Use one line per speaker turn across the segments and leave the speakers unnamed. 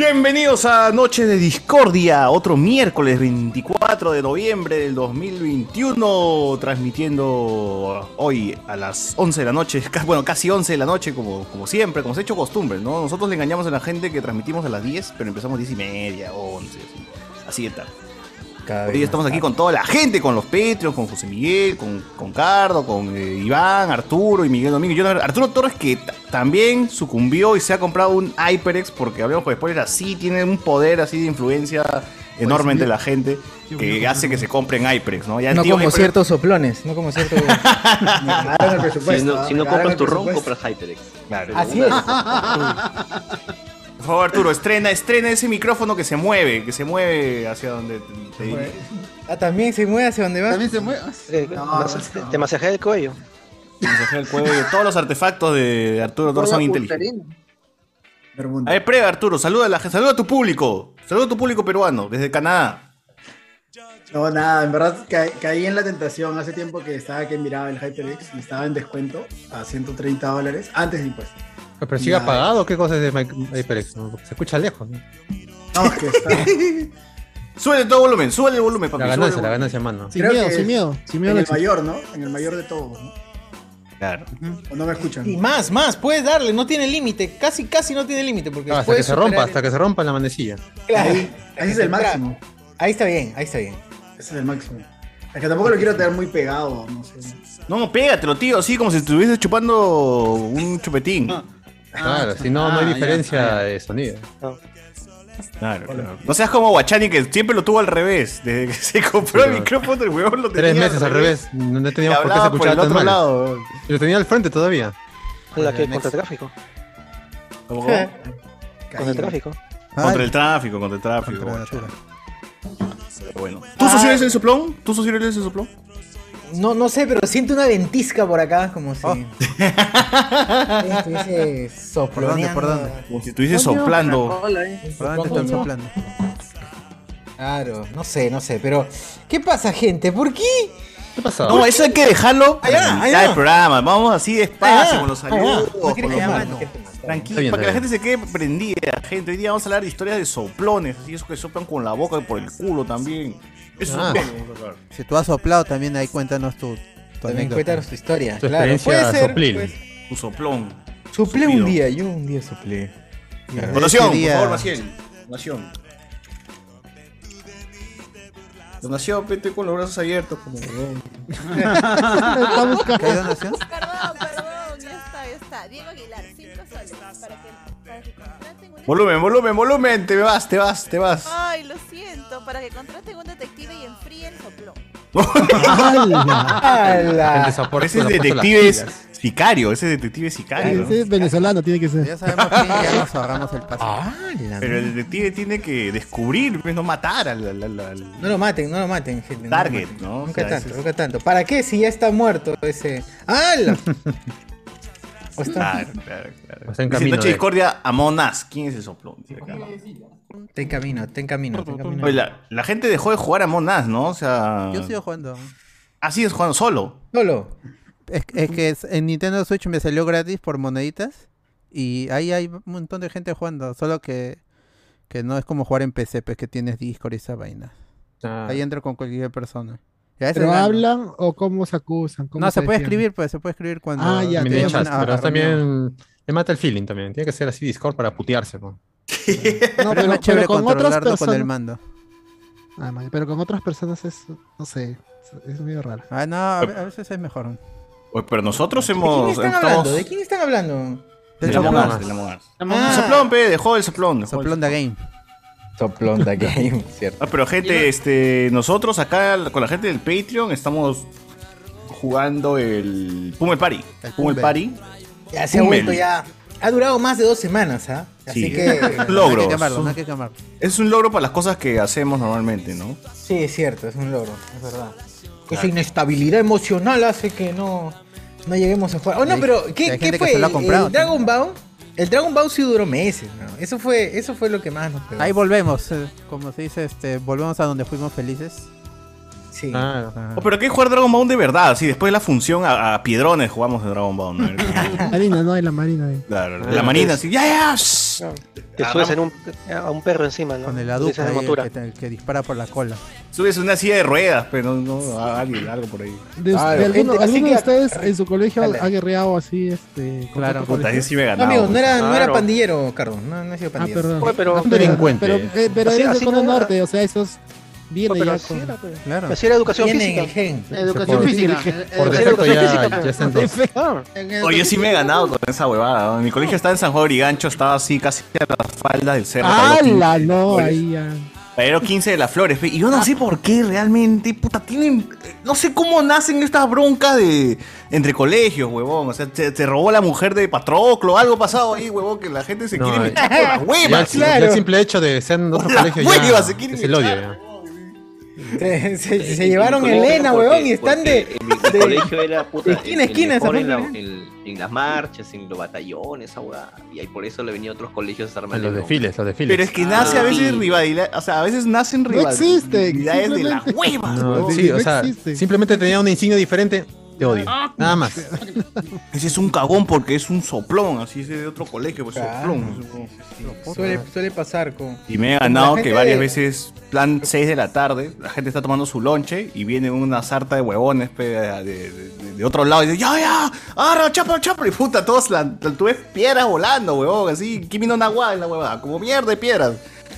Bienvenidos a Noches de Discordia, otro miércoles 24 de noviembre del 2021, transmitiendo hoy a las 11 de la noche, ca- bueno, casi 11 de la noche, como, como siempre, como se ha hecho costumbre, ¿no? Nosotros le engañamos a la gente que transmitimos a las 10, pero empezamos 10 y media, 11, así, así de tarde. Hoy estamos aquí con toda la gente, con los Patreons, con José Miguel, con, con Cardo, con eh, Iván, Arturo y Miguel Domingo. Yo, la verdad, Arturo Torres que t- también sucumbió y se ha comprado un HyperX porque hablamos con spoilers así, tiene un poder así de influencia enorme entre la gente que hace que se compren HyperX, ¿no? Ya el
No
tío
como
HyperX
ciertos soplones, no como ciertos...
Si no, si no compras tu ron, compras Hyperx.
Claro.
Así es. Ah,
Por favor, Arturo, estrena, estrena ese micrófono que se mueve, que se mueve hacia donde te- te dirige.
Ah, también se mueve hacia donde va.
También se mueve.
Eh,
No,
mas-
no.
Te masajea el cuello.
Mensaje al cuello. Todos los artefactos de Arturo Torres son inteligentes. A ver, prueba, Arturo, saluda a la gente, saluda a tu público, saluda a tu público peruano, desde Canadá.
No, nada, en verdad ca- caí en la tentación hace tiempo que estaba que miraba el HyperX y estaba en descuento a 130 dólares antes de impuestos.
Pero sigue
Nice.
apagado, ¿qué cosa es de Mike HyperX? No, porque Se escucha lejos. ¿no?
No, es que está.
Sube todo volumen, sube el volumen, papi.
La
súbele
ganancia,
el
la
volumen.
ganancia, mano.
creo
miedo,
que
sin
es
miedo, sin miedo
En
al
el
éxito.
mayor, ¿no? En el mayor de todos, ¿no?
Claro.
O no me escuchan.
Y más, más, puedes darle, no tiene límite, casi, casi no tiene límite. Porque
Ah, hasta que
puedes
se rompa,
superar
hasta que se rompa la manecilla.
el- Claro.
Ahí, ahí es el máximo.
Ahí está bien, ahí está bien.
Ese es el máximo. Es que tampoco lo quiero tener muy pegado, no sé.
No, pégatelo, tío, así como si estuvieses chupando un chupetín.
Ah.
Claro, si no, no hay
ah, ya,
diferencia
ah, ya.
de sonido.
Claro, claro. No seas como Guachani, que siempre lo tuvo al revés. Desde que se compró el
Pero-
micrófono, el huevón lo tenía.
Tres meses al revés, no no
Y
teníamos por qué se
hablaba por,
escuchaba
el
tan
otro
mal.
lado. huevón.
Y lo tenía al frente todavía.
La que
Next.
contra el tráfico.
¿Cómo, cómo?
Contra el tráfico.
Contra el tráfico, contra el tráfico.
Contra la
Guachani.
natura.
Pero bueno. ¿Tú socio eres el soplón? ¿Tú socio eres el soplón?
Ah. No, no sé, pero siento una ventisca por acá, como si... Estuviese soploneando.
¿Por dónde, por
Como si estuviese soplando.
¿Por dónde están soplando?
Claro, no sé, no sé, pero... ¿Qué pasa, gente? ¿Por qué?
¿Qué pasó?
No, eso hay que dejarlo
Ahí va,
para
Ah,
ahí
mitad del
va.
programa. Vamos así despacio
Ah,
con los
ah,
saludos.
no
con
quieres
los-
que llame,
no.
no quieres que llame.
Está
Tranquilo,
bien,
para que la
está
gente se quede prendida, gente. Hoy día vamos a hablar de historias de soplones, y esos que soplan con la boca y por el culo también. Eso
Ah.
es lo que vamos a hablar.
Si tú has soplado, también ahí cuéntanos tu, tu
También
anécdota.
cuéntanos tu historia.
Su
claro,
experiencia
puede ser.
soplil.
pues.
Un soplón.
Soplé un
Supido.
día, yo un día soplé.
Y desde
Donación,
ese
por
día-
favor, Maciel. Donación. Donación, vete con los brazos abiertos. Como...
¿Está buscando? ¿Qué donación?
Perdón, perdón, ya está, ya está. Diego Aguilar, 5 soles para que, para que contraten un
Volumen, volumen, volumen. Te vas, te vas, te vas.
Ay, lo siento, para que contraten un detective y enfríen el soplón.
¡Hala!
¡Hala!
Ese es detective es sicario. Ese detective es sicario. ¿no?
Ese es venezolano, tiene que ser.
Ya sabemos que ya nos ahorramos el paso.
¡Hala!
Pero el detective tiene que descubrir, pues, no matar al, al- al- al-
No lo maten, no lo maten, gente. no lo
Target,
maten.
¿no? O
Nunca
sea,
tanto,
ese es-
nunca tanto. ¿Para qué si ya está muerto ese? ¡Hala! O
Pues
está,
Claro, claro, claro.
O sea, en
Dice,
camino
Noche
de-
Discordia, Amonás. ¿Quién es el soplón? Dice acá.
ten camino, ten camino, ten camino.
Oye, la, la gente dejó de jugar a Amonás, ¿no? O sea.
Yo sigo jugando.
Así es jugando solo.
Solo.
Es, es que es- en Nintendo Switch me salió gratis por moneditas. Y ahí hay un montón de gente jugando. Solo que, que no es como jugar en PC, pues que tienes Discord y esa vaina.
Ah.
Ahí entro con cualquier persona. Y a veces
¿Pero
gano.
hablan o cómo se acusan? ¿Cómo
No, se, puede
defienden?
escribir, pues se puede escribir cuando.
Ah, ya,
se
te
llaman
llaman
a- a
pero
reunión.
también le mata el feeling también. Tiene que ser así Discord para putearse. ¿no?
No,
Pero es
pero,
más chévere
pero con otras
controlarlo con el
personas.
mando.
Ah, man, pero con otras personas es, no sé, es- es medio raro.
Ah, no, a, ve- a veces es mejor.
Oye, pero nosotros
¿De quién
hemos.
están
estamos-
hablando? ¿De quién están hablando?
Del
Del Among
soplón.
Us, del Among Us.
Ah.
El soplón, pe, dejó el soplón. dejó el
Soplón de game.
Soplón de game, cierto.
Ah, pero gente, este, nosotros acá con la gente del Patreon estamos jugando el Pummel Party.
El
Pummel
Pummel.
Party.
Ya se ha
Hummel.
vuelto ya. Ha durado más de dos semanas, ¿ah? Así
Sí.
que.
No hay
Logro.
que quemarlo, no hay que quemarlo.
Es un logro para las cosas que hacemos normalmente, ¿no?
Sí, es cierto, es un logro, es verdad. Esa inestabilidad emocional hace que no, no lleguemos a jugar. Oh, no,
Hay-
pero
hay
¿qué,
gente
qué
que
fue?
se lo ha
El-
comprado
el Dragon Ball, el Dragon Ball sí duró meses, ¿no? Eso fue, eso fue lo que más nos pegó.
Ahí volvemos. eh, Como se dice, este, volvemos a donde fuimos felices.
sí.
Claro.
Oh, pero hay que jugar Dragon Ball de verdad, sí, después de la función a, a piedrones jugamos de Dragon Ball, ¿no?
Marina, no, hay la Marina. ahí.
Claro, la marina, así, ya, ya, shh,
Ah, Te subes en un, a un perro encima, ¿no?
Con el
Utilizas
aduca
la
ahí,
montura.
el que, el que dispara por la cola.
Subes una silla de ruedas, pero no, no a alguien, algo por ahí.
De, de
Claro.
alguno,
gente, así
alguno de
que-
ustedes en su colegio
Dale.
ha guerreado así, este. con
Claro.
otro
Puta,
colegio?
ahí sí me
No,
ganaba.
amigo, no era, no era
Claro.
pandillero, Carlos. No, no he sido
Ah,
pandillero.
perdón.
Oye, pero-
Un
delincuente.
Pero, eh, pero
Así-
eres de
así
zona
no era.
norte, o sea, esos viene
Oye, pero
ya
así
con.
era, pues.
Claro.
Así era educación
Tienen el
física.
gen.
Educación
física.
Por
Sí,
defecto
educación
ya,
física,
ya está en dos.
Ah,
Oye, sí me he ganado con esa huevada. ¿no? Mi colegio estaba en San Juan de Origancho, estaba así casi a la falda del cerro. Pero
¡Hala! No,
goles.
ahí ya.
15 de las flores. pe. Y yo no sé por qué realmente, puta, tienen. No sé cómo nacen estas broncas de. entre colegios, huevón. O sea, te, te robó la mujer de Patroclo, algo pasado ahí, huevón, que la gente se
No,
quiere
eh.
meter por las
Ya el-
huevas.
ya el simple hecho de ser en otro
Por las
colegio
huevas, se
ya
quieren
es el odio.
echar,
ya.
Se, se- se
eh, En mi
llevaron
colegio,
Elena,
porque-
weón, y están
porque
de.
En mi
de-
colegio era puta.
de esquina a
el- el
esquina esa
mejor en, la-
madre.
en- en las marchas, en los batallones, esa hueá. Y ahí por eso le venía a otros colegios a
A
armar
Los
el-
desfiles, los desfiles.
Pero es que nace a veces
Ah.
rivalidad. O sea, a veces nacen rivalidades.
existe,
de las
simplemente.
huevas,
No,
huevón.
sí,
no
o sea,
existe.
simplemente tenía una insignia diferente. Te odio.
Ah,
Nada más.
Ese es un cagón porque es un soplón, así es de otro colegio, pues
Claro.
soplón. es un-
Suele, suele pasar con.
Y me he
La
ganado
gente
que varias
de-
veces, plan 6 de la tarde, la gente está tomando su lonche y viene una sarta de huevones pe, de, de- de otro lado y dice, ya, ya, ahora, chapa, chapa, y puta, todos la, la- tú ves piedras volando, huevón, así, Kimi no Nawa en la huevada, como mierda de piedras,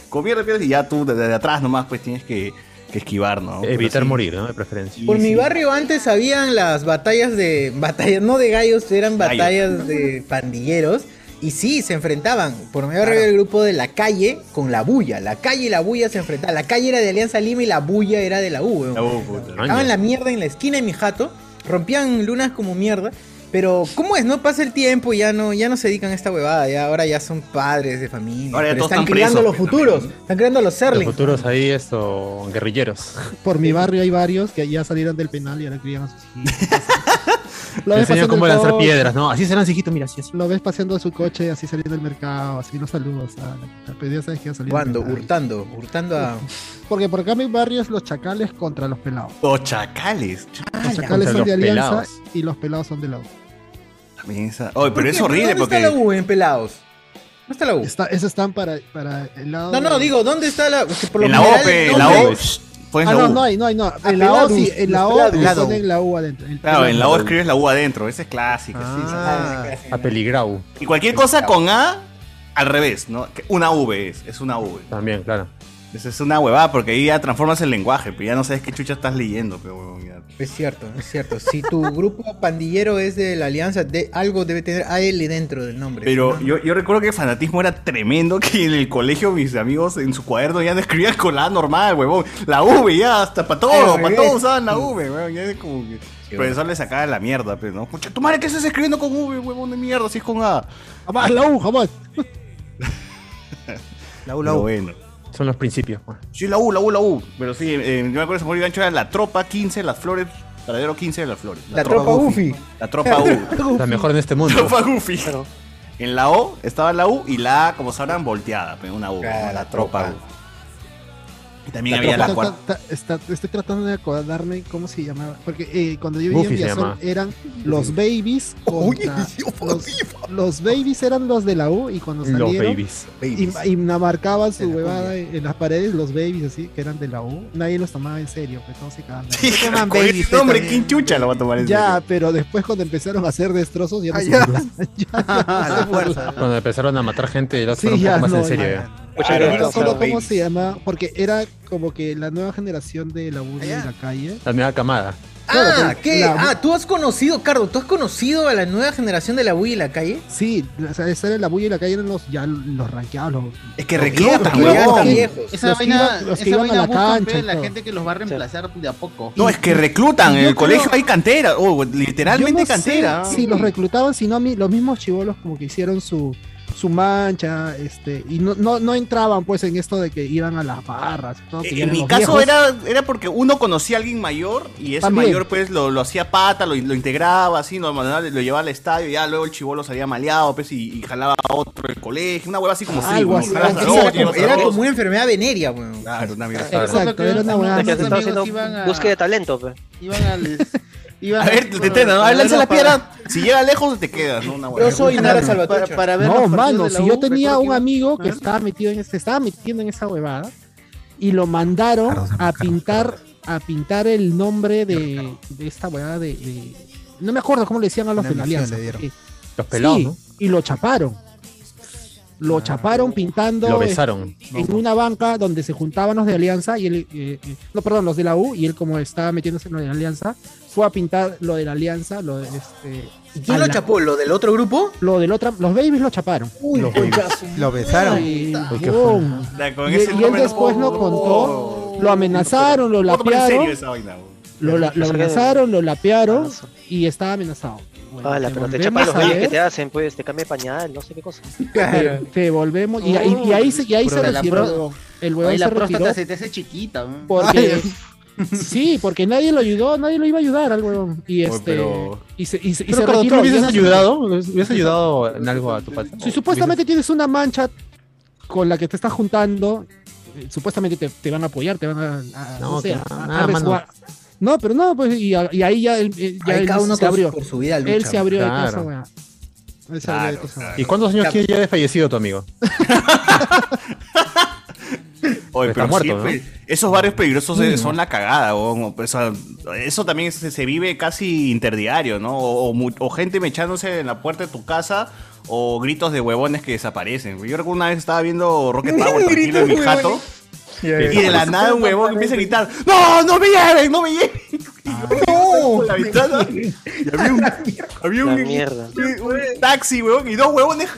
como mierda de piedras y ya tú desde atrás nomás pues tienes que, que esquivar, ¿no? Pero
Evitar
sí,
morir, ¿no? De preferencia.
sí,
Por mi
sí.
barrio antes habían las batallas de. Batallas, no de gallos, eran
Gallos.
batallas de pandilleros. Y sí, se enfrentaban. Por mi barrio había el grupo de la calle con la bulla. La calle y la bulla se enfrentaban. La calle era de Alianza Lima y la bulla era de la U, weón.
Ah, oh, puta.
Año.
Estaban la mierda en la esquina de mi jato, rompían lunas como mierda. Pero, ¿cómo es? No pasa el tiempo, y ya no, ya no se dedican a esta huevada, ya ahora ya son padres de familia.
Ahora ya
pero
todos
están
están
criando
presos,
los
pues,
futuros,
también,
están criando los
Los
serlings.
futuros ahí, esto, guerrilleros.
Por mi barrio hay varios que ya salieron del penal y ahora crían a sus hijos.
Te
Lo ves
enseñan
paseando
cómo
el
lanzar
coche,
piedras, ¿no? Así serán, hijito, mira, así es.
Lo ves paseando su coche, así saliendo del mercado, así los saludos. O sea, la pedida sabes que va a salir. del
Robando,
mercado.
hurtando, hurtando a.
Porque por acá mi barrio es los chacales contra los pelados.
Los chacales. ch-
Ah,
Los chacales
Ah, Contra
son
los
de alianza
pelados.
y los pelados son de la U.
también esa- Oye,
¿Por
pero es
qué?
horrible
¿Dónde está la
porque...
U en Pelados? ¿Dónde está la U?
Está, esos están para, para el lado.
No, no, digo, ¿dónde está la U? Es que por lo
En la
general,
O, pe,
el
en la
nombre-
O, shh, pones
Ah,
la
no,
U.
no hay, no hay, no. En la O
Apelados,
sí, en la O
los pelados.
ponen la U adentro. el
Claro, en la O
pelado.
escribes la U adentro, esa es clásica, sí, esa-
Ah,
A peligrau,
Y cualquier cosa con A, al revés, ¿no? Que Una V es, es una V.
también, claro.
Esa es una huevada, porque ahí ya transformas el lenguaje, pero ya no sabes qué chucha estás leyendo, pero huevón, ya.
Es cierto, es cierto. Si tu grupo pandillero es de la alianza, de, algo debe tener AL dentro del nombre.
Pero yo, yo recuerdo que el fanatismo era tremendo, que en el colegio mis amigos en su cuaderno ya no escribían con la A normal, huevón. La V ya, hasta para todo,
Al
para
revés.
todo usaban la V, huevón. Ya es como que el profesor le sacaba la mierda, pero no. Pucha, tu madre, ¿qué estás escribiendo con V, huevón de mierda, si es con A?
Jamás, la U, jamás.
la U, la
Pero
U.
bueno.
Son los principios. bueno.
Sí, la U, la U, la U. Pero sí, eh, yo me acuerdo que Samuel Gancho era la tropa 15 de las flores, paradero 15 de las flores.
la tropa Ufi.
La tropa U.
La mejor en este mundo.
tropa Goofy.
Claro.
En la O estaba la U y la A, como sabrán, volteada. pero Una U,
Claro,
¿no? la
la
tropa
tropa.
U. Y también
Está-
había la
está-
cuarta.
está- está- estoy tratando de acordarme cómo se llamaba. Porque eh, cuando yo vivía
Buffy
en
se
Villazón
llamaba.
eran los babies. Contra, los, los babies eran los de la U y cuando
Los
salieron.
babies.
Y, y marcaban su
De la
huevada en, en las paredes, los babies así, que eran de la U. Nadie los tomaba en serio, pero todos se cagaban.
Sí,
llaman
con
babies,
ese nombre,
también.
¿quién chucha lo va a tomar en
Ya,
serio?
pero después cuando empezaron a hacer destrozos, ya no
Ah,
se
ya.
acuerdan. Ya,
Ah, la fuerza.
Cuando empezaron a matar gente, los
Sí,
fueron un
ya
poco más
no,
en
ya,
serio.
ya.
¿eh?
Mucha
Claro,
Pero
ahora
violencia,
no
son
solo
los
claro.
cómo
babies.
se llamaba, porque era como que la nueva generación de la U de
Ah, ya.
la calle.
La nueva camada.
Ah, ¿qué?
la-
Ah, tú has conocido, Cardo, tú has conocido a la nueva generación de la bulla y la calle.
Sí, o sea, esa era la bulla y la calle eran los ya los ranqueados, los,
Es que requiere
Los
tan
que ya están
huevón.
viejos.
Esa
Los que
vaina,
iban- los que
esa
iban a
vaina
la
buscan
cancha y
pe, la
todo.
gente que los va a reemplazar de a poco.
No, es que reclutan. eh, En
Yo
el colegio
creo-
hay cantera. Oh, literalmente
Yo no sé
cantera.
Si los reclutaban, sino a mí, los mismos chivolos como que hicieron su, su mancha, este, y no, no, no entraban pues en esto de que iban a las barras. y todo, que
Eh, En
eran
mi
los
caso
viejos.
era, era porque uno conocía a alguien mayor y ese
También.
mayor pues lo, lo hacía pata, lo, lo integraba así, lo, mandaba- lo llevaba al estadio y ya luego el chivolo salía maleado pues y, y jalaba a otro del colegio, una hueva así como
Algo
¿no?
así,
Jalas
algo
a
así.
dos,
Era como,
llevas a
era
dos.
como una enfermedad veneria, weón.
Claro, una mierda.
Recuerdo
Exacto,
que
era una
unos
huevada
Es que
Los
estaba
amigos
haciendo
iban a-
búsqueda de talento, pe.
Iban al,
A ver, te te- no, lanza la piedra. Si llega lejos, te quedas. ¿no? Una
Yo soy
Nara
Nara Salvatrucha.
Salvatrucha.
no, mano, si yo tenía un amigo
¿Ah?
que estaba metido en, se estaba metiendo en esa huevada y lo mandaron a pintar, a pintar el nombre de, de esta huevada de, de- no me acuerdo cómo le decían a los
Una
de la
misión
alianza.
le dieron.
porque-
Los pelados,
Sí,
¿no?
y lo chaparon. Lo chaparon pintando
Lo
eh,
besaron.
en una banca donde se juntaban los de Alianza y él, eh, eh, no, perdón, los de la U y él como estaba metiéndose en lo de la Alianza, fue a pintar lo de la Alianza, lo de este
¿Y quién lo
a la-
chapó? ¿Lo del otro grupo?
Lo del otro, los babies lo chaparon.
Uy,
Los babies. Lo besaron.
Ay,
Uy, qué
huevón.
Da, con
Y,
ese
y él
nombre no
después
puedo-
lo contó, lo amenazaron, lo
No puedo tomar en
lapearon,
serio esa vaina, güey.
lo, la- lo
Saca de-
amenazaron, lo lapearon y estaba amenazado. Bueno,
Ala,
te
pero te
volvemos
chapan los
a
reyes
ver.
que te hacen, pues, te cambia de pañal, no sé qué cosa.
Te, te volvemos. Y, ahí- y ahí se, y ahí se
Prueba la
retiró.
prueba.
El huevón
Oye, la
se retiró
próstata se te hace chiquita. ¿no?
porque. Sí, porque nadie lo ayudó, nadie lo iba a ayudar al huevón. Y
Oye,
este.
pero-
Y se, y se, y
Pero
se
cuando tú
retiró.
le hubieses
ya no se-
ayudado, le hubieses ayudado en algo a tu pata.
Si supuestamente tienes una mancha con la que te estás juntando, eh, supuestamente te, te van a apoyar, te van a. a-
No,
no, sé,
claro,
a- a
nada, mano.
resguar- No, pero no, pues, y, a- y ahí ya él, eh, ya
Ahí
él
cada uno
se
por-
abrió.
por su vida lucha,
él se abrió de
claro.
casa, weón. Él se abrió de casa.
¿Y cuántos años
Cap-
tiene ya de fallecido tu amigo?
Oye,
Está
pero
muerto,
siempre- esos barrios peligrosos eh, son la cagada, weón. O sea, eso también se, se vive casi interdiario, ¿no? O, o mu- o gente mechándose en la puerta de tu casa o gritos de huevones que desaparecen. Yo recuerdo una vez estaba viendo Rocket Power tranquilo en mi jato y de la nada un huevón empieza a gritar ¡No, no me lleven, no me lleven!
Ah,
¡No! la ventana y había un, había
La
un,
mierda.
un- un taxi, huevón, y dos huevones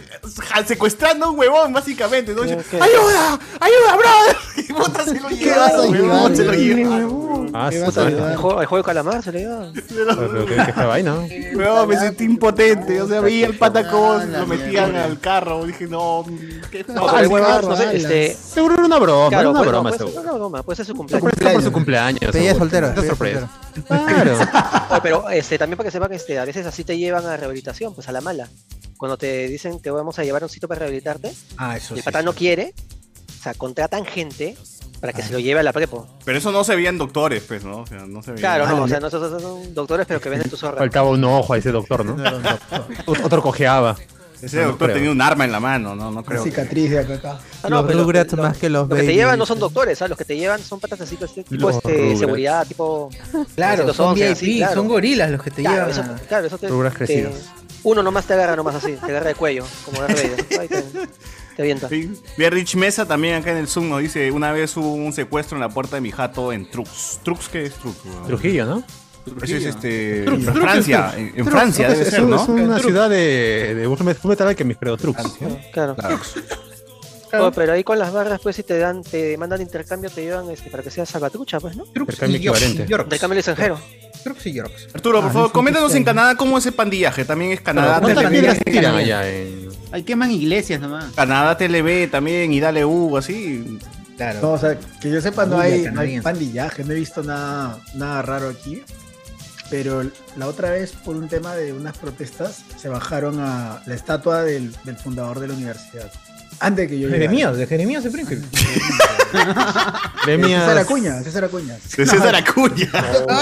ja- secuestrando a un huevón, básicamente. ¿no? Y yo,
Ok.
¡Ayuda! ¡Ayuda, brother! Y puta, se lo
vas
llevaron,
a
huevón,
ayudar,
se lo llevaron.
Ah,
Me
sí,
vas a
claro.
ayudar.
El juego, el juego de calamar se le da.
Pero qué qué fea vaina. ¿no?
Huevón, me sentí impotente. O sea, veía el pata cómo
Ah, la
lo metían
mierda.
al carro. Dije, no, qué
No,
fácil.
pero el huevón,
Ah, claro,
no sé,
alas.
este...
Seguro era una broma,
Claro,
era una
bueno,
broma,
pues,
seguro.
una broma, pues es su
Está
cumpleaños.
por- está por su cumpleaños.
Pero ella es
seguro.
soltera,
Una
ella es
sorpresa. Claro.
Oye, pero este, también para que sepan que este, a veces así te llevan a rehabilitación, pues a la mala. Cuando te dicen te vamos a llevar a un sitio para rehabilitarte,
Ah, eso
Pues
y el pata no quiere, o sea, contratan gente para
Ah,
que se lo lleve a la prepo.
Pero eso no se veían doctores, pues, ¿no? O sea, no se veían.
Claro,
Ah,
no, o sea, no esos- esos son doctores, pero que venden tus órganos.
Faltaba un ojo a ese doctor, ¿no? Ot- Otro cojeaba.
Ese
no
doctor
creo.
tenía un arma en la mano, no, no creo. que-
Cicatriz de acá, acá.
Ah, no,
Los
pero
Rugrats
lo-
más que los
Los que te
Baby.
llevan no son doctores, ¿sabes? Los que te llevan son patas así, pues, tipo
Los
este,
Rugrats.
seguridad, tipo.
Claro, son
911,
VIP,
así, claro.
son gorilas los que te llevan.
Claro, eso,
a-
claro, eso te.
Rugrats
te-
crecidos.
uno nomás te agarra nomás así, te agarra de cuello, como agarra de ellos. Ahí te, te avienta.
Sí. Ve a Rich Mesa también acá en el Zoom nos dice, una vez hubo un secuestro en la puerta de mi jato en Trux. ¿Trux qué es Trux? weón?
Trujillo, ¿no?
Eso es este...
Trux,
en
Trux,
Francia,
Trux.
en, en Francia
Creo que
debe
es
ser,
un-
¿no?
Es una ciudad de, de un met- un metal que me creo trucos.
Claro. Oh, pero ahí con las barras, pues si te dan, te mandan de intercambio, te llevan este, para que seas salvatrucha, pues, ¿no?
Intercambio equivalente.
Intercambio extranjero.
Crux y Yorks.
Arturo, por
Ah,
favor,
sí,
coméntanos
sí.
en Canadá cómo es el pandillaje. También es Canadá
¿Cuántas
TLV.
piedras tiran allá en
Ahí queman iglesias nomás.
Canadá TLB también y dale U, así.
Claro.
No, o sea, que yo sepa, no
Familia
hay, no hay
canadiense.
pandillaje, no he visto nada, nada raro aquí. Pero la otra vez, por un tema de unas protestas, se bajaron a la estatua del, del fundador de la universidad. Antes que yo llegara.
Jeremías, de Jeremías de Springfield.
De César
premias?
Acuña, César Acuña.
De César Acuña.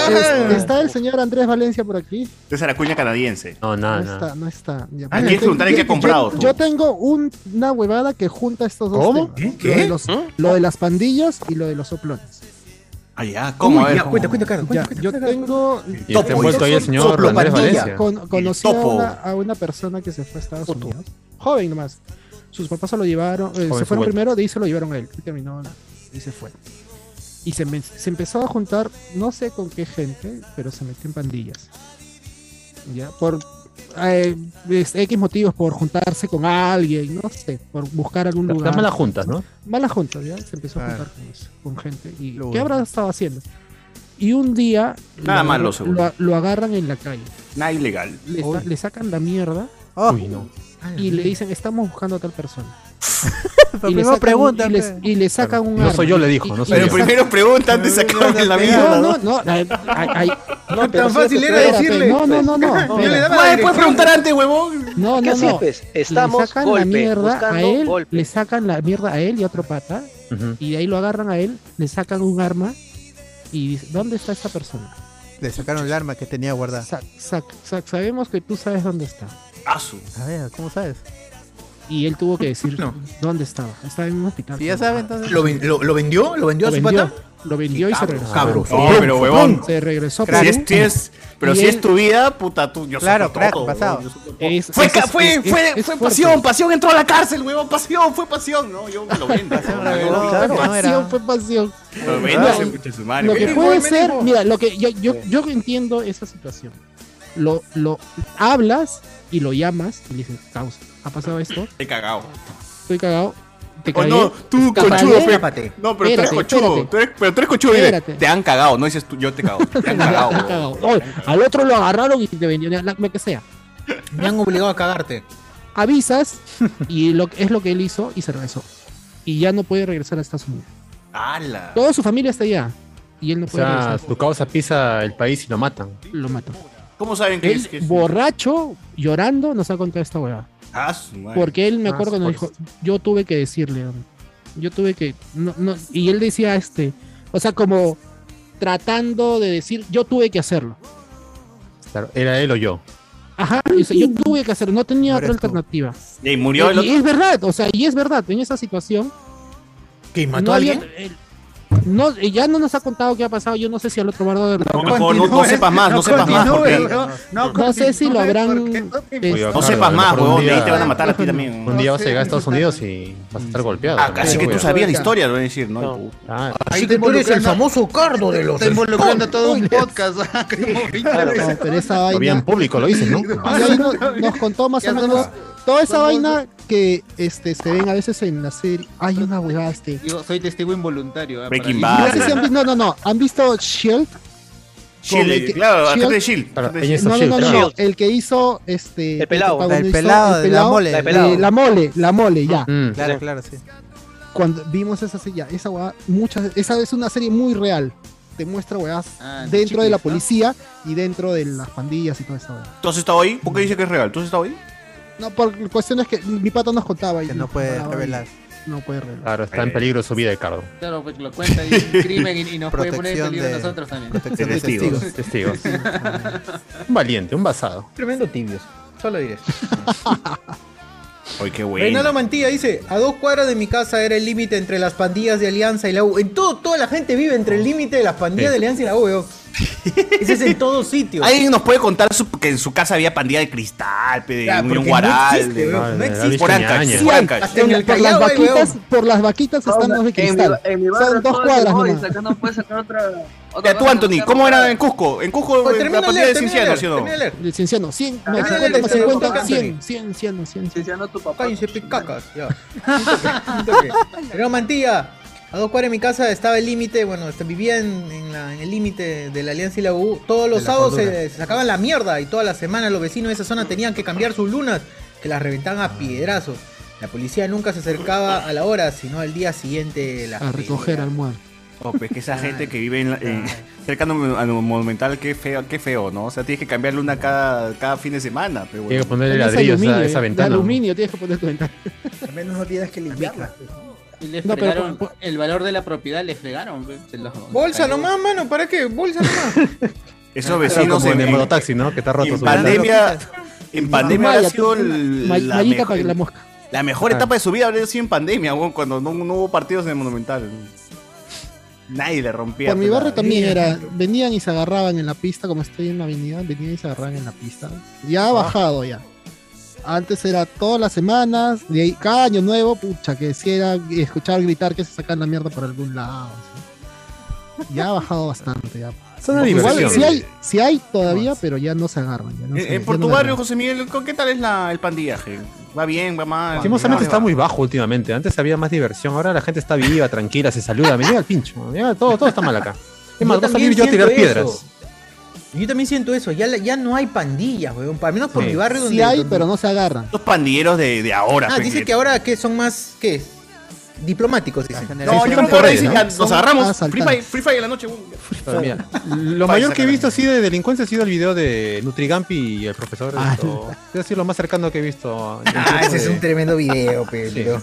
Es- Está el señor Andrés Valencia por aquí.
César Acuña canadiense.
No, nada,
No
nada.
está, no está. Ya,
Ah, ¿quieres
yo-
preguntar en qué ha
yo-
comprado
Yo,
tú?
yo tengo un- una huevada que junta estos dos.
¿Cómo?
temas.
¿Qué?
Lo de,
¿Qué?
los- lo de las pandillas y lo de los soplones.
Ah, ya, ¿cómo? A ver,
Ya,
¿cómo?
cuenta, cuenta, Carlos. Cuenta,
Ya,
cuenta,
yo
cuenta,
tengo.
Y está envuelto ahí el señor
Soplo
Andrés
pandilla.
Valencia.
Con, conocí a
topo.
una, a una persona que se fue a Estados Unidos. Joven nomás. Sus papás se lo llevaron. eh, se fueron
joven.
primero, de ahí se lo llevaron a él. Y terminó y se fue. Y se, me- se empezó a juntar, no sé con qué gente, pero se metió en pandillas. Ya, por eh, es- X motivos, por juntarse con alguien, no sé, por buscar algún
Las
lugar.
malas juntas, ¿no?
Mala junta, ¿ya? Se
Ah.
empezó a
Claro.
juntar con, eso, con gente. ¿Y
Lo
qué
bueno.
habrá estado haciendo? Y un día.
Nada
lo-
malo, seguro.
lo, lo agarran en la calle.
Nada ilegal.
Le, sa- le sacan la mierda
Oh,
Uy, no.
y le dicen, estamos buscando a tal persona.
pero
y, le
primero
sacan,
pregunta,
y,
eh.
les-
pe.
y le sacan un.
No soy yo, le dijo, no soy
le
Pero
yo.
sacan-
primero pregunta antes de sacarme la vida.
No, no, no. ay, ay, ay,
No
pero
tan fácil
espérate,
era
espérate,
decirle.
No, no, no, no.
Yo le daba
espera.
Madre,
la
puedes
dirección.
preguntar antes, huevón.
No,
¿Qué
no,
así,
no.
pues?
le
Estamos
sacan
golpe,
la mierda a
buscando
él,
golpe.
le sacan la mierda a él y a otro pata,
Ujú.
y de ahí lo agarran a él, le sacan un arma y dice, ¿dónde está esta persona?
Le sacaron el arma que tenía guardada.
Zack, Zack, Zack, sabemos que tú sabes dónde está.
Ah,
A ver, ¿cómo sabes?
Y él tuvo que decir dónde estaba. Estaba en un hospital.
Si ya sabe, entonces-
¿Lo ven- lo- lo vendió? ¿Lo vendió a su pata?
Lo vendió y se regresó.
cabro.
Se fue.
No, pero huevón.
Se regresó.
Si es- si es- pero si es tu vida, puta, tú, yo
Claro,
soporto
crack,
todo,
pasado.
huevón, yo soporto todo.
Es-
fue
es-
ca-
es-
fue,
es-
fue,
es
fue
fuerte.
pasión, pasión entró a la cárcel, huevón, pasión, fue pasión. No, yo me lo vendo. huevón,
No,
yo-
claro,
yo-
pasión, fue pasión.
Lo vendo,
No,
ese puto su madre,
lo que
huevón.
puede ser, mira, lo que yo, yo, yo entiendo esa situación. Lo, lo hablas y lo llamas y le dices, causa, ha pasado esto,
Estoy cagado.
estoy cagado. Te
Oh,
cagué,
no, tú,
escápate".
conchudo, pe- No, pero tú eres
Espérate,
conchudo.
espérate.
tú eres- Pero tú eres conchudo, dile,
Espérate.
Te han cagado, no dices tú, yo te cago. Te han cagado.
Te han
huevón.
cagado. Oye, al otro lo agarraron y te vendieron, la- lo que sea.
Me han obligado a cagarte.
Avisas y lo, es lo que él hizo y se regresó. Y ya no puede regresar a Estados Unidos.
¡Hala!
Toda su familia está allá y él no
O
puede
sea,
regresar.
su causa pisa el país y lo matan.
Lo matan.
¿Cómo saben que
Él,
es? que es-
borracho, llorando, nos ha contado esta hueá.
Ah, su madre.
Porque él me
Ah,
acuerdo que nos
por
dijo,
eso.
pues.
yo tuve que decirle, hombre. yo tuve que, no, no, y él decía este, o sea, como tratando de decir, yo tuve que hacerlo.
Claro, era él o yo.
Ajá, o sea, yo tuve que hacerlo, no tenía otra alternativa.
Y murió
Y-
el
Eh, y,
otro.
es verdad, o sea, y es verdad, en esa situación.
¿Que mató
no
a
había-
alguien?
él- no, eh, ya no nos ha contado qué ha pasado, yo no sé si al otro bardo de
No, mejor no- no sepas más, no sepas más, porque-
no, sé si lo habrán. eh,
Oye,
No
claro,
sepas
a lo
más,
mejor un
huevón, de ahí
día-
te van a matar a ti también.
Un día vas a llegar a Estados Unidos y vas a estar golpeado.
Ah, así que tú sabías la historia, lo voy a decir,
No.
¿no?
Ah,
Así que tú eres el famoso cardo de los.
Está involucrando a todo un podcast. ah, como
Claro, no, pero esa
lo
vaina.
había en público, lo dices, ¿no?
Y ahí no- nos, contó más o menos toda esa vaina que este, se ven a veces en la serie. Hay una huevada este.
Yo soy testigo involuntario. ah,
Breaking
para-
No
Bad.
sé si han vi- no, no, no. ¿Han visto Shield?
Shield,
Con el que-
claro,
Shield-
agente de Shield.
Claro,
Agente de
ella es
Shield.
No, no, no, no,
Shield.
El que hizo este.
El pelado.
protagonizó-
El pelado de la mole.
eh,
La pelado.
la mole, la mole, ya.
Mm,
Claro, claro, sí.
Cuando vimos esa serie, ya, esa huevada, muchas. Esa es una serie muy real. Te muestra huevadas
Ah,
dentro de la
chiquis, ¿no?
policía y dentro de las pandillas y toda esa hueá.
¿Entonces está hoy? ¿Por qué dice que es real? ¿Entonces está hoy?
No, por cuestiones que mi pata nos contaba. Y
Que no
nos
puede
contaba y
revelar.
No puede revelar.
Claro, está en peligro su vida, Ricardo.
Claro, pues lo cuenta y es un crimen y, y nos puede poner en
Protección
peligro a
de-
nosotros también.
protección de testigos.
Testigos, testigos. Un valiente, un basado.
Tremendo tibios. Solo diré.
Ay, qué
Reinaldo
bueno.
Mantilla dice, a dos cuadras de mi casa era el límite entre las pandillas de Alianza y la U. En todo, toda la gente vive entre el límite de las pandillas
Sí.
de Alianza y la U, weón. Ese es en todo sitio.
Alguien nos puede contar su- que en su casa había pandilla de cristal, pe, de
Ya,
Unión
porque
Guaral,
existe,
de-
weón,
Vale,
no
la
existe.
vista
Por Ancash,
ñaña.
por
hay,
Ancash.
hasta en el
por las
Callao hay,
vaquitas,
weón.
por las vaquitas están los de cristal. Son dos cuadras nomás.
no puedes sacar otra.
Ya tú, Anthony, ¿cómo era en Cusco? En Cusco,
Oh,
en la
termina de
pandilla de
leer, termina de
Cinciano,
leer,
¿sí o no?
termina de leer.
El Cienciano, 100, no,
Ah,
este
50 más
dale,
50,
dale,
100, 100, 100, 100.
tu papá.
Cállense, picacas. Ya. Un toque, un toque. Reinaldo Mantilla, a dos cuadras de mi casa estaba el límite, bueno, este, vivía en, en la- en el límite de la Alianza y la U. Todos los
la
sábados
cordura.
se, se sacaban la mierda y todas las semanas los vecinos de esa zona tenían que cambiar sus lunas, que las reventaban
Ah.
a piedrazos. La policía nunca se acercaba a la hora, sino al día siguiente las
A recoger
pedía.
al muerto.
No, pues que esa gente que vive en, la- en- cerca a lo Monumental, qué feo, qué feo, ¿no? O sea, tienes que cambiarle una cada, cada fin de semana, pero
Tiene
bueno.
que ponerle
Es
ladrillos
aluminio,
a esa
eh,
ventana.
De aluminio, tienes que poner tu ventana.
Al menos no tienes que limpiarla. pues, ¿no?
Y le
No, pero
fregaron
por- por-
el valor de la propiedad, le fregaron. pues, se los-
Bolsa
cayó.
nomás, mano, ¿para qué? Bolsa nomás.
Esos
Claro,
vecinos
como en
en,
el
en,
mototaxi, ¿no? Que está roto
en
su
pandemia, en pandemia
Maya,
ha sido el-
ma-
la,
mallita para que
mejor-
la mosca.
la
Ah.
mejor etapa de su vida habría sido en pandemia, weón, cuando no, no hubo partidos en el Monumental. Nadie le rompía.
Por mi
pues,
barrio
la-
también era, venían y se agarraban en la pista, como estoy en la avenida, venían y se agarraban en la pista. Ya
Ah.
ha bajado ya. Antes era todas las semanas, de ahí, cada año nuevo, pucha, que si era escuchar gritar que se sacan la mierda por algún lado. así. Ya ha bajado bastante, ya.
Son
Igual,
diversión.
si hay, si hay todavía, pero ya no se agarran. ya no
Eh, En-
se-
en-
ya
por
no
tu
se
barrio,
agarran.
José Miguel, ¿con qué tal es la, el pandillaje? ¿Va bien? ¿Va mal?
Lastimosamente
¿Cómo le
está
va?
muy bajo últimamente. Antes había más diversión. Ahora la gente está viva, tranquila, se saluda. Me llega el pincho. me llega- todo, todo está mal acá. Es más,
Yo
voy a salir
también
yo a tirar
siento eso.
piedras.
Yo también siento eso, ya, la- ya no hay pandillas, weón. Al menos por
Sí.
mi barrio donde
Sí hay,
donde-
pero no se agarran.
Estos pandilleros de, de ahora. pues,
Ah,
pe,
dice que ahora que son más, ¿qué? Diplomáticos, dicen.
No,
Sí,
yo
son
creo que ahora
peores,
dicen
¿no?
ya nos
Son
agarramos. Free
asaltantes.
Fire, Free Fire en la noche. weón.
Pero mira, lo mayor que he visto así de delincuencia ha sido el video de Nutrigampi y el profesor.
Ah.
esto. Es así lo más cercano que he visto.
Ah, ese es un tremendo video, pe,
Sí.
pero.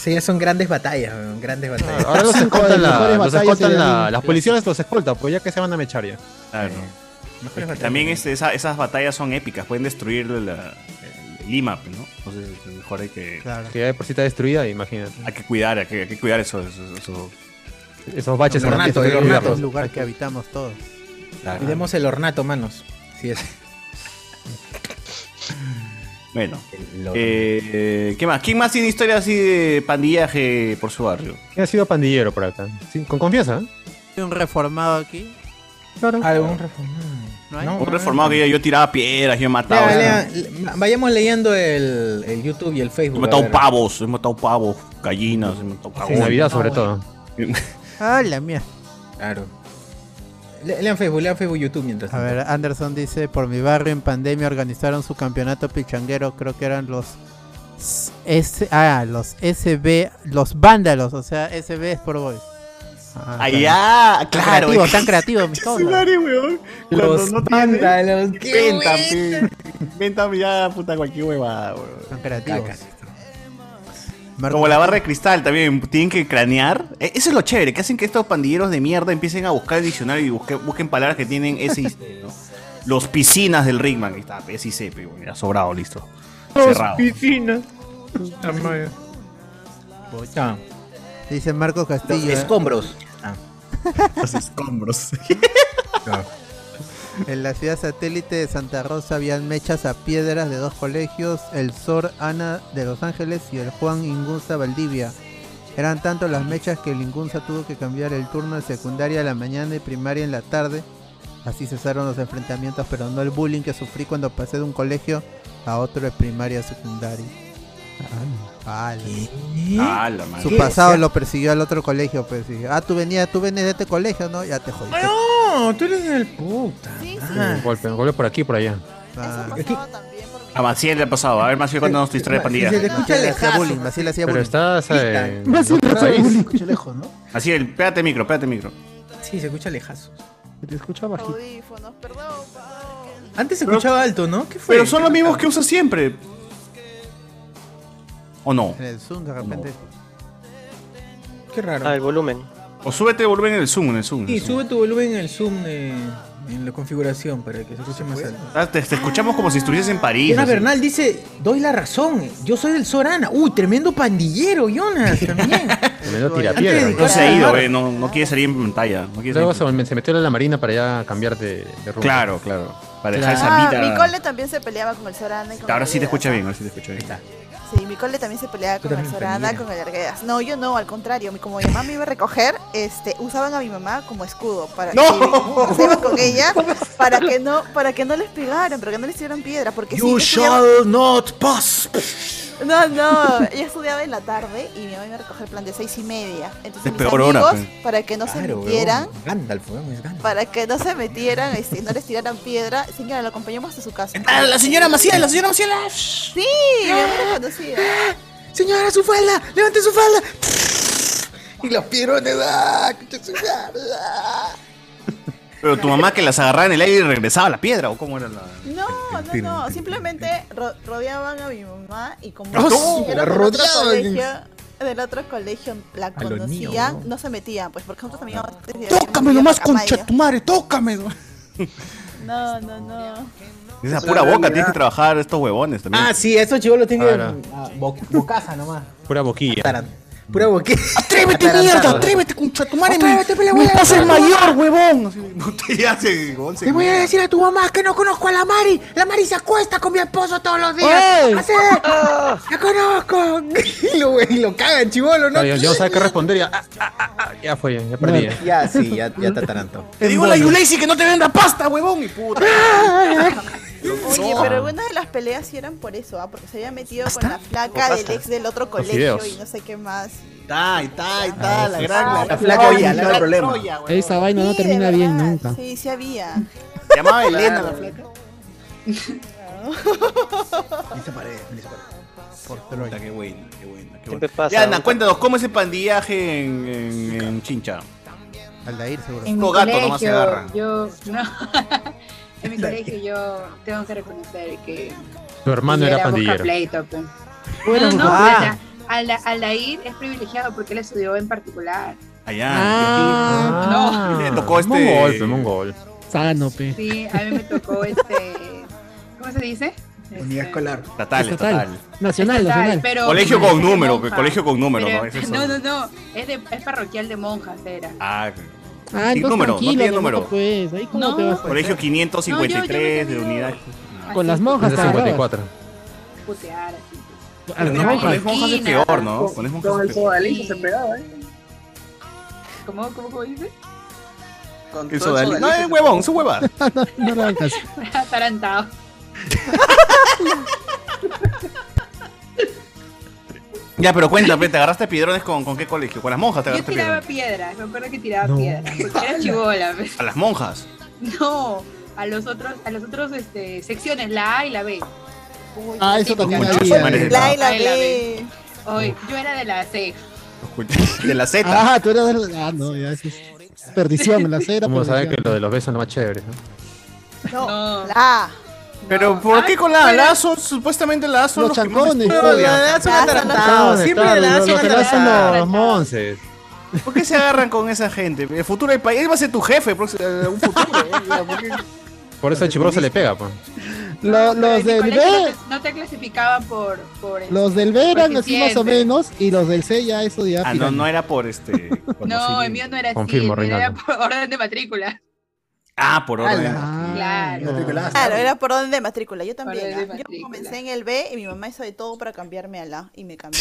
Sí, ya son grandes batallas, weón, grandes batallas.
Ahora los escoltan,
Joder,
la-
mejores
los
batallas
escoltan
serían-
la- las policías los escoltan, pues ya que se van a mechar ya.
Claro. Eh, También este, esa- esas batallas son épicas, pueden destruir la, Lima, pues, ¿no? Entonces, mejor hay que,
Que ya de por sí está destruida, imagínate.
hay Ah, que cuidar, hay que, hay que cuidar eso, eso- eso-
Esos baches
Los ornatos,
hay que
el ornato.
cuidarlos.
El lugar que habitamos todos.
Claro.
Cuidemos el ornato, manos. Sí, es.
Bueno,
loro.
eh, ¿qué más? ¿Quién más tiene historia así de pandillaje por su barrio?
¿Quién ha sido pandillero por acá? Sí, con confianza. ¿eh?
¿Hay un reformado aquí?
Claro.
Algún reformado.
No hay.
Un reformado que yo, yo tiraba piedras, yo mataba.
Lea,
o sea,
lea, le- vayamos leyendo el, el YouTube y el
He
Facebook. a
matado
ver.
pavos, he matado pavos, gallinas, he matado pavos.
En Navidad sobre todo.
Ah, la mía.
Claro. Le- lean Facebook, lean Facebook, YouTube mientras.
A ver, Anderson dice, por mi barrio en pandemia organizaron su campeonato pichanguero, creo que eran los S- S ah, los SB, los vándalos, o sea, SB es por boys. Ah,
Allá,
tan-
claro.
creativo, tan creativo, mis
Los no
vándalos, qué
Ventan, ventan ya, puta, cualquier hueva,
Tan creativos.
Como la barra de cristal también, tienen que cranear. E- Eso es lo chévere, que hacen que estos pandilleros de mierda empiecen a buscar el diccionario y busque- busquen palabras que tienen ese ¿no? Los piscinas del Rigman, ahí está, SIC, pe, bueno, ya sobrado, listo. Cerrado.
piscinas.
Ah,
Dice Marco Castillo. eh.
los escombros. Ah.
Los escombros.
En la ciudad satélite de Santa Rosa habían mechas a piedras de dos colegios, el Sor Ana de Los Ángeles y el Juan Ingunza Valdivia. Eran tanto las mechas que el Ingunza tuvo que cambiar el turno de secundaria a la mañana y primaria en la tarde. Así cesaron los enfrentamientos, pero no el bullying que sufrí cuando pasé de un colegio a otro de primaria a secundaria. Ala.
Ah,
Ala, madre.
Su
¿Qué?
pasado
O sea-
lo persiguió al otro colegio, pues. y, ah, tú venías, tú venías de este colegio, ¿no? Ya te jodiste.
No, tú eres el puta.
Un golpe, un golpe por aquí y por allá. Ah,
A Maciel le ha pasado, a ver, Maciel, cuéntanos tu historia de
Se te
pandilla.
escucha lejazo. bullying, así le hacía
Pero
bullying.
está, ¿sabes?
Maciel le hacía bullying.
Escuché lejos, ¿no?
Maciel, pégate el micro, pégate el micro.
Sí, se escucha lejazo.
Te escucha bajito.
Antes se escuchaba alto, ¿no? ¿Qué fue?
Pero son los mismos que usa siempre. ¿O no?
En el Zoom, de repente.
Qué raro.
Ah, el volumen.
O súbete el volumen en el Zoom, en el Zoom. en
Sí,
el Zoom.
sube tu volumen en el Zoom de, en la configuración para que se escuche
Pues,
más alto.
Ah, Te, te escuchamos como si estuvieses en París.
Jonas
así.
Bernal dice, doy la razón, yo soy del Sorana. Uy, tremendo pandillero, Jonas, también.
Tremendo tirapiedra.
Antes de-
No se ha ido, eh, no, no quiere salir en pantalla. No quiere
Luego
salir.
se, se metió a la marina para ya cambiar de, de rumbo.
Claro, claro. Para dejar
Ah,
esa
mi
vida.
cole también se peleaba con el Sorana y con
Ahora
el
sí
Arguedas.
te escucha bien, ahora sí te escucha bien.
Sí, mi cole también se peleaba con el
también
Sorana,
peleas.
con el Arguedas. No, yo no, al contrario. mi- Como mi mamá me iba a recoger, este, usaban a mi mamá como escudo. para
¡No!
y se iban con ella para que no, para que no les pegaran, para que no les hicieran piedra. Porque sí, yo estudiaba-
not pass.
No, no, yo estudiaba en la tarde y mi mamá iba a recoger plan de seis y media. Entonces mis
Es peor
amigos,
hora, pues.
para que no se
Claro,
metieran,
weón, Gandalf, weón, es Gandalf.
para que no se metieran y no les tiraran piedra, señora, lo acompañamos hasta su casa.
¡Ah, la señora Maciel, la señora Maciel!
Sí, mi mamá la conocía.
Señora, su falda, levante su falda. Y los pierones, ¡ah! concha su madre, ¡ah!
Pero tu mamá que las agarraba en el aire y regresaba a la piedra, ¿o cómo era la.?
No, no, no, simplemente ro- rodeaban a mi mamá y como
¡Ah, su!
yo era
La
del otro
rodeaban.
colegio, del otro colegio la
A lo niño,
conocían, no se metían, pues porque nosotros también íbamos
¡Tócamelo más, concha
Chamayo.
tu madre! tócamelo.
No, no, no.
Esa pura boca, tienes que trabajar estos huevones también.
Ah, sí, esos chivos los tienen
Claro.
ah, bo- bocaza nomás.
Pura boquilla.
Pura boquilla.
¡Atrévete, mierda! ¡Atrévete, concha tu madre! ¡Mi paso es mayor, huevón! Ya se- se-
Te voy a decir a tu mamá que no conozco a la Mari. La Mari se acuesta con mi esposo todos los días.
¡Ey!
Así, ¡La conozco! Y lo, y lo cagan, chivolo, ¿no?
Claro, yo, yo no sabía qué responder. Ya, ah, ah, ah, ah, ya fue, ya, ya perdí. ya.
Ya, sí, ya, ya te ataranto.
Te digo a la Yuleisi que no te venda pasta, huevón, mi puta.
Oye, pero algunas de las peleas sí eran por eso, ¿ah? porque se había metido con la flaca
Bocasta.
del ex del otro colegio
fideos.
y no sé qué más.
Está, está, está, la gran.
La
flaca
Troya,
Troya,
la
gran
problema.
Troya, huevón.
Esa vaina no
Sí,
termina
de
bien
verdad,
nunca.
Sí, sí había.
Llamaba Ah, Elena la flaca.
Esa pared, esa pared.
Puta, qué buena, qué buena, qué
Siempre
buena.
pasa,
Ya, Ana,
¿no?
cuéntanos, ¿cómo es el pandillaje en, en, en Chincha?
Aldair, seguro.
En mi
Puro gato nomás se
colegio,
agarra.
yo no. en mi colegio yo tengo que reconocer que
Tu hermano
yo
era
busca
pandillero.
pleito, pues.
Bueno,
no, no,
ah.
pues,
Ala- Alair es privilegiado porque él estudió en particular.
Allá.
Ah,
Yoki. Le tocó este.
Mongol, pe, mongol.
Sano, pe.
Sí, a mí me tocó este. ¿Cómo se dice?
Unidad escolar.
Estatal, estatal.
Nacional,
Estatal,
nacional.
pero-
Colegio
es
con
de
número,
monja.
pe, colegio con número,
Pero-
¿no? Es eso.
no, no, no, es, de- es parroquial de monjas, era.
Ah,
Ah,
sin
entonces
número, no
tranquilo,
tiene
nomás,
número.
Pues, ahí cómo
No.
te vas a-
Colegio 553 de unidad.
Con las monjas. te agarrabas.
Putear así.
A las
No,
monjas.
con las monjas es peor, ¿no? Con las monjas
Con
es
el
peor.
sodalicio se pegaba, ¿eh? ¿Cómo, cómo, cómo dice?
Con todo
El
el
sodalicio. No,
sodalicio.
es huevón, su hueva.
no, no le hagan caso.
Atarantado.
Ya, pero cuéntame, ¿te agarraste piedrones con, con qué colegio? ¿Con las monjas te
Yo
agarraste
tiraba
piedrones?
piedras, me acuerdo que tiraba
No.
piedras, porque era chivola.
A las monjas.
No, a los otros, a los otros este, secciones, la A y la B. Uy,
Ah, eso
sí,
también
porque-
había.
La A y
la
A
B.
Oy, yo era de la C.
De la Z.
Ah, tú eras de la. Ah, no, ya eso es perdición, la cera.
Como saben
perdición.
que lo de los besos es lo más chévere, ¿no?
No,
la
Pero ¿por qué con la
fuera.
la son Supuestamente la Ah, son
Los
los, que más
chancones.
estudian.
Pero la A son
Ah,
atarantados,
son
siempre
atarantados,
la A son
los que la son
atarantados.
los
monces.
¿Por qué se agarran con esa gente? El futuro del país. Él va a ser tu jefe. próximo- eh, Un futuro. ¿eh? ¿Por qué?
Por eso el chibolo se le pega, pues.
Lo- los
En mi
del
colegio no
B,
te- no te clasificaban por, por este,
los del B eran
Porque
así más o
siempre.
menos, y los del C ya eso ya.
Ah, no, no era por este.
No, el mío no era
Confirmo,
así, el mío era
Reinaldo.
por orden de matrícula.
Ah, por orden.
Claro.
Claro, era por orden de matrícula. Yo también.
Por orden
¿ah?
de
Yo
matrícula.
comencé en el B y mi mamá hizo de todo para cambiarme a la y me cambió.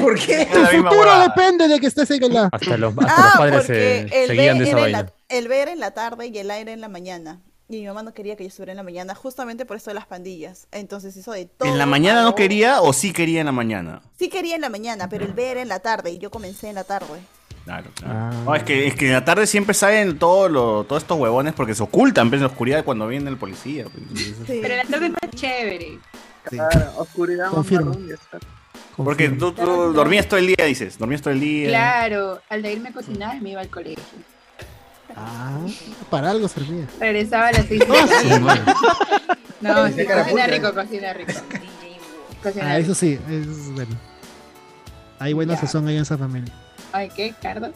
¿Por qué?
Tu futuro depende de que estés en la.
Hasta los, hasta los
Ah,
padres
porque
se
el B,
Pues, eh, seguían de esa
era en la-
vaina.
el B era en la tarde y el A era en la mañana. Y mi mamá no quería que yo estuviera en la mañana, justamente por eso de las pandillas. Entonces hizo de todo.
¿En la mañana no
para-
quería o sí quería en la mañana?
Sí quería en la mañana, pero el B era en la tarde y yo comencé en la tarde.
Claro, claro. No, es que, es que en la tarde siempre salen todo lo- todos estos huevones porque se ocultan pues, en la oscuridad cuando viene el policía. pues, entonces-
Pero la tarde es más chévere.
Claro,
oscuridad
más Confirmo. Porque tú, tú dormías todo el día, dices. Dormías todo el día.
Claro, al de irme a cocinar me iba al colegio.
Ah, para algo servía. Ah,
Regresaba a las seis. de la tarde. No, sí, cocina rico, cocina rico. Cocina
Ah,
rico.
eso sí, es bueno. Hay buena sazón ahí en esa familia.
Ay, ¿qué, Cardo?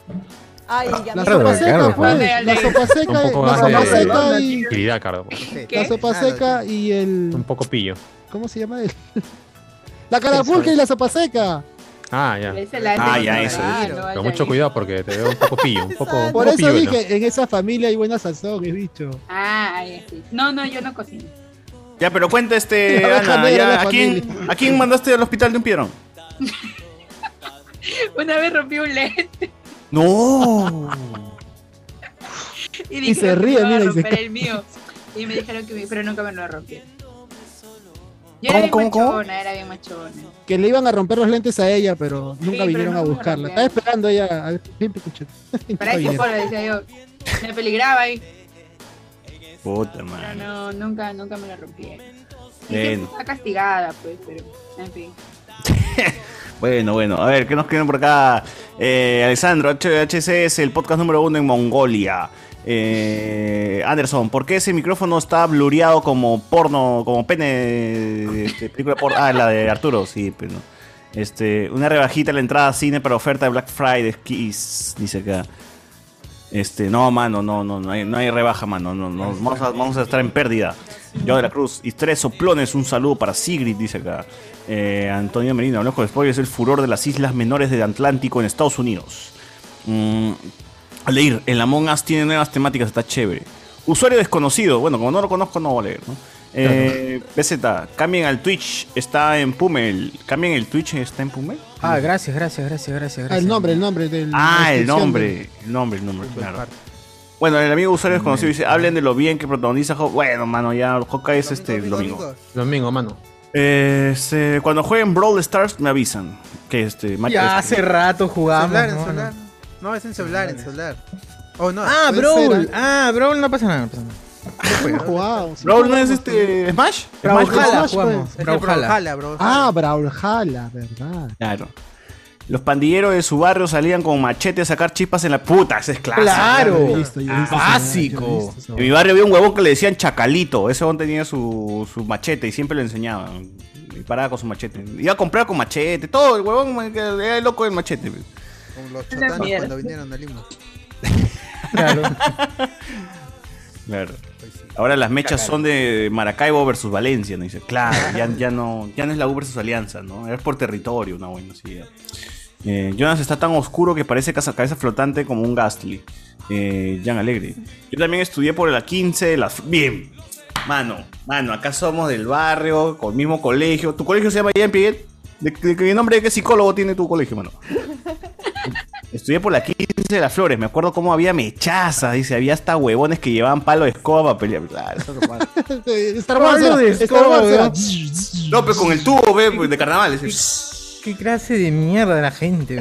Ay,
ya
La sopa seca, pues, la sopa seca,
Un poco
la
más
sopa
de
seca y
tranquilidad, Cardo. pues.
la sopa seca y el
Un poco pillo.
¿cómo se llama? El- la carapulca y la sopa seca.
Ah, ya.
Es el ángel.
Ah, ya, eso.
Ah,
eso.
no,
Con
ya,
mucho
ya.
cuidado porque te veo un poco pillo. Un poco,
Ah,
un
Por eso
poco pillo, ¿no?
dije, en esa familia hay buena sazón, he dicho.
Ah, ay, así. No, no, yo no cocino.
Ya, pero cuenta este,
La oveja
Ana,
negra
ya,
de la
¿a, quién,
familia.
¿a quién mandaste al hospital de un piedrón?
Una vez rompí un lente
¡No!
y,
Y
dijeron que
se ríe,
me iban a
mira, y se
romper
ca-
el mío. Y me dijeron que me, pero nunca me lo rompieron. Yo
¿Cómo,
era bien
cómo, cómo?
machona, era bien machona.
Que le iban a romper los lentes a ella, pero nunca
pero
vinieron a
nunca me
buscarla. Estaba
rompieron.
esperando ella. a ver, ven, Pikachu. Nunca
Para eso,
vinieron.
por decía yo. Me peligraba ahí.
Puta madre.
Pero no, nunca, nunca me lo rompieron. Y siempre
Bueno,
estaba castigada, pues, pero, en fin.
bueno, bueno. A ver, ¿qué nos quedan por acá? Eh, Alessandro, HHC es el podcast número uno en Mongolia. Eh, Anderson, ¿por qué ese micrófono está blureado como porno, como pene de de película porno? Ah, la de Arturo, sí, pero no. Este, una rebajita a la entrada a cine para oferta de Black Friday, Kiss, dice acá. Este, no, mano, no, no, no hay, no hay rebaja, mano. No, no, vamos, a, vamos a estar en pérdida. Yo de la Cruz y tres soplones, un saludo para Sigrid, dice acá. Eh, Antonio Merino, hablamos con spoilers, el furor de las islas menores del Atlántico en Estados Unidos. Mm, a leer, el Among Us tiene nuevas temáticas, está chévere. Usuario desconocido, bueno, como no lo conozco, no voy a leer, ¿no? Eh, PZ, cambien al Twitch, está en Pumel. Cambien el Twitch, está en Pumel.
Ah, gracias, gracias, gracias, gracias.
Ah,
gracias.
el nombre, el nombre del.
Ah, el
descripción
nombre, el nombre, el nombre, claro. Bueno, el amigo usuario desconocido dice, hablen de lo bien que protagoniza Hawkeye. Bueno, mano, ya Hawkeye es este domingo.
Domingo, mano.
Eh, se- cuando jueguen Brawl Stars me avisan que este macho-
Ya hace rato jugábamos.
Celular, en
¿no?
celular. No, es en celular, en celular. Oh, no.
Ah,
puede
Brawl.
¿eh?
ser, ah.
Ah, Brawl no pasa nada. No pasa nada.
de- Wow, sí.
Brawl no es este Smash?
Brawlhalla
Smash,
jugamos.
pues.
Es el
Brawlhalla.
Brawlhalla, Brawlhalla.
Ah, Brawlhalla, Ah, verdad.
Claro. Los pandilleros de su barrio salían con machete a sacar chispas en la puta, ese es clásico.
Claro.
Ah,
Yo he visto, yo he visto esa vaina, yo he
básico.
visto esa
En mi barrio había un huevón que le decían chacalito, ese huevón tenía su, su machete y siempre le enseñaban. Y paraba con su machete. Iba a comprar con machete, todo, el huevón que era el loco del machete. pues.
Como los chotanos
mierda.
cuando vinieron al Lima.
Claro.
Claro. Ahora las mechas son de Maracaibo versus Valencia, ¿no? Dice, claro, ya, ya no, ya no es la U versus Alianza, ¿no? Es por territorio, una buena así, ya. Eh, Jonas está tan oscuro que parece casa- cabeza flotante como un Gastly. Eh, Jan Alegre. Yo también estudié por la 15 de las. Bien. Mano, mano, acá somos del barrio, con el mismo colegio. ¿Tu colegio se llama Jan Piet? ¿De, de, de nombre de qué psicólogo tiene tu colegio, mano? Estudié por la 15 de las flores, me acuerdo cómo había mechazas, dice, había hasta huevones que llevaban palo de escoba para pelear. Ah, eso es lo malo.
Star Wars
Palo
era,
de
Star
escoba,
Wars era.
No, pero con el tubo, ve, pues, de carnaval. ese.
Qué clase de mierda la gente.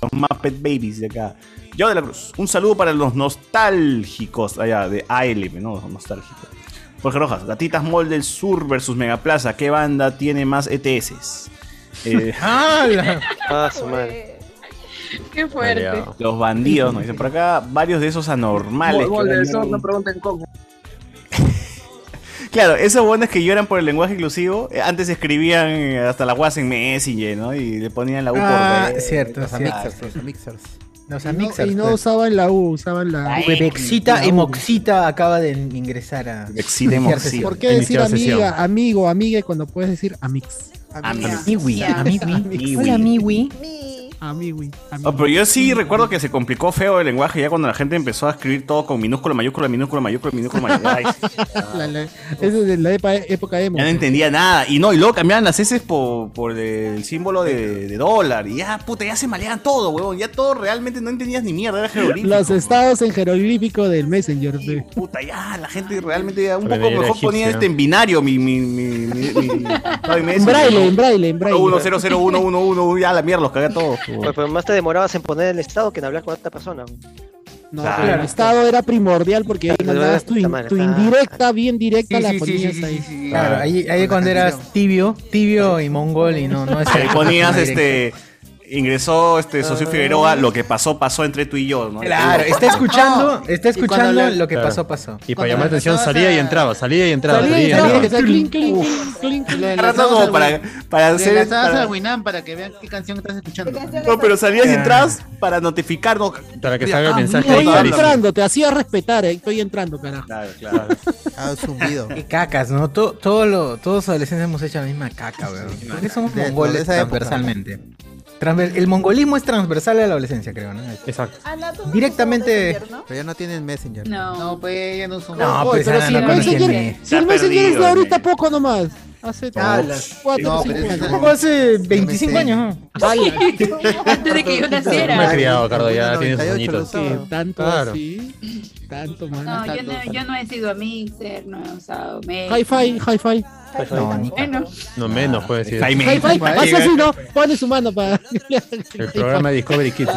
Los Muppet Babies de acá. Yo de la Cruz, un saludo para los nostálgicos, allá, de ALM, ¿no? Los nostálgicos. Jorge Rojas, Gatitas Mall del Sur versus Megaplaza, ¿qué banda tiene más ETS? Eh,
Ah, su madre.
Qué fuerte.
Los bandidos, nos dicen por acá, varios de esos anormales. que
Gol de
eran-
sol, no pregunten cómo.
Claro, esos buenos que lloran por el lenguaje inclusivo, eh, antes escribían eh, hasta la guas en Messenger, ¿no? Y le ponían la U
Ah,
por B.
cierto,
Los
cierto.
amixers,
los amixers.
Los
No,
amixers.
y no
pues.
usaban la U, usaban la
Bebexita
la U.
Emoxita acaba de ingresar a.
Bebexita
a iniciar
Emoxita.
sesión.
¿Por qué decir amiga, amigo, amigue cuando puedes decir amix?
Amiga.
Miwi,
Miwi.
Amiwi. Hola, Miwi.
Amiwi.
Oh, pero yo sí recuerdo que se complicó feo el lenguaje ya cuando la gente empezó a escribir todo con minúscula, mayúscula, minúscula, mayúscula, minúscula, mayúscula. Ay, sí,
La- la- es de la epa- época emo.
ya no entendía nada. Y no, y luego cambiaban las heces por, por el símbolo de, de dólar. Y ya, puta, ya se maleaban todo, huevón. Ya todo realmente no entendías ni mierda, era jeroglífico.
Los estados en jeroglífico del Messenger. pe.
Puta, ya, la gente realmente ya un
Pero
poco
era
mejor
egipcio.
ponía este en binario mi... mi, mi, mi, mi- no, y me
En
decía,
braille,
no,
en braille, en braille.
1 0 0 1 1 1 ya la mierda, los cagué a todos.
Pues, pues más te demorabas en poner el estado que en hablar con otra persona.
No,
Claro.
pero el estado era primordial porque ahí
Claro,
mandabas tu, in-
puta madre,
tu
está-
indirecta, bien directa,
Sí,
la
sí, sí, sí,
ponías
sí,
ahí.
Claro, ahí, ahí cuando eras tibio, tibio y mongol y no, no es
Ahí ponías este... Ingresó este
Ah.
socio Figueroa, lo que pasó, pasó entre tú y yo, ¿no?
Claro, está escuchando, está escuchando
cuando le-
lo que
Claro.
pasó, pasó.
Y para llamar la atención salía y entraba, salía y entraba,
Salía y
salía y
salía,
entraba.
que sea
clink, clink, clink, clink, clink.
Cada rato como para, para
Le
hacer...
lanzabas
para-
a Winamp para que vean qué canción estás escuchando.
No, pero salías y entrabas para notificarnos.
Para que
salga el mensaje
Ah, Estoy entrando, te hacía respetar, eh, estoy entrando, carajo.
Claro, claro.
Ha subido.
Qué cacas, ¿no? To- todo lo- todos los adolescentes hemos hecho la misma caca, weón. ¿Por qué somos
De- de
mongoles
esa época.
transversalmente? Transver- el mongolismo es transversal a la adolescencia, creo, ¿no?
Exacto.
Directamente.
Pero ya no tienen Messenger.
Ah, No.
No, pues ya no son.
No,
pues,
pero
ahora
si
no
el
conocen
Messenger,
bien.
si el
Está
Messenger es de
perdido,
ahorita poco nomás. Hace
Ah,
tres,
las-
cuatro,
no,
cinco
pero es-
años.
Tampoco hace
MSN.
25 años. ¿no?
Antes de que yo
Me he
naciera.
criado, Cardo, ya tiene sus
98
añitos.
lo usaba.
Que tanto
Claro.
así, tanto más.
No, yo no, yo no he sido a Mixer, no he usado Mixer.
Hi-Fi, hi-fi.
No,
Bueno,
no menos, puede decir.
Jaime.
Hi-fi, pasa así, ¿no? Pone su mano para...
El programa de Discovery Kids.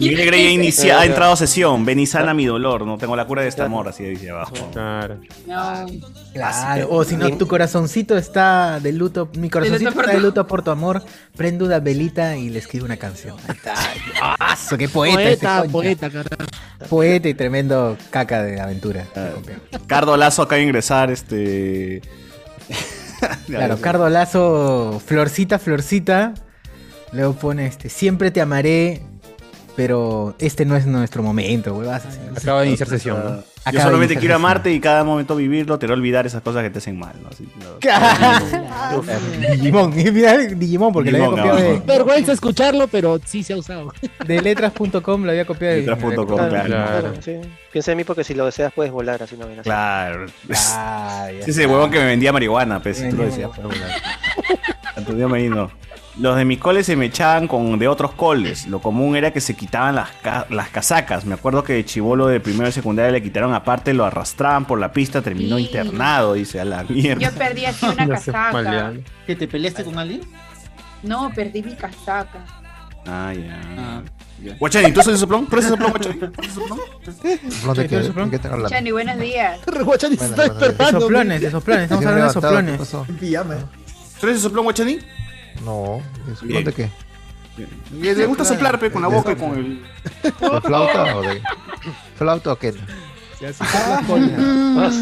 Miguel Grey ha, inicia- ha entrado a sesión. Ven y sana mi dolor. No tengo la cura de este amor, así dice abajo.
Claro.
no.
Eh,
Claro, Ah,
Oh,
o si no, tu corazoncito está de luto. Mi corazoncito
por
está de
tu-
luto por tu amor. Prendo una velita y le escribo una canción. Ahí está. ¡Ah, su- ¡Qué poeta! este ese
Poeta,
concha!
poeta, carajo.
Poeta y tremendo caca de aventura.
Cardo Lazo acaba de ingresar. Este.
Claro, Cardo Lazo, florcita, florcita. Luego pone este, siempre te amaré, pero este no es nuestro momento, huevas. así.
Acaba de iniciar sesión. ¿no?
Yo
Acaba de
solamente
iniciar
quiero
sesión.
amarte y cada momento vivirlo. Te voy a olvidar esas cosas que te hacen mal. ¿no? Así, no. Uf.
Digimon, mira, Digimon, porque
Digimon,
lo había copiado
cabrón.
Vergüenza escucharlo, pero sí se ha usado.
de, de letras.com, lo había copiado de
Letras.com, claro. Claro.
sí. Piensa en mí porque si lo deseas puedes volar, así no viene así.
Claro.
Ah, ya
Sí, ese
está.
huevón que me vendía marihuana, pues, si tú lo decías. Antonio Merino. Los de mis coles se me echaban con de otros coles. Lo común era que se quitaban las, ca- las casacas. Me acuerdo que de chivolo de primero y secundaria le quitaron aparte, lo arrastraban por la pista, terminó
Sí.
internado, dice, a la mierda.
Yo perdí así una casaca.
¿Que te peleaste con alguien?
No, perdí mi casaca.
Ah, ya. Guachani, ¿tú eres el soplón? ¿Tú eres el soplón, Guachani?
¿De qué, ¿De qué están hablando?
Chani, buenos días.
Guachani se está
Bueno, bueno,
despertando.
Soplones, de soplones, estamos
Recién
hablando de
levantado, ¿qué pasó?
soplones.
En pijama.
¿Tú eres el soplón, Guachani?
No, ¿de soplón de qué?
Le, le gusta soplar pe, con la
De-
boca y
de-
con el.
¿De flauta o de.? ¿Flauta o qué?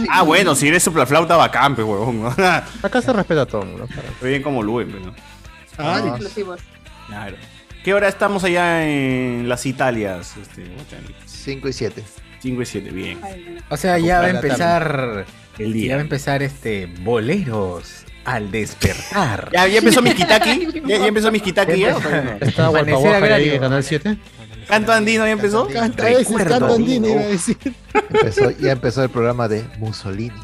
Ah, bueno, si eres flauta bacán, pues, huevón.
Acá se respeta todo Ah, el mundo.
Bien como Luen, pues, ¿no?
Son exclusivos.
Claro. ¿Qué hora estamos allá en las Italias?
5 y 7.
5 y 7, bien.
O sea, ya va a
Ojalá
empezar.
El día.
Ya va a empezar este. Boleros al despertar.
Ya, ya empezó mi kitaki. Ya, ya empezó mi kitaki. ¿eh? ¿ya? ¿O todavía no?
Está guapa, guapa, ahí en
Canal 7.
Canto andino ya empezó.
Canta ese,
Recuerdo.
canta andino, iba a
decir.
Empezó, ya empezó el programa de Mussolini.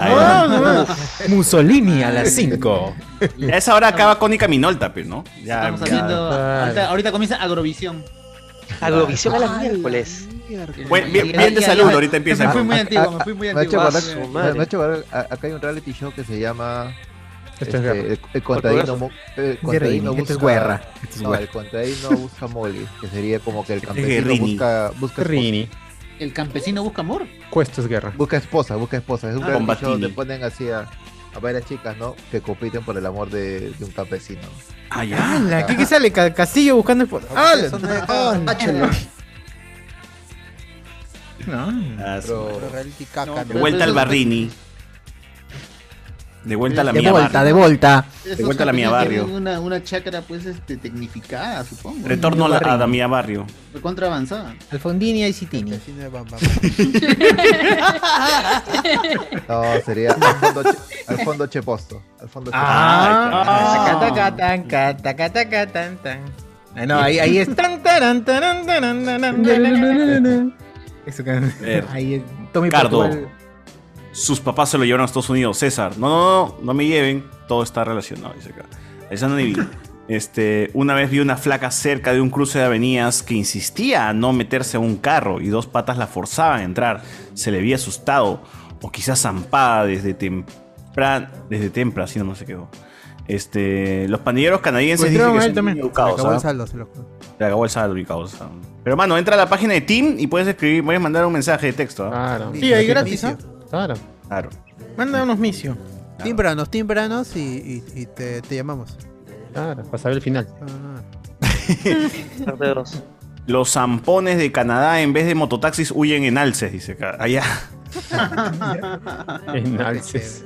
Ah,
Mussolini a las 5.
Ya a esa hora acaba Cónica Minolta, pues, ¿no? Ya,
Estamos
ya.
haciendo. Ahorita, ahorita comienza Agrovisión.
Agrovisión
a las miércoles.
Buen- bien- bien de salud, ahorita empieza.
Me fui muy
Ah,
antiguo, me
Ah,
fui muy
Nacho
antiguo.
Barrac-
Ah, su
Nacho
madre.
Barrac- a- acá hay un reality show que se llama
Esto es guerra.
este, el, el contadino,
Portugués.
mu- el
Es
contadino
guerrilla, esto
busca
es guerra, esto es
no,
guerra.
el contadino busca Molly, que sería como que el campesino
guerrini.
busca busca
Guerrini.
El campesino busca amor.
Cuesta es guerra.
Busca esposa, busca esposa. Es un
Ah.
reality
Combatini.
show donde ponen así a, a varias chicas, ¿no? Que compiten por el amor de, de un campesino.
Ah,
¡Hala! ¿Qué, qué sale? Ca- Castillo buscando. esposa.
Ah,
¡Hala!
Áchala.
No.
Ah, su
Pero-
madre.
No,
De vuelta al Barrini. De vuelta a la mía
vuelta, de
barrio.
vuelta.
De vuelta a la mía
Esos tienen
barrio.
Una, una chácara, pues, este, tecnificada, supongo.
Retorno a la, a la mía barrio.
Contra avanzada.
Al Fondini y Citini.
No, sería al fondo, Che- al fondo Cheposto. Al fondo
Ah, taca, taca, taca, taca, taca, tan, tan. Ah, no, ahí, ahí es tan, taran, taran, taran, taran, taran. Eso can-
Eh,
Ahí es Tommy
Cardo.
Portugal.
Sus papás se lo llevaron a Estados Unidos. César, no, no, no, no me lleven. Todo está relacionado, dice acá. Alessandro Nivi. Este, una vez vi una flaca cerca de un cruce de avenidas que insistía a no meterse a un carro y dos patas la forzaban a entrar. Se le vi asustado o quizás zampada desde temprano, desde tempra, así no, no se quedó. Este, los pandilleros canadienses dicen
Encontraron
que
a Pues él
son
también.
bien educados,
Se acabó el
¿ah?
saldo, se lo juro.
Te acabó el saldo, mi causa. Pero mano, entra a la página de Team y puedes escribir, puedes mandar un mensaje de texto. Claro.
Sí, ahí gratis, ¿ah?
Claro.
Claro.
Manda unos misios.
Timbranos, timbranos y, y- y te, te llamamos. Ah,
Claro, para saber el final.
Los zampones de Canadá en vez de mototaxis huyen en alces, dice acá. Allá.
En alces.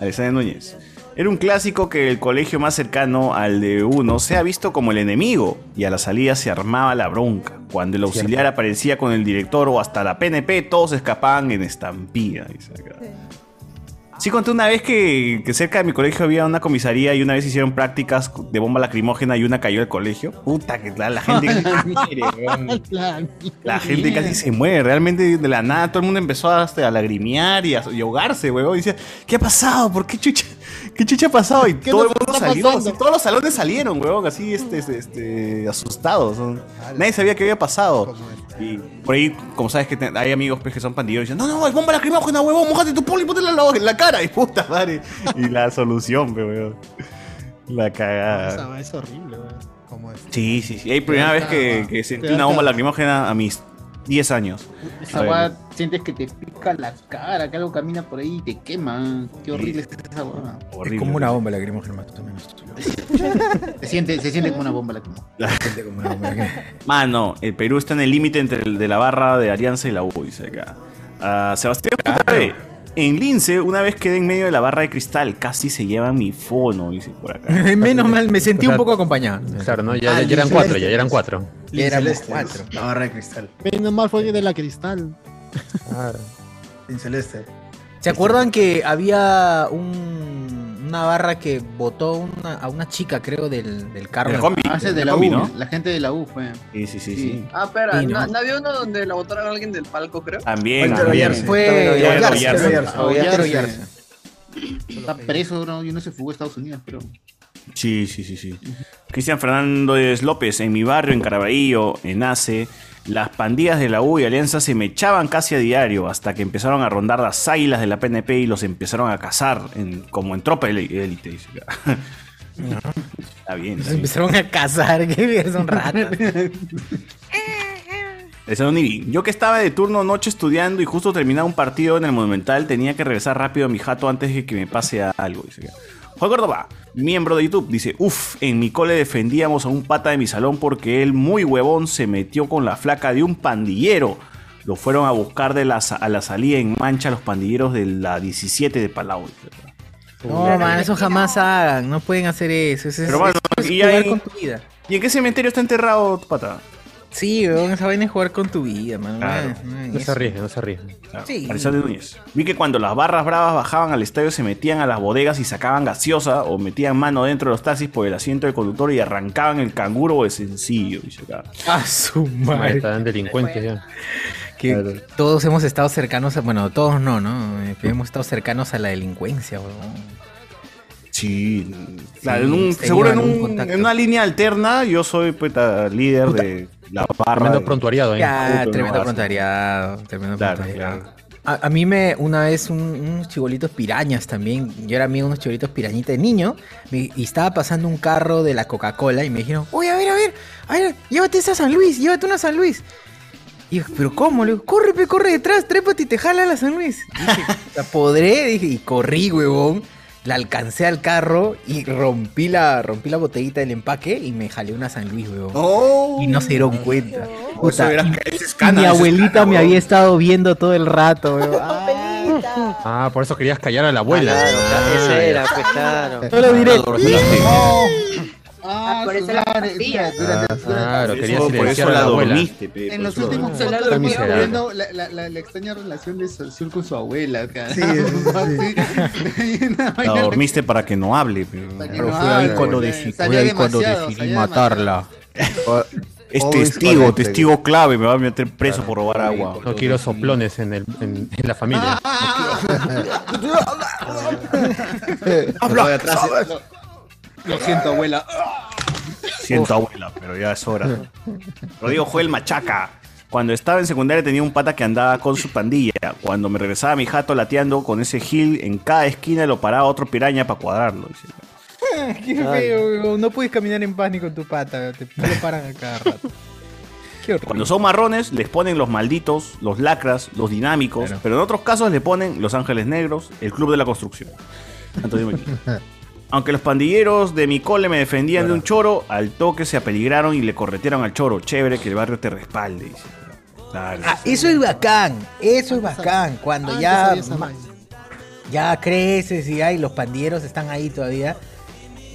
Alexander Núñez. Era un clásico que el colegio más cercano al de uno se ha visto como el enemigo y a la salida se armaba la bronca. Cuando el auxiliar aparecía con el director o hasta la PNP, todos escapaban en estampida. dice acá. Sí conté una vez que, que cerca de mi colegio había una comisaría y una vez hicieron prácticas de bomba lacrimógena y una cayó al colegio. Puta, que la, la gente... La gente casi se muere, realmente de la nada todo el mundo empezó hasta a lagrimear y a y a ahogarse, huevón. Y decía, ¿qué ha pasado? ¿Por qué chucha? ¿Qué chucha ha pasado? Y
¿Qué
todo el
nos
mundo
está
salió,
pasando?
así, todos los salones salieron, huevón, así este, este, este, asustados. ¿no? Nadie sabía qué había pasado. Y por ahí, como sabes que te- hay amigos pues, que son pandilleros y dicen, no, no, es bomba lacrimógena, huevón, mojate tu poli y ponte la, en la cara. Y puta madre. Y la solución, pe, huevón. La cagada.
Esa- Es horrible, weón.
Sí, sí, sí. Hay primera vez que, que sentí una bomba lacrimógena a mis 10 años.
Esa
A ver.
guada sientes que te pica la cara, que algo camina por ahí y te quema. Qué horrible es esa guada.
Horrible.
Es como una bomba lacrimógena más tú también.
Se siente, se siente como una bomba la quema.
Mano, el Perú está en el límite entre el de la barra de Alianza y la U, dice acá. Ah, Sebastián J.B., En Lince, una vez quedé en medio de la barra de cristal, casi se lleva mi fono, dice por acá.
Menos mal, me sentí un poco acompañado.
Claro, ¿no?
Ah,
Ya, ya eran cuatro, ya eran cuatro.
Ya éramos
Celeste,
cuatro.
La barra de cristal.
Menos mal fue de la cristal.
En celeste.
¿Se acuerdan que había un- una barra que votó una- a una chica, creo, del, del carro?
Del combi.
Ah, ese es de la U, la gente de la U fue.
Sí, sí, sí,
sí.
Ah, espera,
Sí,
¿no,
¿no?
¿no había uno donde la botaron a alguien del palco, creo?
También,
Fue Ollarse.
Fue
Ollarse,
Ollarse,
Ollarse.
Ollarse.
Ollarse.
Ollarse.
Está preso, ¿no? Y uno se fugó a Estados Unidos, pero.
Sí, sí, sí, sí. Cristian Fernández López, en mi barrio, en Caraballo, en ACE, las pandillas de la U y Alianza se me echaban casi a diario hasta que empezaron a rondar las águilas de la PNP y los empezaron a cazar en- como en tropa él- élite. dice.
Nos
Está bien. Está bien.
empezaron a cazar, que son ratas.
Esa es un ibi. Yo que estaba de turno noche estudiando y justo terminaba un partido en el Monumental, tenía que regresar rápido a mi jato antes de que me pase a- algo. dice. Juan Córdoba, miembro de YouTube, dice, uff, en mi cole defendíamos a un pata de mi salón porque él muy huevón se metió con la flaca de un pandillero. Lo fueron a buscar de la, sa- a la salida en mancha los pandilleros de la 17 de Palau.
No, man, eso jamás hagan. No pueden hacer eso. Eso es,
Pero, mano,
eso es
y
jugar
ahí-
con tu vida.
¿Y en qué cementerio está enterrado tu pata?
Sí, weón, esa vaina es jugar con tu vida, man.
Claro.
Man, man,
No
eso.
se arriesguen, no se arriesguen.
Sí.
Alexander Núñez. Vi que cuando las barras bravas bajaban al estadio se metían a las bodegas y sacaban gaseosa o metían mano dentro de los taxis por el asiento del conductor y arrancaban el canguro o el sencillo. dice acá.
A su madre.
Están delincuentes ya.
Que todos hemos estado cercanos a. Bueno, todos no, ¿no? Eh, pero Hemos estado cercanos a la delincuencia, weón.
Sí. Claro, en un- seguro en, un- en una línea alterna yo soy puta, líder de la barra.
Tremendo prontuariado, ¿eh?
Ya,
Puta,
tremendo
no,
prontuariado. Tremendo prontuariado. A, a mí me, una vez, un- unos chibolitos pirañas también. Yo era amigo de unos chibolitos pirañitas de niño. me- y estaba pasando un carro de la Coca-Cola y me dijeron, uy, a ver, a ver, a ver, llévate esa a San Luis, llévate una a San Luis. Y dije, pero ¿cómo? Le digo, corre, pe, corre detrás, trépate y te jala la San Luis. Y dije, la podré, dije, y corrí, huevón. La alcancé al carro y rompí la, rompí la botellita del empaque y me jalé una San Luis, huevón. y no se dieron cuenta.
Oh.
Puta, y- y mi abuelita me había estado viendo todo el rato, huevón. Ah,
Ah, por eso querías callar a la abuela.
Claro,
Ah,
esa
ya.
era, pues, claro.
No lo diré.
Ah, por eso las pastillas.
Ah, Claro, quería
Eso- por
silenciar
eso
a la
la
abuela.
dormiste, pe,
En los últimos
Tan
fotos lo voy
miserable.
viendo la, la, la, la extraña relación de Salsur con su abuela. cara.
Sí, sí,
Hay una vaina
La dormiste para que no hable. Pero,
Pero no fue ahí hable, cuando
decidí,
Salía fue ahí cuando demasiado, decidí salía matarla.
Es
Always
testigo,
connected.
testigo clave. Me va a meter preso por robar agua.
No quiero soplones en, el, en, en la
Ah,
familia.
Voy atrás, lo, lo siento, abuela.
Siento abuela, pero ya es hora. Rodrigo Joel Machaca. Cuando estaba en secundaria tenía un pata que andaba con su pandilla. Cuando me regresaba mi jato lateando con ese gil en cada esquina lo paraba otro piraña para cuadrarlo. dice.
Qué feo, huevón. No puedes caminar en paz ni con tu pata, te te lo paran a cada rato. Qué horrible.
Cuando son marrones les ponen los malditos, los lacras, los dinámicos, pero en otros casos le ponen los ángeles negros, el club de la construcción. Antonio Mejía.
ah,
Aunque los pandilleros de mi cole me defendían de un choro, al toque se apeligraron y le corretearon al choro. Chévere que el barrio te respalde. dice. Claro.
Ah, eso es bacán, eso es bacán. Cuando ya, ma- ya creces y ay, los pandilleros están ahí todavía.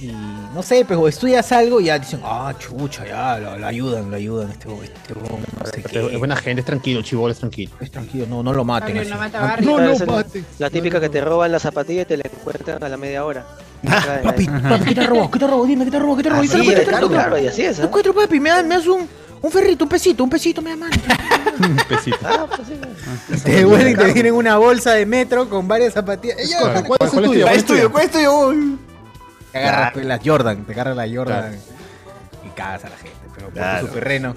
Y no sé, pero estudias algo y ya dicen, ah, chucha, ya, lo, lo ayudan, lo ayudan. Este, este huevón, no sé qué.
Es buena gente, es tranquilo, chivolo, es tranquilo.
Es tranquilo, no, no lo maten.
Pablo,
así.
no mata
No,
barrio.
no,
Esa es
pa-
La típica que te roban la zapatilla y te la encuentran a la media hora. Traen
Papi,
ahí.
papi, ¿qué te robó? ¿Qué te robó? Dime, ¿qué te robó? ¿Qué te robó?
Así
Yo no
es,
encuentro,
claro,
no encuentro.
claro, y así es,
No
¿eh?
encuentro, papi, me das, me das un, un ferrito, un pesito, un pesito, me da mano.
Ah, pues sí.
Te devuelven y te vienen una bolsa de metro con varias zapatillas. Ey, ya,
¿Cuál-
mano,
cuál- cuál es tuyo? ¿Cuál es tuyo?
¿Cuál es tuyo? Uy. Te agarras pues, las Jordan, te agarras las Jordan y cagas a la gente, pero por
Claro.
su terreno.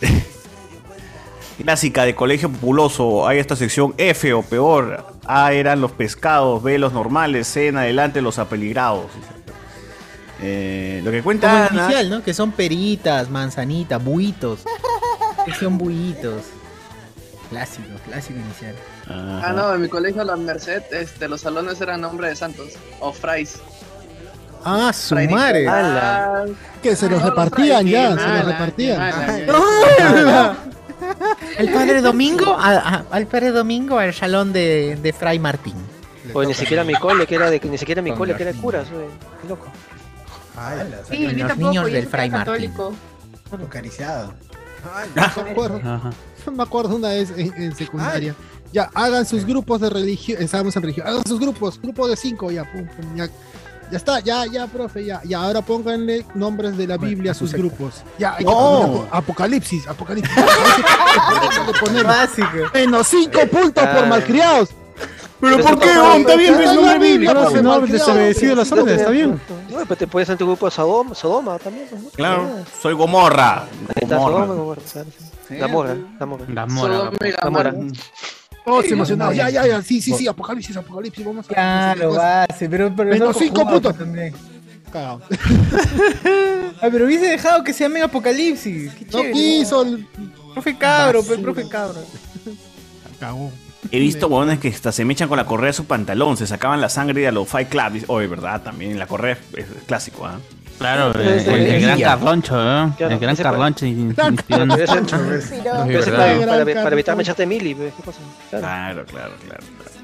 Clásica de colegio populoso. Hay esta sección F o peor. A eran los pescados, B los normales, C en adelante los apeligrados. Eh, lo que
Como
cuenta
el
Ana-
inicial, ¿no? Que son peritas, manzanitas, buitos. Que son buitos. Clásico, clásico inicial.
Ah, no, en mi colegio, la Merced, este, los salones eran nombre de santos o frais.
Ah, su madre.
Ah,
Que se los repartían ya, se los repartían.
El padre Domingo, a- a- al padre Domingo, al salón de, de Fray Martín.
O ni siquiera mi cole, que era de, ni siquiera mi cole, que era de curas, güey. Qué loco.
Sí, a mí
Los
tampoco,
niños
yo
del
soy
Fray Martín.
católico.
Acariciado.
Me acuerdo,
Ah.
me acuerdo una vez en, en secundaria. Ya, hagan sus grupos de religión. Estábamos en religión. Hagan sus grupos, grupo de cinco, ya, pum, pum, ya. Ya está, ya, ya, profe, ya. Y ahora pónganle nombres de la Biblia a sus grupos. Ya, hay que
No.
poner apo- Apocalipsis, Apocalipsis. Hay que poner Menos cinco puntos por
Claro.
malcriados.
¿Pero
por qué, huevón? Está bien, ves,
no
nombre
Biblia.
bíblico,
No, no, desobedecido las órdenes, está bien.
No, pero te puedes hacer tu grupo de Sodoma, Sodoma también. pues, ¿no?
Ah.
Claro, soy Gomorra.
Ahí está
Gomorra.
Sodoma, Gomorra, claro, sí. La mora, la mora. La
mora, la mora.
mora.
Todos emocionados. Ya, ya, ya. Sí, sí, sí, Apocalipsis, Apocalipsis. Vamos a
Claro, base, pero, pero
Menos
no
cinco
jugaba
puntos.
también.
Cagado.
Ah, pero hubiese dejado que sea Mega Apocalipsis. Qué
No
chévere.
quiso el
Profe cabro, pe,
Basura.
profe cabro.
Cagó.
He visto huevones que hasta se mechan con la correa de su pantalón, se sacaban la sangre a los Fight Club. Dice, Oye, ¿verdad? También la correa es, es clásico, ¿ah?
Claro, el, el- el gran Carloncho,
¿eh?
¿no?
Claro,
el gran
ese puede-
Carloncho. in-
Claro,
inspirando.
ese ancho,
ves.
Sí,
Pero
no.
ese
Sí,
para, para- para
verdad. Gran
evitar
cartón.
mecharte mili, pues, ¿qué cosa?
Claro, claro, claro. claro.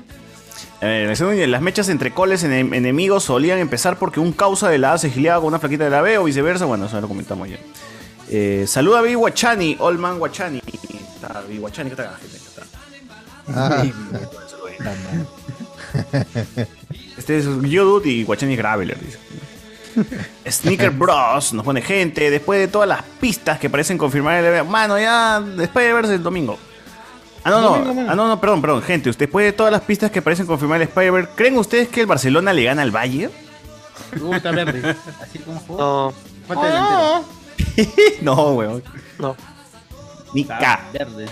Eh, la segunda, las mechas entre coles enem- enemigos solían empezar porque un causa de la A se gileaba con una flaquita de la B o viceversa. Bueno, eso ya lo comentamos ya. Eh, saluda a B. Guachani, Old Man Guachani. Está B. Guachani, ¿qué tal, gente? ¿Qué tal?
Ah.
Este es Yudut y Guachani Graveler, dice. Sneaker Bros nos pone gente. Después de todas las pistas que parecen confirmar el evento. Mano, ya después de verse el domingo. Ah, no,
Domingo,
no.
mano.
Ah, no, no, perdón, perdón, gente. usted- Después de todas las pistas que parecen confirmar el Spider-Man, ¿creen ustedes que el Barcelona le gana al Valle?
Puta verde. Así como jugó.
No.
Falta
Ah,
delantero.
no, weón.
No.
Ni K.
Verde.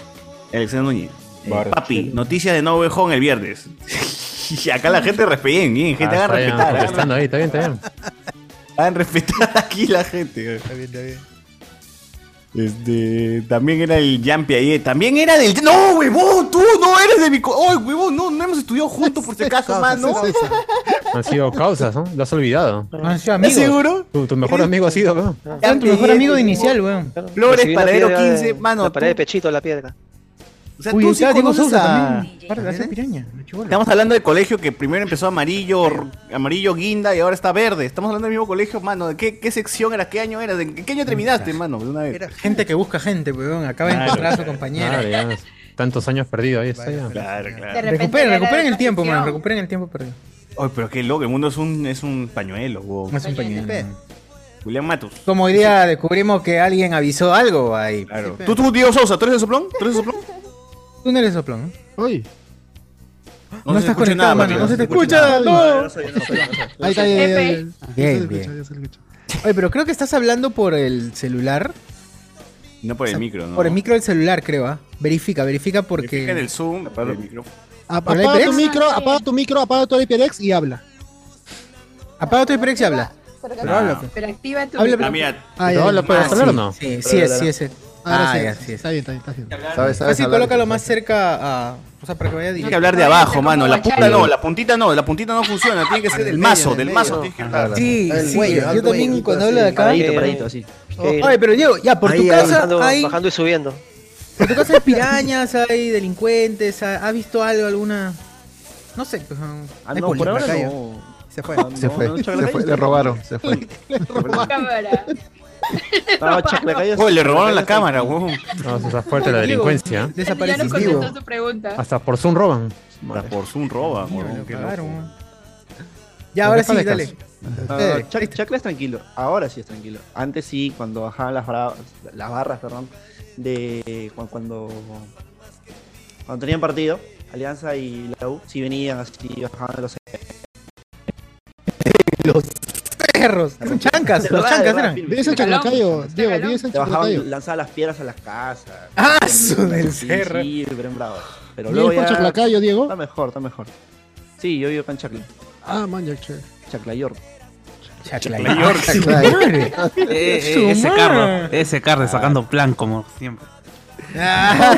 Alexander Núñez. Eh, papi, noticias de No Way Home el viernes. Y acá la gente respeten, bien, gente,
Ah,
hagan
está bien,
respetar. hagan
contestando ahí, está bien, está bien.
Hagan respetar aquí la gente. Está bien, está bien. Este, también era el Yampi ahí. También era del. ¡No, huevón! ¡Tú no eres de mi. co- ¡Ay, huevón! No, no hemos estudiado juntos por si acaso, mano.
Han sido causas, ¿no? Lo has olvidado.
Han sido amigos.
¿Estás seguro?
Tu, tu mejor amigo ha sido, ¿no?
Era tu mejor amigo de inicial, weón.
Flores,
Recibí la
paradero
piedra de-
15, mano,
La pared
tú-
de pechito, la piedra.
O sea,
Uy,
tú sí
acá Diego
conoces
Sousa
a-
también. Para de hacer piraña.
Estamos hablando del colegio que primero empezó amarillo, r- amarillo guinda y ahora está verde. Estamos hablando del mismo colegio, mano. ¿De qué, qué sección era? ¿Qué año era? ¿En qué año terminaste, mano? De una vez.
Gente que busca gente, weón. Acaba de
Claro.
encontrar a su compañera.
Madre, ya, Tantos años perdidos, ahí está ya.
Claro, claro.
Recuperen, recuperen el tiempo, man. Recuperen el tiempo perdido.
Ay, pero qué loco, el mundo es un, es un pañuelo, wow.
Es un pañuelo.
Julián Matus.
Como hoy día descubrimos que alguien avisó algo ahí.
Claro. ¿Tú, tú, Diego Sousa, tú eres de soplón? ¿Tú eres de soplón?
Tú no eres soplón. ¿eh?
Uy.
No,
se
estás
escucha
conectado,
nada,
mano. No se te escucha.
escucha nada.
No.
Ahí está, ya, ya, ya, ya.
Bien, bien. Oye, pero creo que estás hablando por el celular.
No por el micro, ¿no?
Por el micro del celular, creo, ¿ah? Verifica, verifica porque.
Verifica en el Zoom, por el micrófono.
Ap-
¿Habla
Apaga tu
HyperX?
micro, apaga tu micro, apaga tu HyperX y habla.
Apaga tu HyperX y habla.
Pero,
Pero habla, pues.
pero activa tu.
Habla,
micrófono.
Ah, ya,
Pero
ya.
habla, pues,
Ah,
hablar
sí,
o no?
sí, sí,
Sí, sí
es,
es,
sí
sí
es.
es.
Ahora
Ah,
sí,
ya,
sí
sí
Está bien, está bien, está bien.
¿Sabes,
Ahora
sabes
sí,
hablar?
colócalo más cerca a. O sea, para que vaya
Tienes
directo.
que hablar de abajo, mano. La punta
Guachani.
no, la puntita no, la puntita no funciona. Tiene que ser del mazo, del mazo. tienes que hablar.
Sí, sí, yo también cuando hablo de acá. eh,
Paradito, paradito,
así.
Oye, pero Diego, ya, por tu
Ahí,
casa
bajando,
hay.
bajando y subiendo.
Por tu casa hay pirañas, hay delincuentes, ha- ¿has visto algo, alguna. No sé, pues. hay
Ah, no, por
policía.
ahora
Lacayo.
no.
Se fue.
Se fue, se fue, le robaron, se fue.
Cámara.
Oye, le robaron la cámara, huevón.
No, eso está fuerte la delincuencia. ¿eh?
Ya no contestó su pregunta.
Hasta por Zoom roban.
Hasta por Zoom roban, huevón. qué loco.
Ya, ahora sí, dale.
No,
Eh,
no, no, Chac- Chacla es tranquilo, ahora sí es tranquilo. Antes sí, cuando bajaban las, bra- las barras, perdón, de cu- cuando, cuando, tenían partido, Alianza y la U, sí venían así, bajaban los...
Los perros, son chancas, los chancas eran.
Dice el chaclacayo, Diego, dice el
Te bajaban,
chaclacayo.
lanzaban las piedras a las casas.
¡Ah, su del
Sí,
cerro!
Sí, bien bravo. Pero luego
¿Vienes por
ya...
chaclacayo, Diego?
Está mejor, está mejor. Sí, yo vivo acá en Chacla,
Ah, man, ya, che.
Chaclayor.
Chaclayor.
Chaclayor.
Eh,
Su
eh,
ese
madre.
carro,
ese
carro
sacando
plan como siempre.
Ah,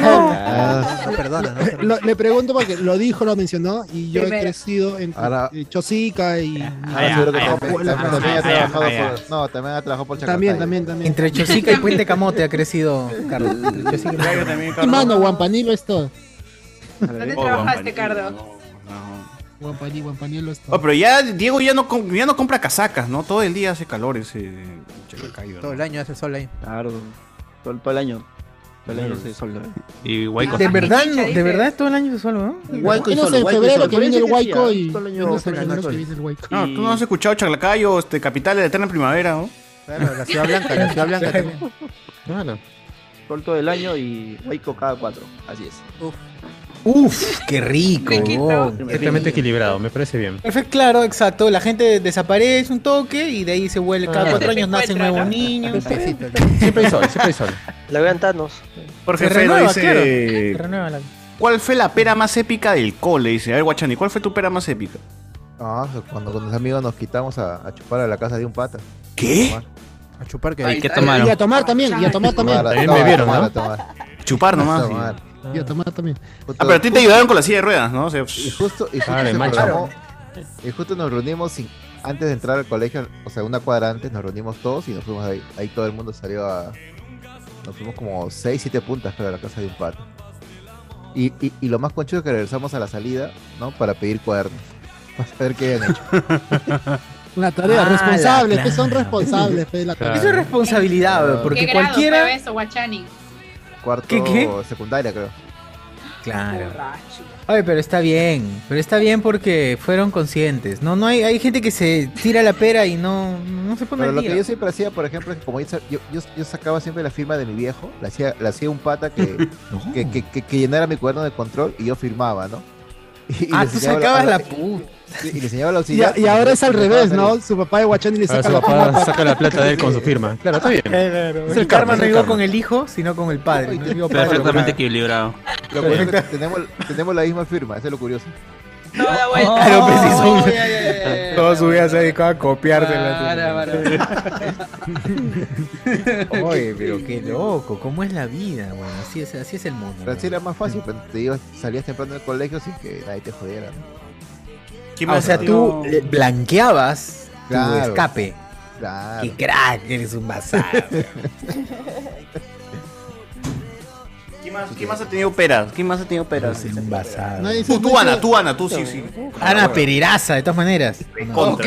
no,
perdona, no, perdona.
Lo- le pregunto porque lo dijo, lo mencionó y yo he
Primero.
crecido en
Ahora-
eh, Chosica y.
Ahora seguro que
Ah,
trabajó por-
abuela,
también ha
mamá.
trabajado
ah, ya.
por- No, también ha trabajado por
También,
Chaclacayo.
también, también.
Entre Chosica y Puente Camote ha crecido, Carlos. Entre Chosica y Puente Camote.
Y mano, Guampanilo es todo.
¿Dónde trabajaste, Cardo?
Guampaní, Guampanilo es
Oh,
todo.
pero ya Diego ya no, com- ya no compra casacas, ¿no? Todo el día hace calor ese Chaclacayo.
Todo el año hace sol ahí.
Claro, todo, todo el año. Todo el año
Claro.
se sol. ¿eh?
Y Guayco.
De verdad, no- de verdad es todo el año de sol, ¿no?
Huayco y
Menos
solo,
en
huayco y
febrero
solo.
que viene el
Pero yo decía,
Huayco y.
todo el año
menos en
con el
febrero que
sol.
viene el Huayco.
Ah,
No, tú no has escuchado Chaclacayo, este, capital de la eterna primavera, ¿no?
Claro, la ciudad blanca, la ciudad blanca también.
Claro.
Sol todo el año y Huayco cada cuatro. Así es.
Uf, qué rico. wow.
Perfectamente equilibrado, me parece bien.
Perfecto, claro, exacto. La gente desaparece un toque y de ahí se vuelve. Cada
Ah.
cuatro años
Se
nacen
encuentra,
nuevos
¿no?
niños.
Siempre hay sol, siempre hay sol.
La vean Thanos.
Jorge
Se
Fredo
renueva,
dice.
claro. Se renueva la-
¿Cuál fue la pera más épica del cole? Dice, a ver, Guachani, ¿cuál fue tu pera más épica?
No, cuando con mis amigos nos quitamos a, a chupar a la casa de un pata.
¿Qué?
A chupar que
Ay, ¿qué
Y a tomar también, y a tomar también.
Tomar, a-
También
no,
me
a
vieron,
tomar,
¿no?
a tomar.
Chupar nomás.
Tomar.
Y a tomar también.
Ah, pero a ti te ayudaron con la silla de ruedas, ¿no? O sea,
y justo, y justo
Claro,
se
macho.
programó- y justo nos reunimos sin- antes de entrar al colegio, o sea, una cuadra antes, nos reunimos todos y nos fuimos ahí. Ahí todo el mundo salió a. Nos fuimos como 6, 7 puntas, creo, a la casa de un pato. Y, y, y lo más conchudo es que regresamos a la salida, ¿no? Para pedir cuadernos. Para saber qué habían hecho.
Una tarea
Ah,
responsable,
la-
pues son
claro.
responsables, pues, la
Claro. Eso
tarea.
es
responsabilidad,
bro,
¿Qué
porque
grado
cualquiera-
fue eso, Guachani?
Cuarto
¿Qué, qué?
secundaria, creo.
Claro.
Borracho.
Oye, pero está bien, pero está bien porque fueron conscientes. No, no hay, hay gente que se tira la pera y no, no se pone
Pero
al
lo
día.
que yo siempre hacía, por ejemplo, es que como yo, yo, yo sacaba siempre la firma de mi viejo, la hacía, la hacía un pata que, que, que- que- que llenara mi cuaderno de control y yo firmaba, ¿no? Y, y
Ah,
le
tú
enseñaba
sacabas
a-
la
puta.
Sí, Y le enseñaba al
Y,
auxiliar.
y ahora es al
Me dejaba
revés,
hacer
¿no? Su papá de Guachani le
Ahora
saca
su
la
papá
plata.
saca la plata de él con su firma. Claro, está bien.
Claro,
Es
el karma no
es el
llegó
karma.
con el hijo, sino con el padre. ¿no? Llegó para
Perfectamente
lograr.
equilibrado.
Lo curioso es que tenemos, tenemos la misma firma, eso es lo curioso.
Toda vuelta.
Claro, pues, sí, son-
Oh, ya, ya, ya, ya, ya.
Toda su vida se ha dedicado a copiársela.
Para,
Oye, pero qué loco, ¿cómo es la vida? Bueno, así es, así es el mundo.
Pero así era más fácil, pero te ibas, salías temprano del colegio sin que nadie te jodiera. ¿no?
Ah, o sea, tú eh, blanqueabas
Claro.
tu escape.
Claro.
Qué crack, eres un bazar.
¿Quién más, quién más ha tenido peras? ¿Quién más ha tenido peras?
Nadie
Tú, tú, Ana, tú, Ana, tú, sí, sí.
Ana Pereraza, de todas maneras.
Contra.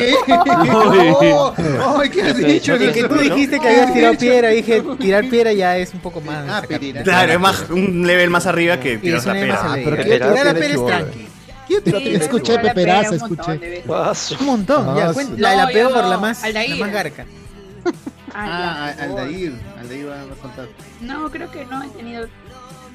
¿Qué?
No.
Ay, ¿qué has dicho?
No, no,
que
no,
tú
no.
dijiste que habías tirado piedra, dije, tirar piedra ya es un poco más. sacar-
Claro, es más, un level más arriba que tiras la
un level más
pera.
arriba. Ah, pero ¿qué Tirar la pera es tranqui.
¿Quién
tiró
Sí,
Escuché
tiró la
peperaza,
pera un montón de
escuché.
veces.
Un montón, ya,
Ah,
cuenta,
sí.
la, la
No,
peo
yo
por la
no,
más, la
Aldair.
más garca.
Ah,
por
al
favor.
Aldair. Aldair va va a contar.
No, creo que no he tenido.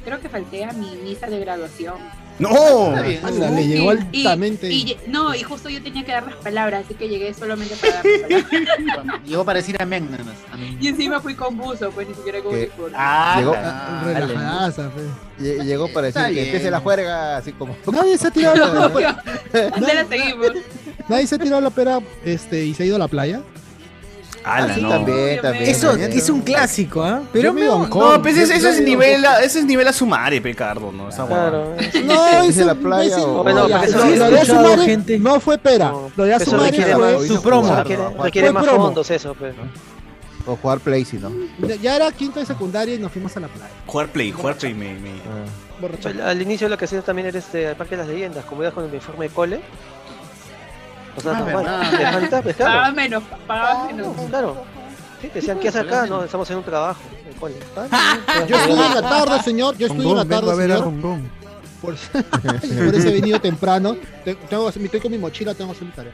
Creo que falté a mi misa de graduación.
¡No!
Está bien.
Ala, le
Y-
llegó
y-
altamente.
y lle- no, y justo yo tenía que dar las palabras, así que llegué solamente para dar las palabras.
Llegó para decir amén, nada más. Amén.
Y encima fui con buzo, pues ni siquiera con
Que-
uniforme.
Ah,
Llegó,
Relajadaza, fe.
lle- llegó para
Ah, Está
decir que
bien.
empiece la juerga, así como.
Nadie se ha tirado la pera.
Ya la seguimos.
Nadie se ha tirado la pera este, y se ha ido a la playa.
Ala,
Sí,
Ah, no.
también, también.
Eso
también.
es un clásico, ¿ah?
Yo
Pero
me
me
iba a Hong
No,
Kong.
pues ese,
Yo
ese es
me iba a
nivel,
Hong
a- ese es nivel a sumare, Pecardo, ¿no? Esa
Claro.
No,
Dice
eso
la playa
imbécil,
o-
no,
Bueno,
ya,
pero
lo-
sí he
lo de
escuchado
Asumare
gente-
no fue pera. Lo de
Eso
Asumare
requiere
fue
más,
su
promo.
promo.
Requiere,
Fue
requiere más
promo.
fondos eso, pues. pero.
O jugar Play, si no.
Ya- Ya era quinto de secundaria y nos fuimos a la playa.
Jugar play, jugar play me. me-
Borracho.
Al, al inicio lo que hacías también era este, al Parque de las Leyendas, como ibas con el uniforme de cole. O sea,
Ah,
normal.
verdad.
De falta, pues,
Pagaba
claro.
Ah, menos, pagaba menos.
Claro. Sí, te decían, ¿qué haces acá? No, estamos en un trabajo. El cole. Ah, sí,
Yo estudié en la tarde, señor. Yo estudié en la
Rongón, vengo a
tarde,
ver a
señor.
Rongón.
Por, por eso he venido temprano. Te- Tengo, que hacer- estoy con mi mochila, tengo que hacer mi tarea.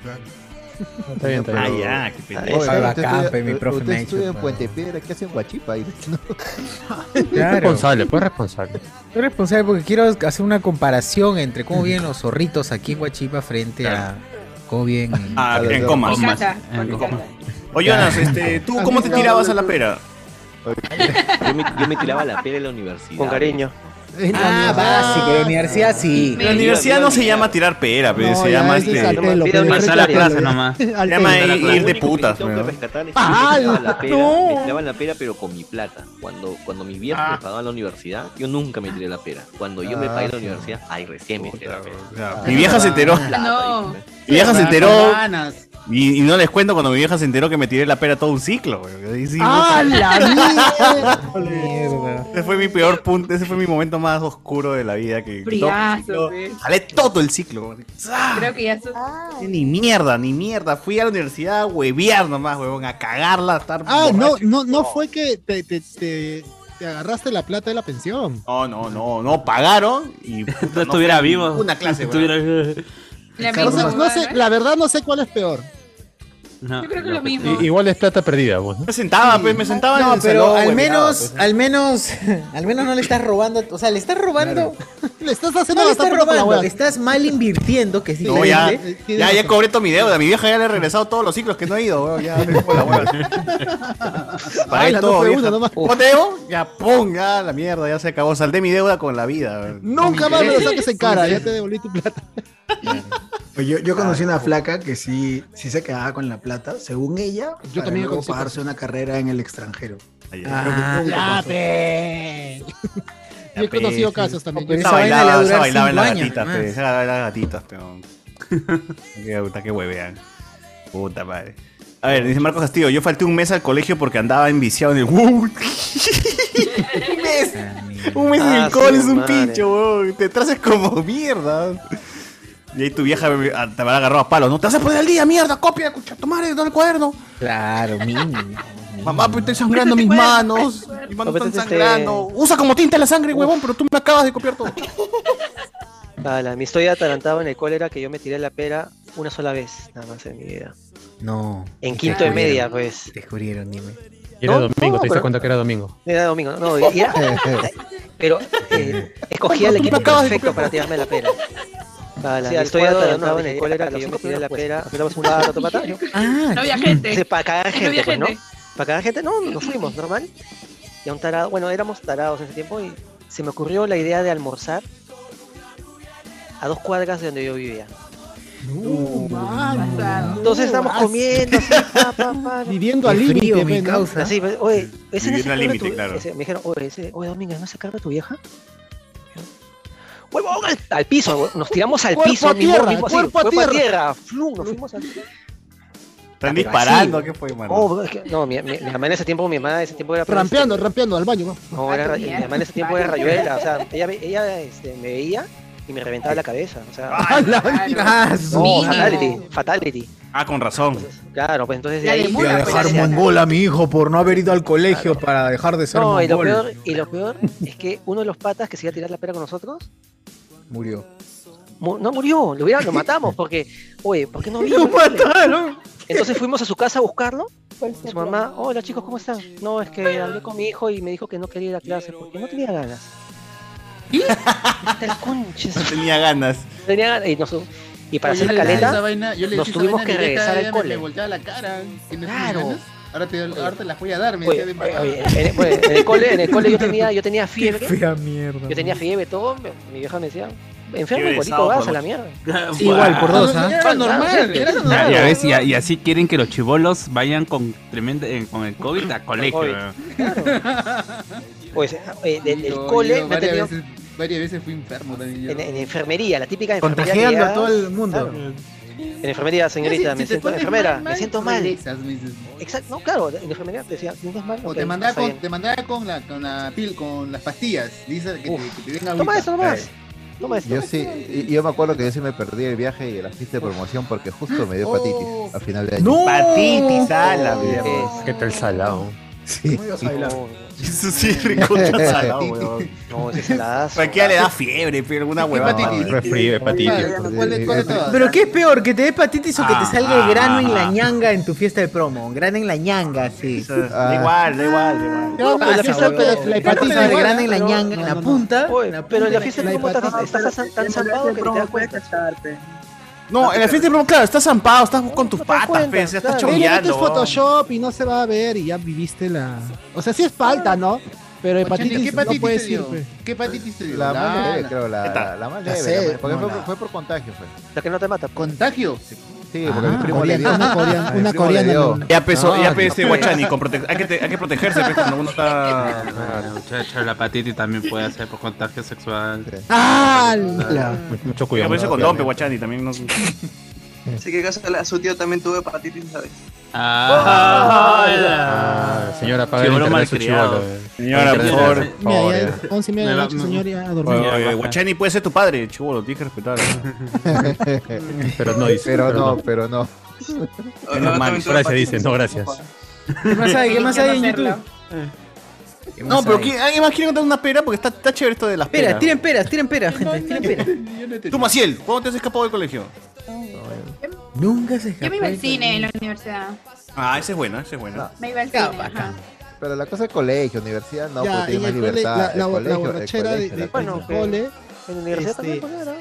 Está bien, está
Ah,
bien.
ya, qué
Oye,
pendejo.
Oye,
usted
bacán,
estudia-
pe, mi profe
usted
me ha
estudia
dicho,
en
pa.
Puente Piedra, ¿qué hace en Huachipa? Ahí,
Es
Claro.
responsable, pues responsable.
Soy responsable porque quiero hacer una comparación entre cómo vienen los zorritos aquí en Huachipa frente
Claro.
a cómo vienen.
Ah,
Claro,
en
claro.
comas.
Mi casa,
en
mi
coma.
casa.
Oye, Jonas, este,
Ah,
¿tú cómo te tirabas a la pera?
Yo me, yo me tiraba la piel en la universidad.
Con cariño.
Ah, básico, de universidad sí.
La universidad no se llama tirar pera, pero
No,
se
ya,
llama
ese es
este,
al pelo,
se
Vida
pe,
universitaria.
Pasar la clase
Al
nomás.
pelo.
llama
Para
i- ir de
único
putas.
que tengo
¿no?
que rescatar es que
¡Ah,
me tiraban la pera,
no!
me tiraban la pera, pero con mi plata. Cuando, cuando mis viejos
Ah.
me pagaban la universidad, yo nunca me tiré la pera. Cuando yo me
Ah,
pagué la
sí.
universidad, ahí recién me tiré la pera.
Ya, Mi vieja se enteró.
Ah,
No.
Mi vieja
Para
se enteró.
con ganas.
Y, y no les cuento cuando mi vieja se enteró que me tiré la pera todo un ciclo, güey. Ahí sí,
¡Ah, la
Mierda.
Ese fue mi peor punto, ese fue mi momento más oscuro de la vida que, que todo-
Friazo, pues.
jalé todo el ciclo. güey. ¡Ah!
Creo que ya su-
Ni mierda, ni mierda. Fui a la universidad a huevear nomás, huevón, a cagarla, a estar
Ah, no,
borracho.
no, no fue que te, te, te, te agarraste la plata de la pensión.
No, no, no, no, pagaron y puta,
No
no
estuviera
fui
vivo.
Una clase, güey.
Estuviera vivo.
La
O sea,
misma
no sé,
¿eh?
huevada,
la verdad no sé cuál es peor.
No,
Yo creo que lo mismo.
I- igual es plata perdida, pues. ¿no?
Me sentaba, pues, me sentaba en
No,
el
pero
salón,
al
hueveaba,
menos,
pues.
al menos, al menos no le estás robando, o sea, le estás robando,
Le estás haciendo
no le
gastar plata
estás
con la
robando,
hueá.
le estás mal invirtiendo, que es
No, ya,
diferente.
Tiene
ya, ya
razón.
cobré toda mi deuda. Mi vieja ya le he regresado todos los ciclos que no he ido, weón. Ya me como la hueva. Pagué
Ala, no
todo,
fue
vieja.
uno nomás.
¿Cómo te debo? Ya, pum, ya, la mierda, ya se acabó. Saldé mi deuda con la vida. weón.
Nunca más me lo saques en cara, ya te devolví tu plata.
Pues yo, yo conocí una flaca que sí, sí se quedaba con la plata, según ella, yo para
también
también luego
conocí Ah,
pagarse una carrera en el extranjero.
Ay, ay.
Ah,
Nunca
ya,
pasó.
pe.
Yo he conocido casos también.
Esa
Esa vaina le va a
bailaba, esa
durar
bailaba en
cinco
las
años,
gatitas,
más.
pe, esa bailaba en las gatitas, peón. Qué puta, qué huevean. Puta madre. A ver, dice Marcos Castillo, yo falté un mes al colegio porque andaba enviciado en el ¡Wow!
Un mes.
Un mes en
Ah,
el cole
su
es un
madre.
pincho, weón. Te trazas como mierda. Y ahí tu vieja me- ah, te habrá agarrado a palos, ¿no? Te vas a poner al día, mierda, copia, cucha, tu madre, no el cuaderno.
Claro, mínimo.
Mamá, pues estoy sangrando mis manos. Mis manos
Apete
están
este-
sangrando. Usa como tinta la sangre, huevón, pero tú me acabas de copiar todo.
Ala, mi historia atarantada en el cólera que yo me tiré la pera una sola vez, nada más en mi vida.
No.
En
te
quinto de
descubrieron,
media, pues.
Descubrieron, dime.
Y era domingo, te diste cuenta que era domingo.
Era domingo, no, y era- pero eh, escogía el
Tú me
equipo
acabas de
perfecto
copiar.
para tirarme la pera. Ala,
Sí,
mi
al
historia
cuadro de
atarantada
honor,
en el
dije,
cólera
a
que
los
yo me
cinco
tiré la
minutos,
pera, éramos un bar, otro pata, yo-
Ah,
No había gente.
Sí, para cagar
No
gente,
había
pues, ¿no?
gente.
Para cagar gente, no, nos fuimos, normal. Y a un tarado, bueno, éramos tarados en ese tiempo y se me ocurrió la idea de almorzar a dos cuadras de donde yo vivía.
Oh,
Ah,
Entonces estamos comiendo así, pa, pa, pa.
Uh, Viviendo al límite, pe, ¿no?
Así, pues, oye, ese no es el
Viviendo al
carro de
límite,
tu-
claro.
ese- me dijeron, oye, ese, oye, Domínguez, ¿no se carga tu vieja? Huevón, al, al piso, huevón. nos tiramos al
Cuerpo
piso,
a
mismo-
tierra,
mismo así,
cuerpo a tierra.
flum, nos fuimos al
Están
Pero
disparando,
así,
¿qué fue, mano?
No, bro, es que- no, mi, mi- mi mamá en ese tiempo, mi mamá en ese tiempo era... pues,
Rampeando, rampeando al baño, ¿no?
no, era,
Ah,
mi
mierda.
mamá en ese tiempo era rayuela, o sea, ella, ve- ella este, me veía y me reventaba la cabeza, o sea... No, fatality, fatality.
Ah, con razón.
Claro, pues entonces... de
La
ahí-
demora,
Voy a dejar mongol a mi hijo por no haber ido al colegio para dejar de ser
No, y lo,
mongol.
peor, y lo peor es que uno de los patas que se iba a tirar la pera con nosotros,
Murió.
mu- no murió, lo, hubiera- lo matamos, porque, oye, ¿por qué no vino? Entonces fuimos a su casa a buscarlo. y su mamá, hola chicos, ¿cómo están? No, es que hablé con mi hijo y me dijo que no quería ir a clase porque no tenía ganas. ¿Y?
No tenía ganas.
Tenía ganas y, nos- y para
Yo
hacer
le decía
caleta,
esa vaina- yo le
nos
decía esa
tuvimos
vaina
que
directa,
regresar
ella
al
me-
cole.
Me volteaba la cara. que no tenía
Claro.
ganas. Ahora te, ahora te las voy a dar, me
Oye,
decía de
oye, oye, en, bueno, en el cole, en el cole yo tenía, yo tenía fiebre.
Fea mierda.
Yo tenía fiebre, todo. mi- Mi vieja me decía, enfermo,
Fiebre de
igualito
sábado
vas
por
a la
noche.
mierda.
Sí, igual, por dos, ¿ah?
Era normal, era
Ya,
normal.
ya ves, y, a- y así quieren que los chivolos vayan con tremenda, eh, con el COVID a colegio.
COVID.
weón.
Pues, eh, del, del
Yo-
cole
yo
me he
varias
tenido
veces, varias veces fui enfermo también. yo.
en, en enfermería, la típica enfermería. que
Contagiando
llegaba-
a todo el mundo.
Claro. En enfermería, señorita,
Si- si
me
te
siento
pones
enfermera,
mal,
me siento mal.
regresas, me dices.
Exacto, no, claro, en enfermería te decía, sientes mal.
O
Ok,
te mandaba
está
con,
bien.
te mandaba con la con la pil, con las pastillas. Dice que, te, que te den agüita.
Toma eso nomás. Toma eso.
Yo sí, y- yo me acuerdo que yo sí me perdí el viaje y la fiesta de promoción porque justo me dio hepatitis a final de año.
¡No! Hepatitis, ala, mierda.
¿Qué tal salado?
Sí.
Eso sí, recontra salado, weón.
No, ese saladazo.
Cualquiera le da fiebre, pero alguna huevada.
Resfrío, hepatitis.
Pero ¿qué es peor? ¿Que te dé hepatitis o que te salga
Ah.
el grano en la ñanga en tu fiesta de promo? Grano en la ñanga, sí.
Da igual, da igual, da igual.
No, pero la fiesta
pero
la hepatitis de grano en la ñanga, en la punta.
Oye, pero en la
punta,
fiesta
la
de promo estás,
hepatitis.
estás tan- tan zampado que ni te das cuenta.
No, en la fiesta de promo, claro, estás zampado, estás con tus patas,
cuenta,
pe, o sea, estás
claro. Mira,
chongueando.
esto es Photoshop y no se va a ver y ya viviste la. O sea, sí es falta, ¿no? Pero hepatitis,
¿Qué
no pues.
hepatitis
puedes
te
ir.
dio?
pe.
¿Qué hepatitis te dio?
La
Lana.
más leve, creo, la, la, la más
La
leve.
sed,
la más- porque
no,
fue,
la-
fue por contagio, fue.
La que no te mata.
¿Contagio?
Sí, porque mi primo le
coreana,
dio.
pues. Ah, una coreana,
a mi
una
primo
coreana
le dio.
no, no.
Ya pesó,
No,
Ah, ya pesó
no,
Guachani, con prote- hay, que te- hay que protegerse pe, cuando uno está...
Muchacho, la hepatitis también puede hacer por contagio sexual.
¡Ah!
la-
Mucho
Ya
cuidado.
ponerse condón,
pues,
pe, Guachani, también no...
Así que caso a su tío también tuvo hepatitis, ¿sabes?
Ah, señora, apaga el
Chibolo
internet, su eh.
malcriado.
chibolo.
Señora, por favor.
Mira,
Pobre.
ya es 11 y media de la noche, señor, ya a dormir.
Oye, oye, Guachani puede ser tu padre, chulo, lo tienes que respetar. ¿eh?
Pero no dice.
Pero no, pero no.
Menos mal. Gracias, dice. No, gracias.
¿Qué más hay? ¿Qué más hay en YouTube?
No, pero ¿quién- ¿alguien más quiere contar una pera? Porque está, está chévere esto de las
Pera,
peras.
tiren peras, tiren peras, gente, tiren peras.
Tú, Maciel, ¿cuándo te has escapado del colegio?
Nunca se
Yo me iba al cine en la universidad.
Ah, esa es buena, esa es buena.
Me iba al cine. ajá.
Pero la cosa es colegio, universidad no,
Ya,
porque tiene
en
más
el cole,
libertad.
la-
el
la- la
colegio, el
borrachera de-
colegio,
de-
la
bueno,
cosa.
pe- Cole,
En la universidad
este,
también, pues, era.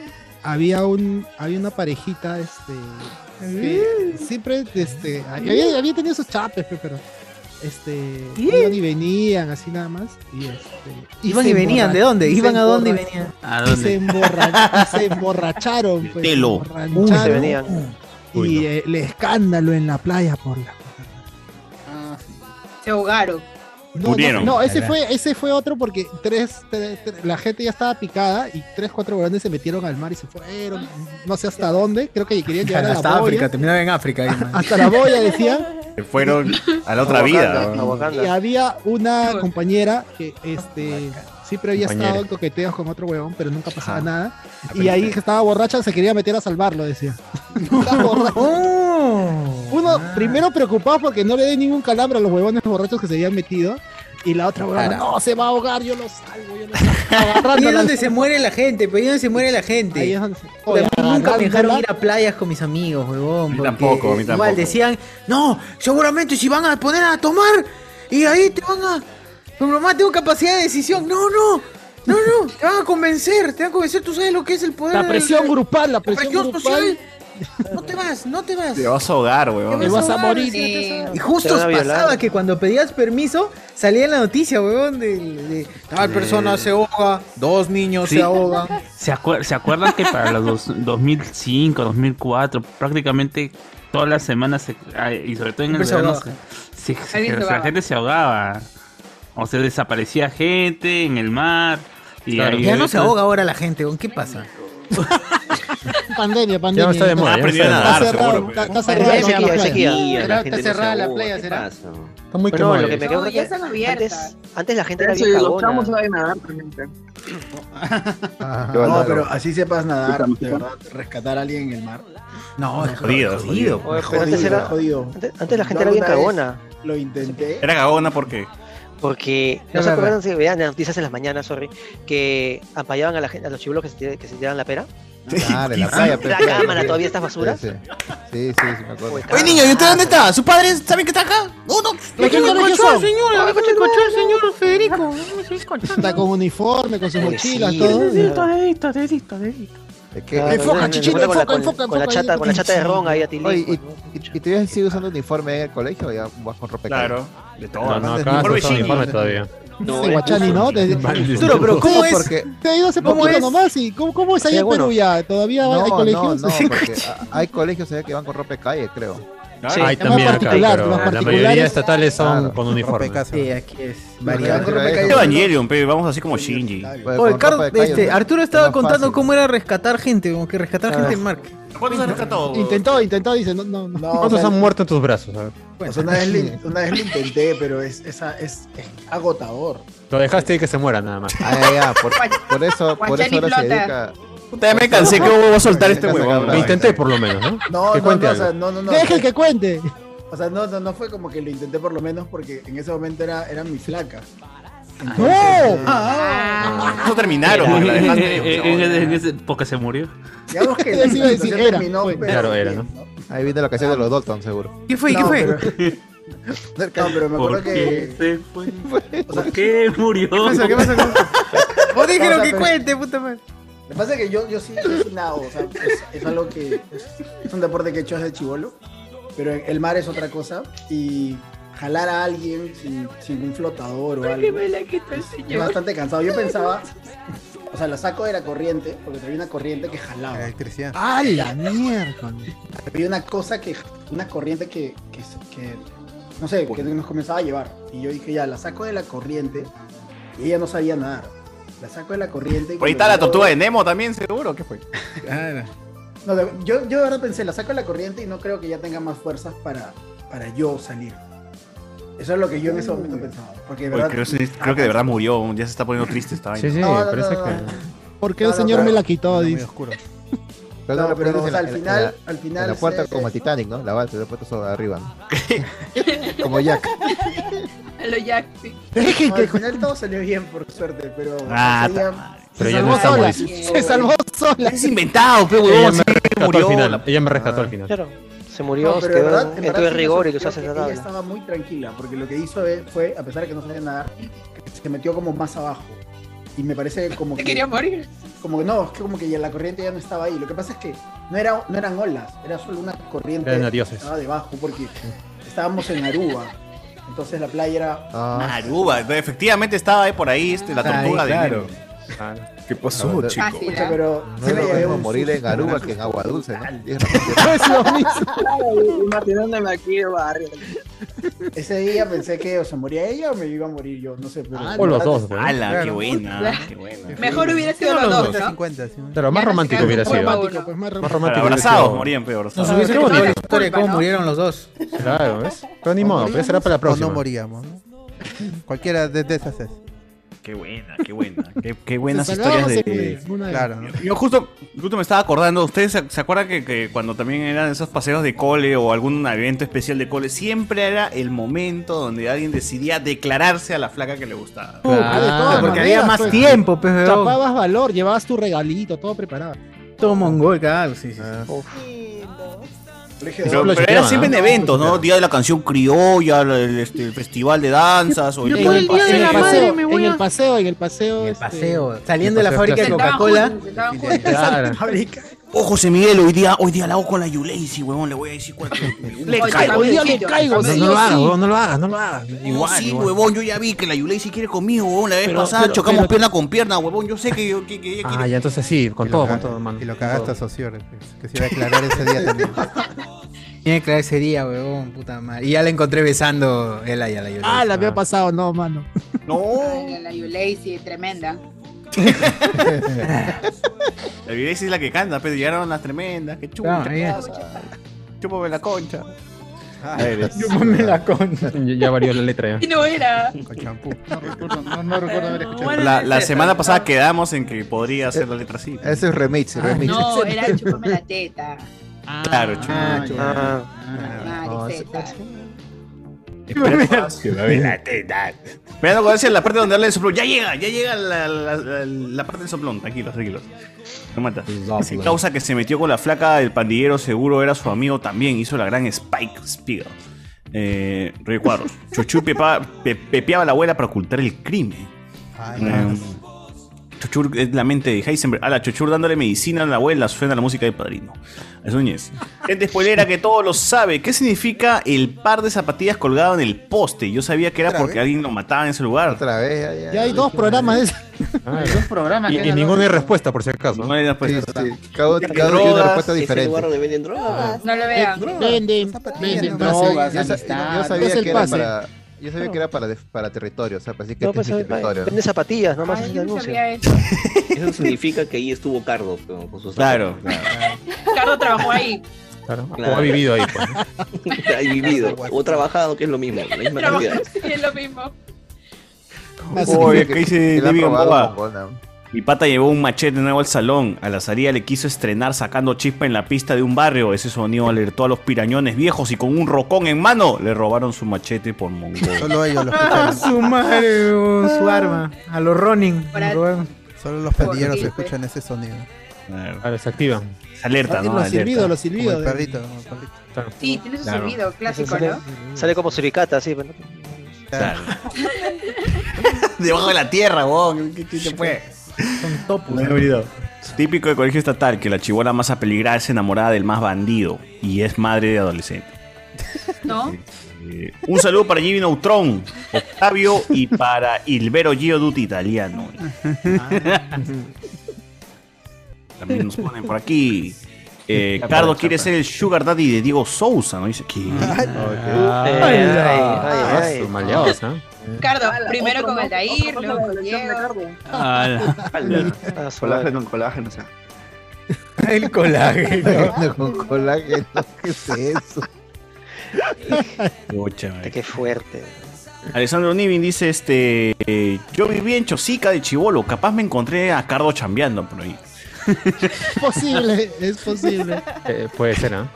había un había una parejita este que siempre este había, había tenido sus chapes pe, pero este iban y venían así nada más y este
Iban
se
y venían,
emborra-
¿de dónde?
y se
Iban a dónde y
emborra-
venían.
¿A
y se, emborra- y se emborracharon pues,
Telo.
se emborracharon,
Uy, se venían.
y eh, el escándalo en la playa por la
Se ahogaron.
No,
Murieron.
No, no, ese fue, ese fue otro porque tres, tre- tre- la gente ya estaba picada y tres, cuatro grandes se metieron al mar y se fueron, no sé hasta dónde, creo que querían llegar a
Hasta
la
África,
boya.
terminaron en África. ahí, man.
Hasta la boya decían.
Se fueron a la otra
A
vida.
Wakanda, a Wakanda.
Y había una compañera que este siempre había
Compañera.
estado en coqueteos con otro huevón, pero nunca pasaba
Ah.
nada. Y
Aprende.
ahí que estaba borracha, se quería meter a salvarlo, decía. Estaba borracha. Uno, primero preocupado porque no le dé ningún calambre a los huevones borrachos que se habían metido. Y la otra huevona,
Cara.
no, se va a ahogar, yo lo salvo, yo lo salvo.
Ahí es
Agarrándola.
donde se muere la gente, pero ahí es donde se muere la gente.
Ahí es donde se-
Puta, a mí
Oye,
nunca me dejaron
agarrándola.
ir a playas con mis amigos, huevón. porque
tampoco, a mí
Igual
tampoco.
decían, no, seguramente si van a poner a tomar y ahí te van a. Pero mamá, tengo capacidad de decisión. No, no, no, no, te van a convencer, te van a convencer. Tú sabes lo que es el poder.
La
del-
presión grupal, la presión
presión social.
grupal.
No te vas, no te vas.
Te vas a ahogar, weón.
Te vas a morir. Y justo
Te van a violar.
pasaba que cuando pedías permiso, salía en la noticia, huevón, de, de tal persona se ahoga, dos niños
Sí.
se ahogan.
¿Se, acuer- ¿Se acuerdan que para los dos- 2005, 2004, prácticamente todas las semanas, se- ay, y sobre todo en
Siempre
el
se
verano,
ahogaba.
se- se- se-
Alguien se
la
ahogaba.
gente se ahogaba? O sea, desaparecía gente en el mar. Y
Claro.
ahí-
Ya no se ahoga ahora la gente, ¿con qué pasa?
pandemia, pandemia.
Ya no está de moda, ya no está de moda.
Está
Ah,
cerrado,
seguro,
está-
pero-
está cerrado.
Pandemia,
la playa.
sequía, sequía, la
Está
gente no se
cerrada la
ahoga,
playa,
¿qué
¿será?
pasa?
Está muy
Bueno,
quemado
lo que
ya.
me quedó
No,
claro
ya
que
están
antes, antes la gente era
Eso,
bien
y los
cagona.
chamos saben
Ah,
nadar
pues,
también. creo.
No,
bárbaro.
pero así sepas nadar, de verdad, rescatar a alguien en el mar.
No,
Jodido, jodido.
Oye, pero antes
Jodido,
era-
jodido.
antes- antes la
Yo
gente era bien
alguna vez
cagona.
Lo intenté.
Era cagona porque.
Porque no
Es
se
verdad.
acuerdan si vean las noticias en las mañanas, sorry, que ampallaban a la gente, a los chibolos que se, tira- que se tiraban la pera.
Ah, de la playa,
la
pero-
cámara todavía Pues estas basuras.
Sí, sí, sí, sí, me acuerdo.
Oye,
niño, ¿y usted dónde está? ¿Sus padres saben que está acá? No, no.
¿De qué colegio son?
señora. Me coche el señor Federico.
Está con uniforme, con sus
Oye,
mochilas,
sí,
todo.
dedito,
dedito, dedito, dedito.
Claro,
Enfoca,
no, no,
chichito,
no, con la-
enfoca,
con-
enfoca,
Con la
enfoca ahí,
chata, con la chata de
chichito.
ron ahí a ti.
Oye, y, y, y tú ya sigues usando uniforme en el colegio o ya vas con ropa
Claro. De todo.
No,
no,
no,
acá
acá
no usan
uniforme
uniforme
todavía.
todavía.
No, de Guachani, ¿no? Desde-
Duro, pero ¿cómo es? Porque,
Te ha ido hace
¿Cómo
poquito
es?
nomás y ¿cómo, cómo es ahí
Hay
en Perú
algunos.
ya? ¿Todavía
no,
hay colegios?
no, no, porque a- hay colegios allá que van con ropa de calle, creo.
Sí, Hay también más acá, particular, pero los la mayoría particulares-
estatales son con uniforme.
Sí, aquí es
variado.
Evangelion, pe, vamos así como Shinji.
Oye, Carl- este, Arturo estaba
es más
contando
fácil.
cómo era rescatar gente, como que rescatar
Ah.
gente en Mark.
¿Cuántos han rescatado?
Intentó, intentó, dice, no, no, no.
¿Cuántos han muerto en tus brazos? A ver.
O sea, una, vez lo- una vez lo intenté, pero es, esa- es, es agotador.
Lo dejaste que se muera nada más.
Ah, ya, ya, por, por eso, por eso
Guachani
ahora se
flota.
dedica.
Puta, ya me cansé, ¿cómo voy a soltar este huevón?
Lo intenté por lo menos, ¿no?
No,
que
no,
cuente
no, o
algo.
sea, no, no, no.
Deje que cuente.
O sea, no, no, no fue como que lo intenté por lo menos porque en ese momento era, era mi flaca.
¡No!
No terminaron.
Era-
la dejaste.
eh, eh, eh, eh, eh, porque se murió.
Digamos que
Eso
la
iba a decir,
situación
era.
terminó,
Bueno.
pero-
Claro, era, ¿no? Ahí viene la canción de los Dalton, seguro.
¿Qué fue? ¿Qué
No,
fue?
No, pero me acuerdo que...
se fue? ¿Por qué murió? ¿Qué
pasa? ¿Qué pasa?
Vos dijeron
No, o sea,
que
pero-
cuente, puta madre.
Lo que pasa es que yo, yo sí, yo sí nado, o sea, es, es algo que es, es un deporte que he hecho desde chivolo, pero el mar es otra cosa y jalar a alguien sin, sin un flotador o algo es bastante cansado. Yo pensaba, o sea, lo saco de la corriente, porque había una corriente que jalaba.
Electricidad.
¡Ah, la mierda!
Había una cosa que, una corriente que, que, que- no sé, que nos comenzaba a llevar. Y yo dije, ya, la saco de la corriente y ella no sabía nadar. La saco de la corriente. y
Por
cuando
ahí está la
yo-
tortuga de Nemo también, seguro. ¿Qué fue?
No, de- yo, yo de verdad pensé, la saco de la corriente y no creo que ya tenga más fuerzas para, para yo salir. Eso es lo que yo en ese momento pensaba. Porque de
Oye,
verdad.
creo, creo que de verdad murió. Ya se está poniendo triste esta vaina.
Sí, sí,
No, no, no,
parece
no,
que.
no.
¿Por qué
No,
el
no,
señor
pero-
me la quitó? Dice.
Pero
No,
lo
pero,
pones
o
en
sea,
la-
al
en la-
final-
en la-
al final
En la puerta
se-
como Titanic, ¿no? La balsa, te lo he puesto sobre arriba. ¿no? como Jack.
Lo Jack, sí.
No, al final todo salió bien, por suerte, pero.
Ah,
ese día-
Pero
se
ya
salvó
no estamos.
sola.
dice.
Se salvó sola.
Es inventado, pe,
Ella
huevón.
me
sí,
rescató al
murió.
final. Ella me rescató al final.
Ah. Claro. Se murió,
No,
se
pero de
quedó
verdad, en
en
verdad
tu
sí
de
me
rigor y que
sorprendió
usaste
que
la
Ella
tabla.
estaba muy tranquila, porque lo que hizo eh, fue, a pesar de que no sabía nadar, que se metió como más abajo. Y me parece como que.
quería morir.
Como que no, es que como que ya la corriente ya no estaba ahí. Lo que pasa es que no, era, no eran olas, era solo una corriente
Eran
que
dioses.
estaba debajo, porque estábamos en Aruba. Entonces la playa era.
Aruba, Ah. efectivamente estaba ahí por ahí este, la tortuga
Ahí,
de
claro.
Nemo. Ah,
¿Qué
pasó, chico?
Pucha,
¿eh?
pero
No
eh, sí
es
me
lo
llevé
mismo
un
morir en
susto.
Aruba que en agua dulce, ¿no?
Es lo mismo.
Ay, Imaginándome aquí el barrio.
Ese día pensé que o se moría ella o me iba a morir yo, no sé. Pero...
Ah, O los dos, güey.
¡Hala, qué
Claro.
buena!
Claro.
¡Qué buena!
Mejor hubiera sido
No,
los
no,
dos,
no.
¿no?
50, sí.
Claro, más romántico hubiera sido.
romántico,
pues, más
Más romántico hubiera
Abrazados
sido.
morían, pero abrazados.
Nos
Ah,
hubiese
qué
contado la
bonito.
historia de cómo murieron los dos.
Claro, ¿ves? Pero ni modo, pues será para la próxima.
O no moríamos. ¿no? Cualquiera de, de esas es.
Qué buena, qué buena. Qué, qué buenas
Te
historias
salvamos en
de.
una- en una Claro,
Yo- Yo justo, justo me estaba acordando, ¿ustedes se, se acuerdan que, que cuando también eran esos paseos de cole o algún evento especial de cole, siempre era el momento donde alguien decidía declararse a la flaca que le gustaba?
Ah, de todas
porque
maneras,
había más
pues,
tiempo, pues, weón.
Tapabas valor, llevabas tu regalito, todo preparado.
Todo mongol, claro, sí, sí.
Pero, pero era siempre en eventos, ¿no? Día de la canción criolla, el, este, el festival de danzas. O
En
el-
el paseo, en el paseo,
me voy
en
a-
el paseo, en el paseo. este,
Paseo, saliendo de la fábrica de
Sentaban
¿Ah?
Coca-Cola.
juntos,
Claro.
Oh, José Miguel, hoy día, hoy día la hago con la Yuleisi, huevón, le voy a decir cuánto.
Le caigo,
hoy día
le caigo,
sí,
no, no
yo
lo hagas,
sí.
huevón, no lo hagas, no lo hagas.
Igual, sí, huevón, yo ya vi que la Yuleisi quiere conmigo, huevón, la vez
Pero-
pasada
pero-
chocamos
pero-
pierna con pierna, huevón, yo sé que yo que, que ella quiere...
Ah, ya, entonces sí, con
Y lo
todo, con
caga-
todo, hermano.
Y lo cagaste a Sociores, pues, que se iba a aclarar ese día también.
Tiene que creer ese día, huevón, puta madre. Y ya la encontré besando él ahí a la Yolanda.
Ah, la había pasado, no, mano.
Ay, La, la Yulacy, tremenda.
La Yuleisi es la que canta, pero llegaron las tremendas, que chucha.
Claro, ya.
Chúpame la concha.
Chúpame la concha.
Ya, ya varió la letra
Y
ya.
no era.
No recuerdo, no, no recuerdo haber escuchado.
La, la semana pasada quedamos en que podría ser la letra así.
Ese Eh, es remix, remix.
No, Ah, era chupame la teta.
Ah, Claro, chucha. Ah,
Mariceta.
la teta. Vean, cuando decía la parte donde habla del soplón. Ya llega, ya llega la, la- la- la parte del soplón. Tranquilos, tranquilos. No mata. Se causa que se metió con la flaca, el pandillero seguro era su amigo también. Hizo la gran Spike Spiegel. Eh, Río Cuadros. Chuchu pepa- pe- pepeaba a la abuela para ocultar el crimen. Eh, Chuchur es la mente de Heisenberg. A la Chuchur dándole medicina a la abuela suena la música de padrino. Es Núñez. Gente spoilera que todo lo sabe. ¿Qué significa el par de zapatillas colgado en el poste? Yo sabía que era porque alguien lo mataba en ese lugar. Otra
vez,
Ya hay dos programas de esos.
Dos programas.
Y,
que
y
eran
ninguna hay respuesta, por si acaso. No
hay respuesta.
Cada uno cada uno tiene una respuesta diferente.
venden drogas.
No lo vean.
Eh, Venden,
Yo
venden
sabía-
drogas,
yo
amistad.
sabía
Es el
que era
pase.
para. Yo sabía que era para, def- para territorio, o sea, para decir que
No,
este es
pues,
mi
eh,
territorio.
vende zapatillas, nomás es el
Yo no
anuncio.
sabía eso.
Eso significa que ahí estuvo Cardo con, con sus
Claro,
Carlos trabajó ahí.
Claro.
Claro.
O ha vivido ahí, pues. ¿no?
ha vivido o trabajado, que es lo mismo, la misma
Trabajó,
cantidad.
sí, es lo mismo.
Oye, ¿qué dice
Él ha
David
probado
Gamboa?
mongona.
Mi pata llevó un machete nuevo al salón. A la salida le quiso estrenar sacando chispa en la pista de un barrio. Ese sonido alertó a los pirañones viejos y con un rocón en mano le robaron su machete por mongol.
Solo ellos los
Ah,
escuchan.
su madre, huevón,
Ah.
su arma. A los Ronin.
Para-
huevón.
Solo los pandilleros escuchan ese sonido.
Ahora se activa.
Es
Ah,
alerta, ¿no?
Los
Alerta.
silbidos, los
Como el
silbidos.
perrito. como el perrito.
Claro.
Sí, tiene su
Claro.
silbido, clásico,
Sale,
¿no?
sale como suricata, sí. pero-
Claro. Debajo de la tierra, weón. ¿Qué chiste fue?
Son topos.
Me he olvidado. Típico de colegio estatal que la chibola más apeligrada es enamorada del más bandido y es madre de adolescente.
¿No?
Eh, un saludo para Jimmy Neutron, Octavio y para Ilvero Giodut italiano. Ah. También nos ponen por aquí. Eh, Cardo quiere ser el Sugar Daddy de Diego Sousa, ¿no? Dice que.
Ay,
ay,
ah,
ay.
su maleados, ¿eh?
Cardo, primero con el Dair, luego con Diego. Ah,
Ah,
Colágeno, colágeno, o sea.
El colágeno.
Con colágeno, ¿qué es eso?
Qué fuerte.
Alessandro Nivin dice este eh, yo viví en Chosica de Chivolo, capaz me encontré a Cardo chambeando por ahí.
Es posible, es posible.
Eh, puede ser, ¿no?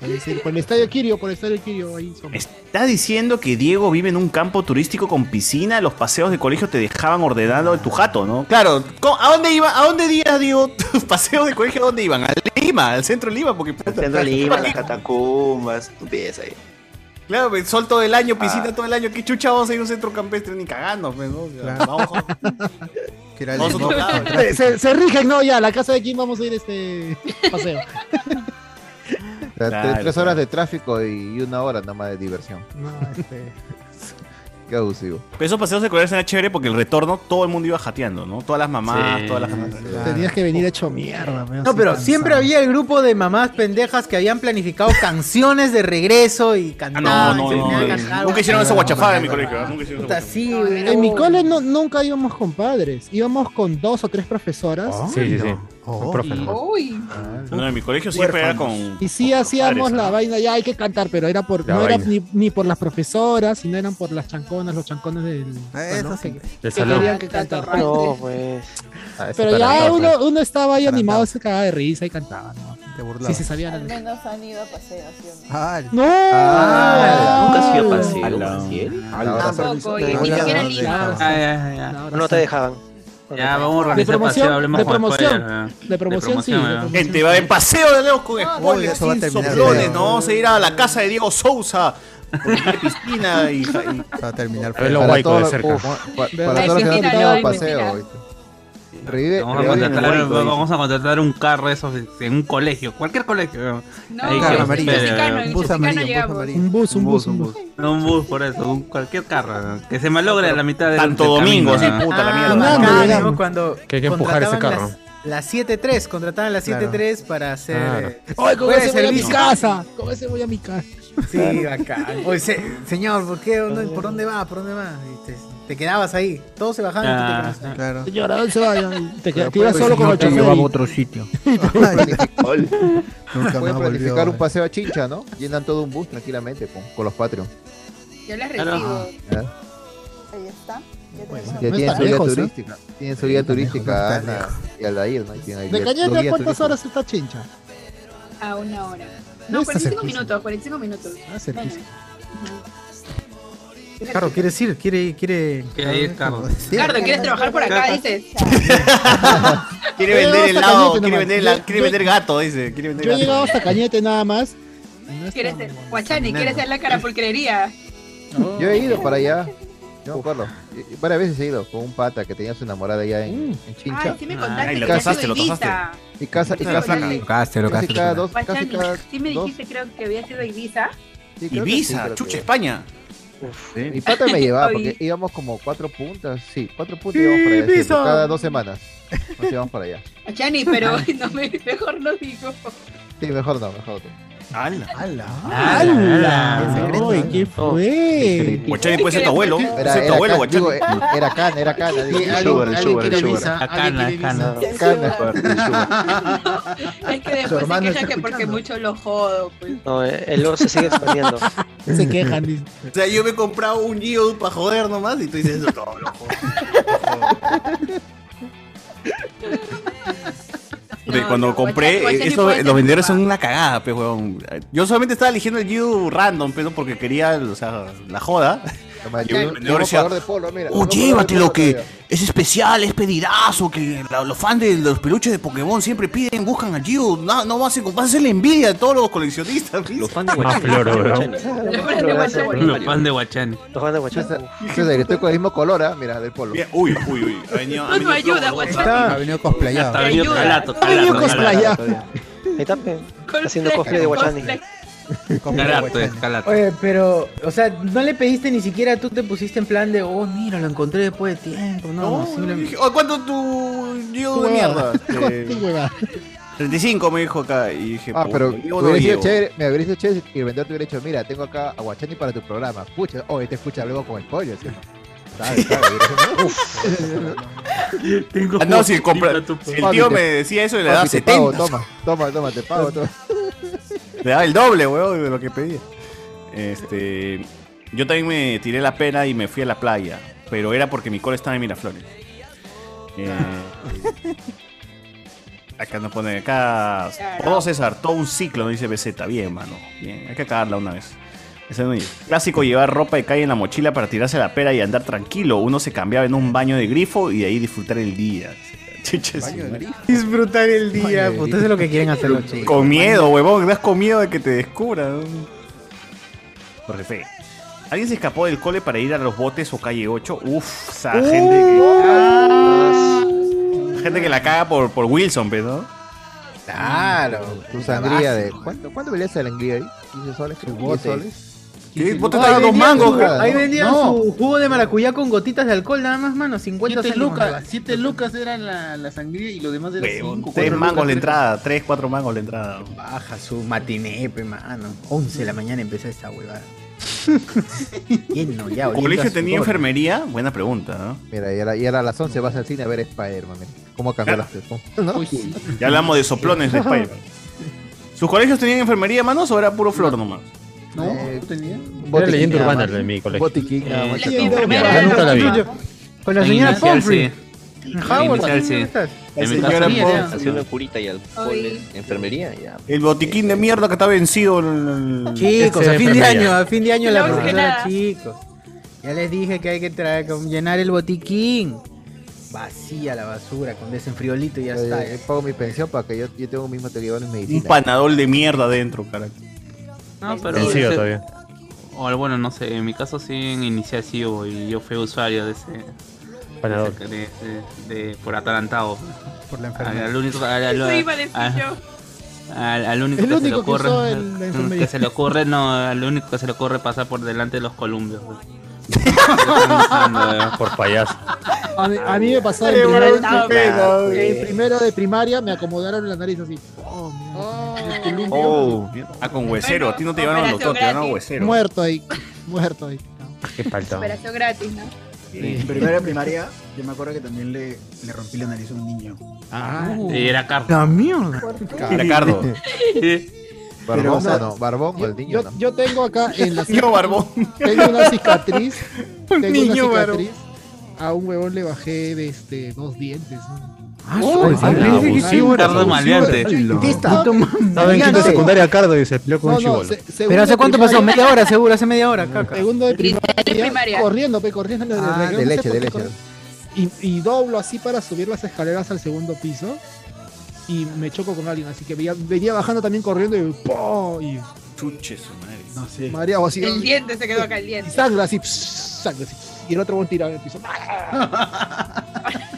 Es decir, por el estadio Kirio, por el estadio Kirio, ahí somos.
¿Está diciendo que Diego vive en un campo turístico con piscina? Los paseos de colegio te dejaban ordenado tu jato, ¿no? Claro, ¿co- ¿a dónde iba? ¿A dónde iba, Diego? ¿Tus paseos de colegio a dónde iban? A Lima, al centro de Lima, porque puta,
Centro de Lima, las catacumbas, tú piensas ahí.
Claro, pues, sol todo el año, piscina
Ah.
todo el año, qué chucha vamos a ir a un centro campestre ni cagando, pues, ¿no? O sea,
Claro.
vamos a-
Que era el
Vamos a otro lado.
Se, se, se rigen, no, ya, a la casa de Kim vamos a ir este
O
paseo.
sea,
Claro,
tres, tres horas de tráfico y una hora nada más de diversión.
No, este.
Qué abusivo.
Pero esos paseos escolares eran chévere porque el retorno todo el mundo iba jateando, ¿no? Todas las mamás,
Sí.
todas las
Tenías que venir hecho mierda. me
No,
hace
pero
cansado.
siempre había el grupo de mamás pendejas que habían planificado canciones de regreso y cantaban.
Ah, no, no,
y se
no,
ponían a
no.
cantar.
Nunca hicieron esa guachafada en mi colegio, ¿eh? Nunca hicieron esa
Puta, sí, güey.
En mi cole no, nunca íbamos con padres, íbamos con dos o tres profesoras.
Ah,
Sí, sí, sí.
Oh.
Un profe, ¿no?
Uy.
No, en mi colegio siempre era con.
Y sí hacíamos
Padres,
la vaina, ya hay que cantar, pero era por,
La
no era
vaina.
ni, ni por las profesoras, sino eran por las chanconas, los chancones del
Ah,
eso
¿no?
sí.
que,
Del
que
salón.
querían que cantar.
No, pues.
Ah,
Pero ya uno, uno estaba ahí animado, se cagaba de risa y cantaba, ¿no?
Te
Sí, se sabía la
Al menos han ido a paseos, ¿sí o no?
¡No!
Ah,
Nunca has ido a
Ah.
paseo,
Tampoco, y
ni siquiera No te dejaban.
Ah, Ya, vamos a
De
organizar el
promoción,
paseo, hablemos
de
con
promoción,
spoiler, ¿eh?
de promoción, sí, de
¿eh?
promoción. Gente, va en paseo de Leo con
Uy,
spoilers,
eso va a
sin
terminar
soplones,
feo.
¿no? Vamos a ir a la casa de Diego Sousa. porque tiene piscina y.
Va a terminar.
Para
feo.
todos
todo-
los- uf,
Uf,
pa- Para todos los que no han tenido paseo. ¿viste? Revive,
Vamos a,
revive en
contratar,
Huayco, dice.
vamos a contratar un carro esos en un colegio, cualquier colegio.
No, un carro amarillo. Chicano, en Chicano llegamos.
Un bus, un bus,
un bus. No, un bus, por eso, un- cualquier carro. Que se malogre a la mitad del
Santo
del
Domingo,
camino,
sí,
¿no?
puta, la
Ah,
mierda.
bacán, ¿no?
Nada, nada.
Cuando
Que hay que empujar ese
contrataban
carro.
Las, las 7-3, contrataban las 7-3 para hacer.
Claro.
eh,
¡Ay, con
fuera
ese
de
voy a mi
servicio.
casa! Con ese voy a mi casa.
Sí, bacán. Oye, se- señor, ¿por, qué, ¿Dónde- ¿por dónde va? ¿Por dónde va? Y te, te quedabas ahí. Todos se bajaban
Ah,
y tú te quedabas ahí.
Claro.
Señora, ¿dónde se vaya? Te,
Pero
quedas te ibas
pues,
solo
no,
con los
te
choferes.
llevaba a otro sitio. Nunca
Pueden
más volvió.
planificar un paseo a Chincha, ¿no? Llenan todo un bus tranquilamente con, con los Patreon.
Yo les
Claro.
recibo.
¿Ya?
Ahí está. Ya tenemos.
Ya
no
tienen
está
su guía
lejos, ¿eh?
turística. Tienen su guía turística, Ana y Aldair, ¿no? Y tienen ahí
De
guía-
Cañete,
dos
¿a
guías
cuántas
turísticas.
horas está Chincha?
A una hora.
No
No,
está
45
cerquísima.
minutos, 45 minutos.
Ah, cerquísima.
Bueno. Ujú.
Carro, ¿quieres ir? ¿Quiere, quiere...
Quiere ir, Carro.
Cardo, ¿quieres trabajar por acá? Dices.
Quiere
Yo he llegado
vender
Eh, hasta Cañete nomás.
helado, quiere vender,
Yo-
la- quiere
yo-
vender gato, dice. Quiere vender
Yo he
gato.
llegado hasta Cañete nada más.
¿Quieres ser, Guachani, ¿quieres ser la carapulcrería?
Yo he ido para allá. Yo me acuerdo. Y- y Varias veces he ido con un pata que tenía su enamorada allá en,
Mm.
en Chincha.
Ay, sí me contaste
y
que
casa-
habías ido de Ibiza.
Y casa, y
Sí me
casa,
contaste.
y-
Tocaste, lo
casi
tocaste,
cada
lo
dos, casi
Guachani,
cada
sí me dijiste creo que habías ido a Ibiza.
sí, creo que sí,
Ibiza,
creo que-
chucha, España.
Mi pata me llevaba porque
Oye.
íbamos como cuatro puntas, sí, cuatro puntas íbamos para allá, siempre,
Ibiza.
cada dos semanas nos íbamos para allá.
Guachani, pero no me, mejor no digo.
Sí, mejor no, mejor no.
¡Hala!
¡Hala!
¡Hala! ¡Uy, qué fue!
Guachani puede ser tu abuelo. Puede
Era,
ser tu
era,
abuelo,
Can, digo,
Guachani.
eh, era Can, era Can.
Sí,
alguien-
alguien- alguien quiere visa, alguien
Cana,
quiere
cana.
visa.
ah, Es que después se
hermano
queja
está
que porque mucho lo jodo, pues.
No, eh, el oro se sigue expandiendo.
Se quejan, dice.
O sea, yo me he comprado un Gio para joder nomás y tú dices, no, loco. cuando compré,
Guachani
eh, eso,
puede ser
los vendedores son una cagada, pe, huevón. Yo solamente estaba eligiendo el Gio random, pero porque quería, o sea, la joda. Y
Llegó-
un vendedor
llegó
decía,
color de polo, mira,
oh,
llegó color de
llévatelo
polo
que
todavía".
es especial, es pedidazo, que la- los fans de los peluches de Pokémon siempre piden, buscan a Gio, no, no vas a vas a hacer la envidia de todos los coleccionistas. Ah, Los fans
Más floro, weón. Los
Guachani.
fans de Guachani.
Los fans de Guachani.
César, estoy con el mismo color, ah, mira, del polo.
Bien, Uy, uy, uy. Ha venido, ha
Tú no
venido
ayudas,
todo,
Ha
Guachani.
venido cosplayado.
Está venido
Ayuda.
calato,
Ha venido
calato,
cosplayado.
calato.
Ahí está, pe. haciendo cosplay de Guachani.
Calato, es calato.
Oye, pero, o sea, no le pediste ni siquiera, tú te pusiste en plan de, oh, mira, lo encontré después de tiempo, no,
No, yo
simplemente-
dije, "Oh, ¿Cuánto tu Gio de
Huevada.
mierda?
¿Cuánto
Eh,
huevada?
35 me dijo acá y dije,
Ah,
"Puta,
pero
Gio no
hubiera sido
llego".
chévere, me habría sido chévere si el vendedor te hubiera dicho, mira, tengo acá a Guachani para tu programa. Pucha, hoy te escucha luego con el pollo, ¿sí? ¿Sabes?
Ah, no, si, compra- si el tío me decía eso, le daba 70.
Toma, toma, toma, te pago, toma.
Le daba el doble, weón, de lo que pedía. Este. Yo también me tiré la pena y me fui a la playa. Pero era porque mi cole estaba en Miraflores. Eh, acá nos pone acá. Todo César, todo un ciclo, no dice BZ. Bien, mano. Bien, hay que acabarla una vez. Ese no es. Clásico llevar ropa de calle en la mochila para tirarse la pera y andar tranquilo. Uno se cambiaba en un baño de grifo y de ahí disfrutar el día. Chiches, madre.
Disfrutar el día, pues, eso es lo que quieren hacer los chicos.
Con miedo, huevón, das con miedo de que te descubran. Jorge Fe. ¿Alguien se escapó del cole para ir a los botes o calle 8? Uf, esa gente que. Gente que la caga por, por Wilson, pues, ¿no?
Claro.
Tu sangría de. ¿Cuánto, cuánto valía esa sangría ahí? ¿15 soles? creo, ¿10
bote.
soles?
¿Qué?
sí,
Vos te
no,
has dado
ahí
dos
vendían
mangos,
su-
cara.
Ahí vendían
No.
su jugo de maracuyá con gotitas de alcohol, nada más, mano. 50
Siete
céntimos.
lucas, siete lucas era la, la sangría y lo demás era cinco.
Tres
cuatro
mangos
lucas,
la
tres.
entrada, tres, cuatro mangos la entrada.
Baja su matiné, pe, mano. 11 de la mañana empezó esta huevada. Lleno, ya,
¿Tu
oliendo
colegio
a
tenía
sudor.
enfermería? Buena pregunta, ¿no?
Mira, y era, y era a las 11 vas al cine a ver Spider-Man. mira. ¿Cómo cambiaste?
Uy, Pues sí.
Ya hablamos de soplones de Spider-Man. ¿Sus colegios tenían enfermería, manos, o era puro flor nomás?
No, no tenía.
Era leyenda
nada
urbana
más.
de mi colegio.
Botiquín, nada más.
Eh, Yo nunca la vi.
Con la
En
señora
inicial,
Pomfrey.
sí.
En
En
Howard,
inicial,
¿dónde
sí.
estás?
En
La
mi casa
señora
había
Pomfrey.
haciendo curita y alcohol, enfermería, ya.
El botiquín de mierda que está vencido. el-
Chicos,
ese
a fin de
enfermería.
año, a fin de año
No
la
urge
profesora,
nada.
chicos. Ya les dije que hay que traer, con- llenar el botiquín. Vacía la basura con desenfriolito y ya está.
Yo pago mi pensión para que yo, yo tengo mis materiales en medicina.
Un panadol de mierda adentro, cara.
No, pero.
Vencido
ese-
todavía.
O bueno, no sé, en mi caso sí en inicial sí hubo, y yo fui usuario de ese.
Panadol.
De, de- de- por atarantado.
Por
la
enfermedad.
Al, al único, al, al-
Eso iba a
al-
decir
al- al- al único
El
que se le
único que
ocurre.
usó el- la
que
enfermería.
se le ocurre, no, al único que se le ocurre pasar por delante de los columbios. güey.
Por payaso.
A mí, a mí me pasó en
Qué
primero,
maldad,
en primero-
güey.
en primero de primaria, me acomodaron la nariz así. Oh, mierda. El columpio,
Oh, ah, con huesero. A ti no te llevaron al doctor, te llevaron a huesero.
Muerto ahí, muerto ahí.
Qué falta.
Operación gratis, ¿no?
En primero de primaria, yo me acuerdo que también le, le rompí la nariz a un niño.
Ah,
Uh.
Y era Carlos.
La mierda.
Era Cardo.
Barbón, Ah,
Pero,
no, barbón o el niño.
Yo,
no.
yo tengo acá en la
Niño barbón.
Tengo una cicatriz. tengo
niño
una
barbón.
cicatriz. A un huevón le bajé de este, dos dientes. ¿no?
Ah, su- ah, pensé que sí, bueno,
Cardo
sí,
maleante.
bueno.
Dentista.
Estaba en quinta
Maleante.
secundaria Cardo y se peleó con
No,
un
no,
chivolo.
se- segundo
Pero hace
de
cuánto
primaria-
pasó? Media hora, seguro, hace media hora, caca.
Segundo de primaria,
primaria.
corriendo, pe, corriendo en el
Ah,
recreo,
de
no sé
leche,
por
de
qué
leche.
corriendo. Y, y doblo así para subir las escaleras al segundo piso y me choco con alguien, así que veía- venía bajando también corriendo y ¡po! y
Chuche su madre.
No sé.
mareado así.
El diente se quedó acá, el diente.
y sangre así, pss, sangre así. pss, Y el otro buen tirado en el piso.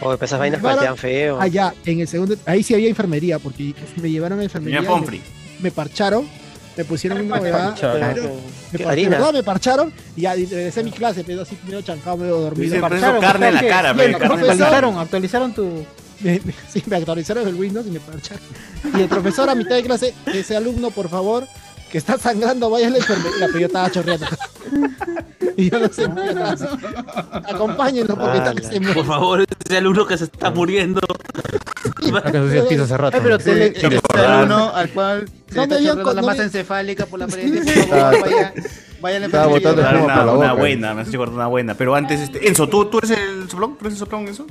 Oye, pues esas vainas
Claro.
patean feo.
Allá, en el segundo, ahí sí había enfermería, porque me llevaron a enfermería.
Tenía
y
Pomfrey.
Me, me parcharon, me pusieron una huevada.
parcharon.
pero-
Claro.
Me,
¿Qué,
par-
harina?
¿verdad? me parcharon y ya y regresé a mi clase, pero así medio chancado, medio dormido.
Hubiese
Me
preso
parcharon,
carne en la
¿sabes
cara,
qué?
pe,
Y el
carne en la
profesor-
cara.
Actualizaron, actualizaron tu.
me- me- sí, me actualizaron el Windows y me parcharon. Y el profesor a mitad de clase, ese alumno, por favor, que está sangrando, vaya a la enfermería. Pero yo estaba chorreando. Y yo no sé, yo estaba así, acompáñenlo porque está que se muere.
Por favor, ese alumno que se está muriendo.
Acá se hacía el piso hace rato.
Ay, pero tú le-
Sí,
le-
por rato.
Uno al cual se le
No
está
me habían
chorreando la
con- no
masa
me-
encefálica por la pared. Por favor, vaya, vaya a la
Estaba
enfermería.
botando espuma
Una,
por la
una
boca.
buena, me has hecho acordar una buena. Pero antes, este, Enzo, ¿tú, ¿tú eres el soplón? ¿Tú eres el soplón, Enzo?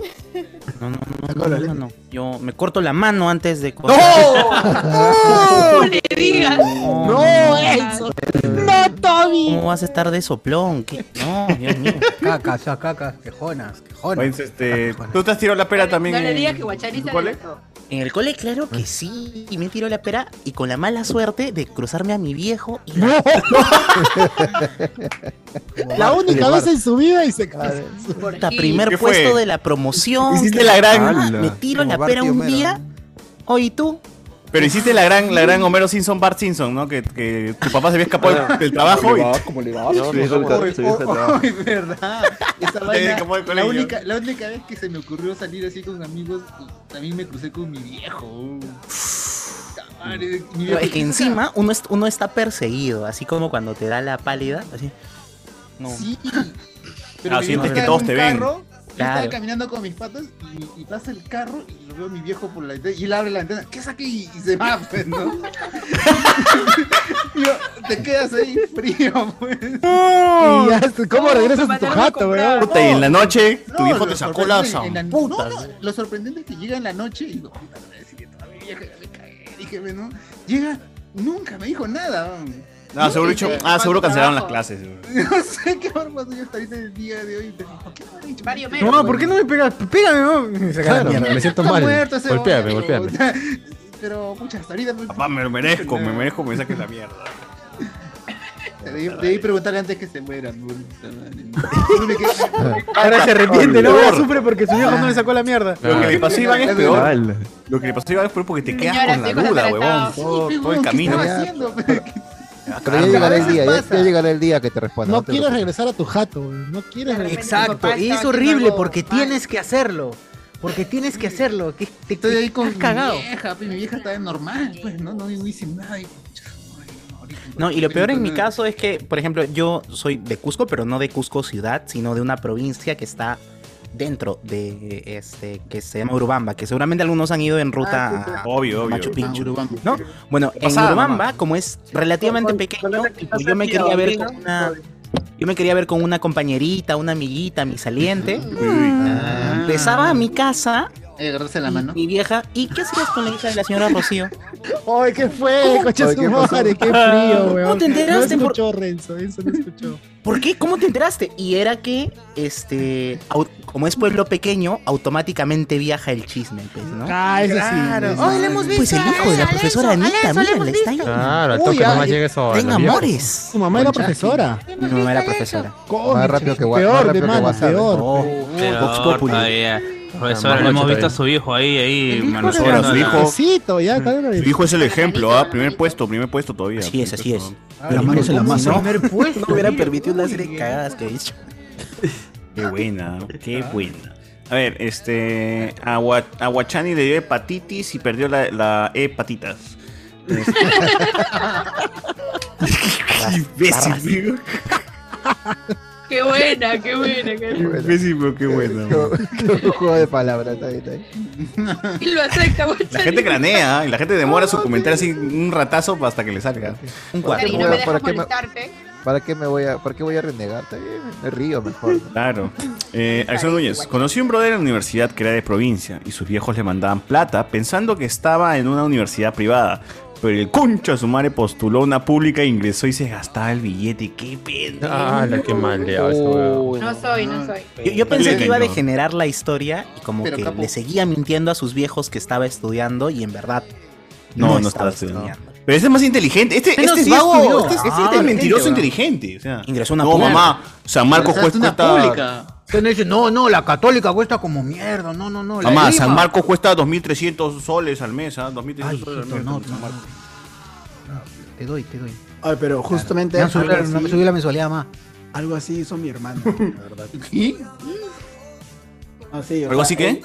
No, no, no, no, no, no. Yo me corto la mano antes de. ¡No!
¡Oh!
¡No le digas!
¡No,
Enzo!
¡No, Toby! ¿Cómo vas a estar de soplón? ¿Qué? No, Dios mío.
Cacas, ah, cacas, quejonas, quejonas.
Enzo, este, ¿Tú te has tirado la pera también?
No le
en-
digas que Guachani se adelantó.
En el cole, claro que sí. Y me tiró la pera y con la mala suerte de cruzarme a mi viejo. Y la...
La única vez en su vida y se
Puta, primer
¿Qué fue?
puesto de la promoción.
Hiciste
que-
la gran-
Ah, Me tiro
Como
la
Bart
pera
y
un
Homero,
día. Oye, tú.
Pero hiciste la gran, la gran Homero Simpson, Bart Simpson, ¿no? Que, que tu papá se había escapado del- del trabajo y...
¿Cómo le
No, no, no,
Uy,
no, no, no, no.
uy, verdad. Esa vaina,
escapó del
la,
colegio.
única, la única vez que se me ocurrió salir así con amigos, también me crucé con mi viejo. Puta madre, mi
Pero
viejo-
es que encima uno, es- uno está perseguido, así como cuando te da la pálida. Así. No.
Sí.
Ah,
mi
sientes
viejo
que
estaba en
todos
un
te ven.
carro, Yo
Claro.
estaba caminando con mis patas y, y pasa el carro y lo veo a mi viejo por la ventana y él abre la ventana, ¿qué saque? Y, y se va, pues, ¿no? Y yo, te quedas ahí frío, pues.
Y ya, ¿Cómo regresas a tu jato, weón?
Puta, y en la noche tu
No,
hijo
lo
te sacó la
sorprendente en la- no,
zamputa.
no, lo sorprendente es que llega en la noche y digo, puta, le voy a decir que toda mi vieja ya me cagué, dije, "Ve, ¿no? Llega, nunca me dijo nada. weón.
No, seguro, dicho- ah, seguro cancelaron las clases. seguro.
No sé qué horror pasó yo hasta ahorita en el día de hoy. pero, ¿Por qué no habré dicho?
Mario Mero.
No, ¿por qué no me pegas? Pégame, no. Y se acaba la
Claro,
mierda.
me siento
Está
mal.
muerto ese
Golpéame,
hombre.
golpéame.
Pero, muchas hasta ahorita. pues,
Papá, me lo merezco, me merezco que me saques la mierda.
Debí, debí preguntarle antes que se muera. puta madre. Yo me quedé-
Ahora se arrepiente, ¿no? Ahora
Peor.
sufre porque su viejo no le sacó la mierda.
Lo que le pasó a Iván es
Es
peor.
verdad.
Lo que le pasó a Iván es peor porque te quedas
Señora,
con la
estoy
duda,
concentrado.
huevón.
Sí,
Todo,
pero
todo el
¿qué
camino.
estaba
haciendo?
Ah,
Pero ya llegará el día, ya, ya llegará el día que te responda.
No
te
quieres
preocupes.
regresar a tu jato, no quieres regresar.
Exacto, y es horrible porque tienes que hacerlo. Porque tienes que hacerlo. Que te,
Estoy ahí con
estás
mi
cagado.
vieja, pues mi vieja está normal, pues no, no, no hice nada. y-
No, y lo peor en mi caso es que, por ejemplo, yo soy de Cusco, pero no de Cusco ciudad, sino de una provincia que está dentro de este que se llama Urubamba, que seguramente algunos han ido en
Ah, sí,
ruta
sí. Obvio,
a
obvio.
Machu
Ah,
Picchu, ¿no? Bueno, en
Pasada
Urubamba,
nomás.
como es relativamente pequeño, pues yo me quería ver con una yo me quería ver con una compañerita, una amiguita, mi saliente. Ah, Empezaba a mi casa.
agarrarse la mano.
Mi vieja, ¿y qué hacías con la hija de la señora Rocío?
Ay, ¿qué fue? Coche
Ay,
su
¿qué pasó?
madre, qué frío, weón.
¿No te enteraste?
No
por-
escuchó, Renzo, eso no escuchó.
¿Por qué? ¿Cómo te enteraste? Y era que, este, au- como es pueblo pequeño, automáticamente viaja el chisme, pues, ¿no?
Ah, eso sí,
Claro.
eso sí.
Ay, le hemos Pues el hijo de la profesora Anita, mira, le está ahí.
Claro, al
Uy,
toque
ah,
nomás llega eso.
Tenga amores.
Su mamá era profesora.
Mi mamá era profesora.
Oh,
Más rápido que
Wha- más
Peor, de
rápido que
mano,
WhatsApp.
peor.
Vox Populi. Profesor,
Más
le hemos
noche
visto a su hijo ahí, ahí, mano.
Ahora, su hijo,
Besito, ya, claro,
su hijo es el ejemplo, ¿ah? Primer puesto, primer puesto todavía.
Así es, así es.
La mano se la
Si
masa.
no, no hubiera permitido una serie de cagadas que he hecho.
Qué buena, qué buena. A ver, este. A, Gua- a Guachani le dio hepatitis y perdió la, la hepatitas. Este- qué imbécil, digo.
Qué buena, qué buena, qué
Qué
buena.
imbécil, pero qué buena.
Un juego de palabras, está bien, está bien.
Y lo acepta, güey.
La gente cranea ¿eh? y la gente demora su comentario así un ratazo hasta que le salga. Un
cuarto.
Y no me dejas
¿Para qué me-
molestarte.
¿Para qué me voy a, para qué voy a renegar? Está bien, me río mejor.
Claro. Eh, Axel Núñez, conocí un brother en la universidad que era de provincia y sus viejos le mandaban plata pensando que estaba en una universidad privada. Pero el concha de su madre postuló una pública, ingresó y se gastaba el billete. ¡Qué pendejo!
Ah, la que maleado ese huevón.
No soy, no soy.
Oh, Yo, yo pensé
Le
que iba a
engañó.
degenerar la historia y como
Pero
que
capo.
le seguía mintiendo a sus viejos que estaba estudiando y en verdad
No, no, estaba estudiando. Pero este es más inteligente. Este,
Pero
este
sí
es vago.
estudió.
Este, es- este
Ah,
es
inteligente,
mentiroso
weón.
inteligente. O sea,
ingresó a una
no,
pública.
mamá. San Marcos
Ingresaste
Juez
a una
cuesta.
pública.
Entonces dice, no, no, la católica cuesta como mierda, no, no, no. la
Mamá,
de
San
Lima.
Marcos cuesta 2.300 soles al mes. ¿ah? 2.300 soles al mes. San Marcos.
Te doy, te doy.
Ay, pero justamente.
Me han subido,
algo
me
así-
han subido la mensualidad más.
Algo así hizo mi hermano, la verdad. Ah, ¿Y?
¿Algo así qué?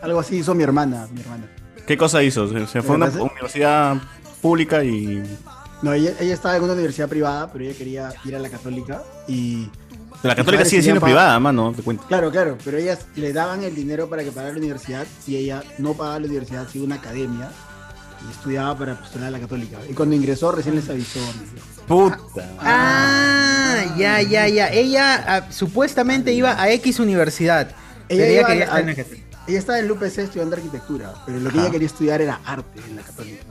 Algo así hizo mi hermana, mi hermana.
¿Qué cosa hizo? Se, se fue a una
Eh,
Me parece-
universidad pública y.
No, ella, ella estaba en una universidad privada, pero ella quería ir a la católica y...
La
y
católica
padres
sigue siendo
querían pagar-
privada, mano, te cuento.
Claro, claro, pero ellas le daban el dinero para que pagara la universidad y ella no pagaba la universidad, sino una academia y estudiaba para postular a la católica. Y cuando ingresó recién les avisó.
Puta.
Ah, ya, ya, ya. Ella ah, supuestamente iba a X universidad. pero Ella,
iba
quería
a-
estar en
a-
Ejército.
ella estaba en el UPC estudiando arquitectura, pero lo que
Ajá.
ella quería estudiar era arte en la católica.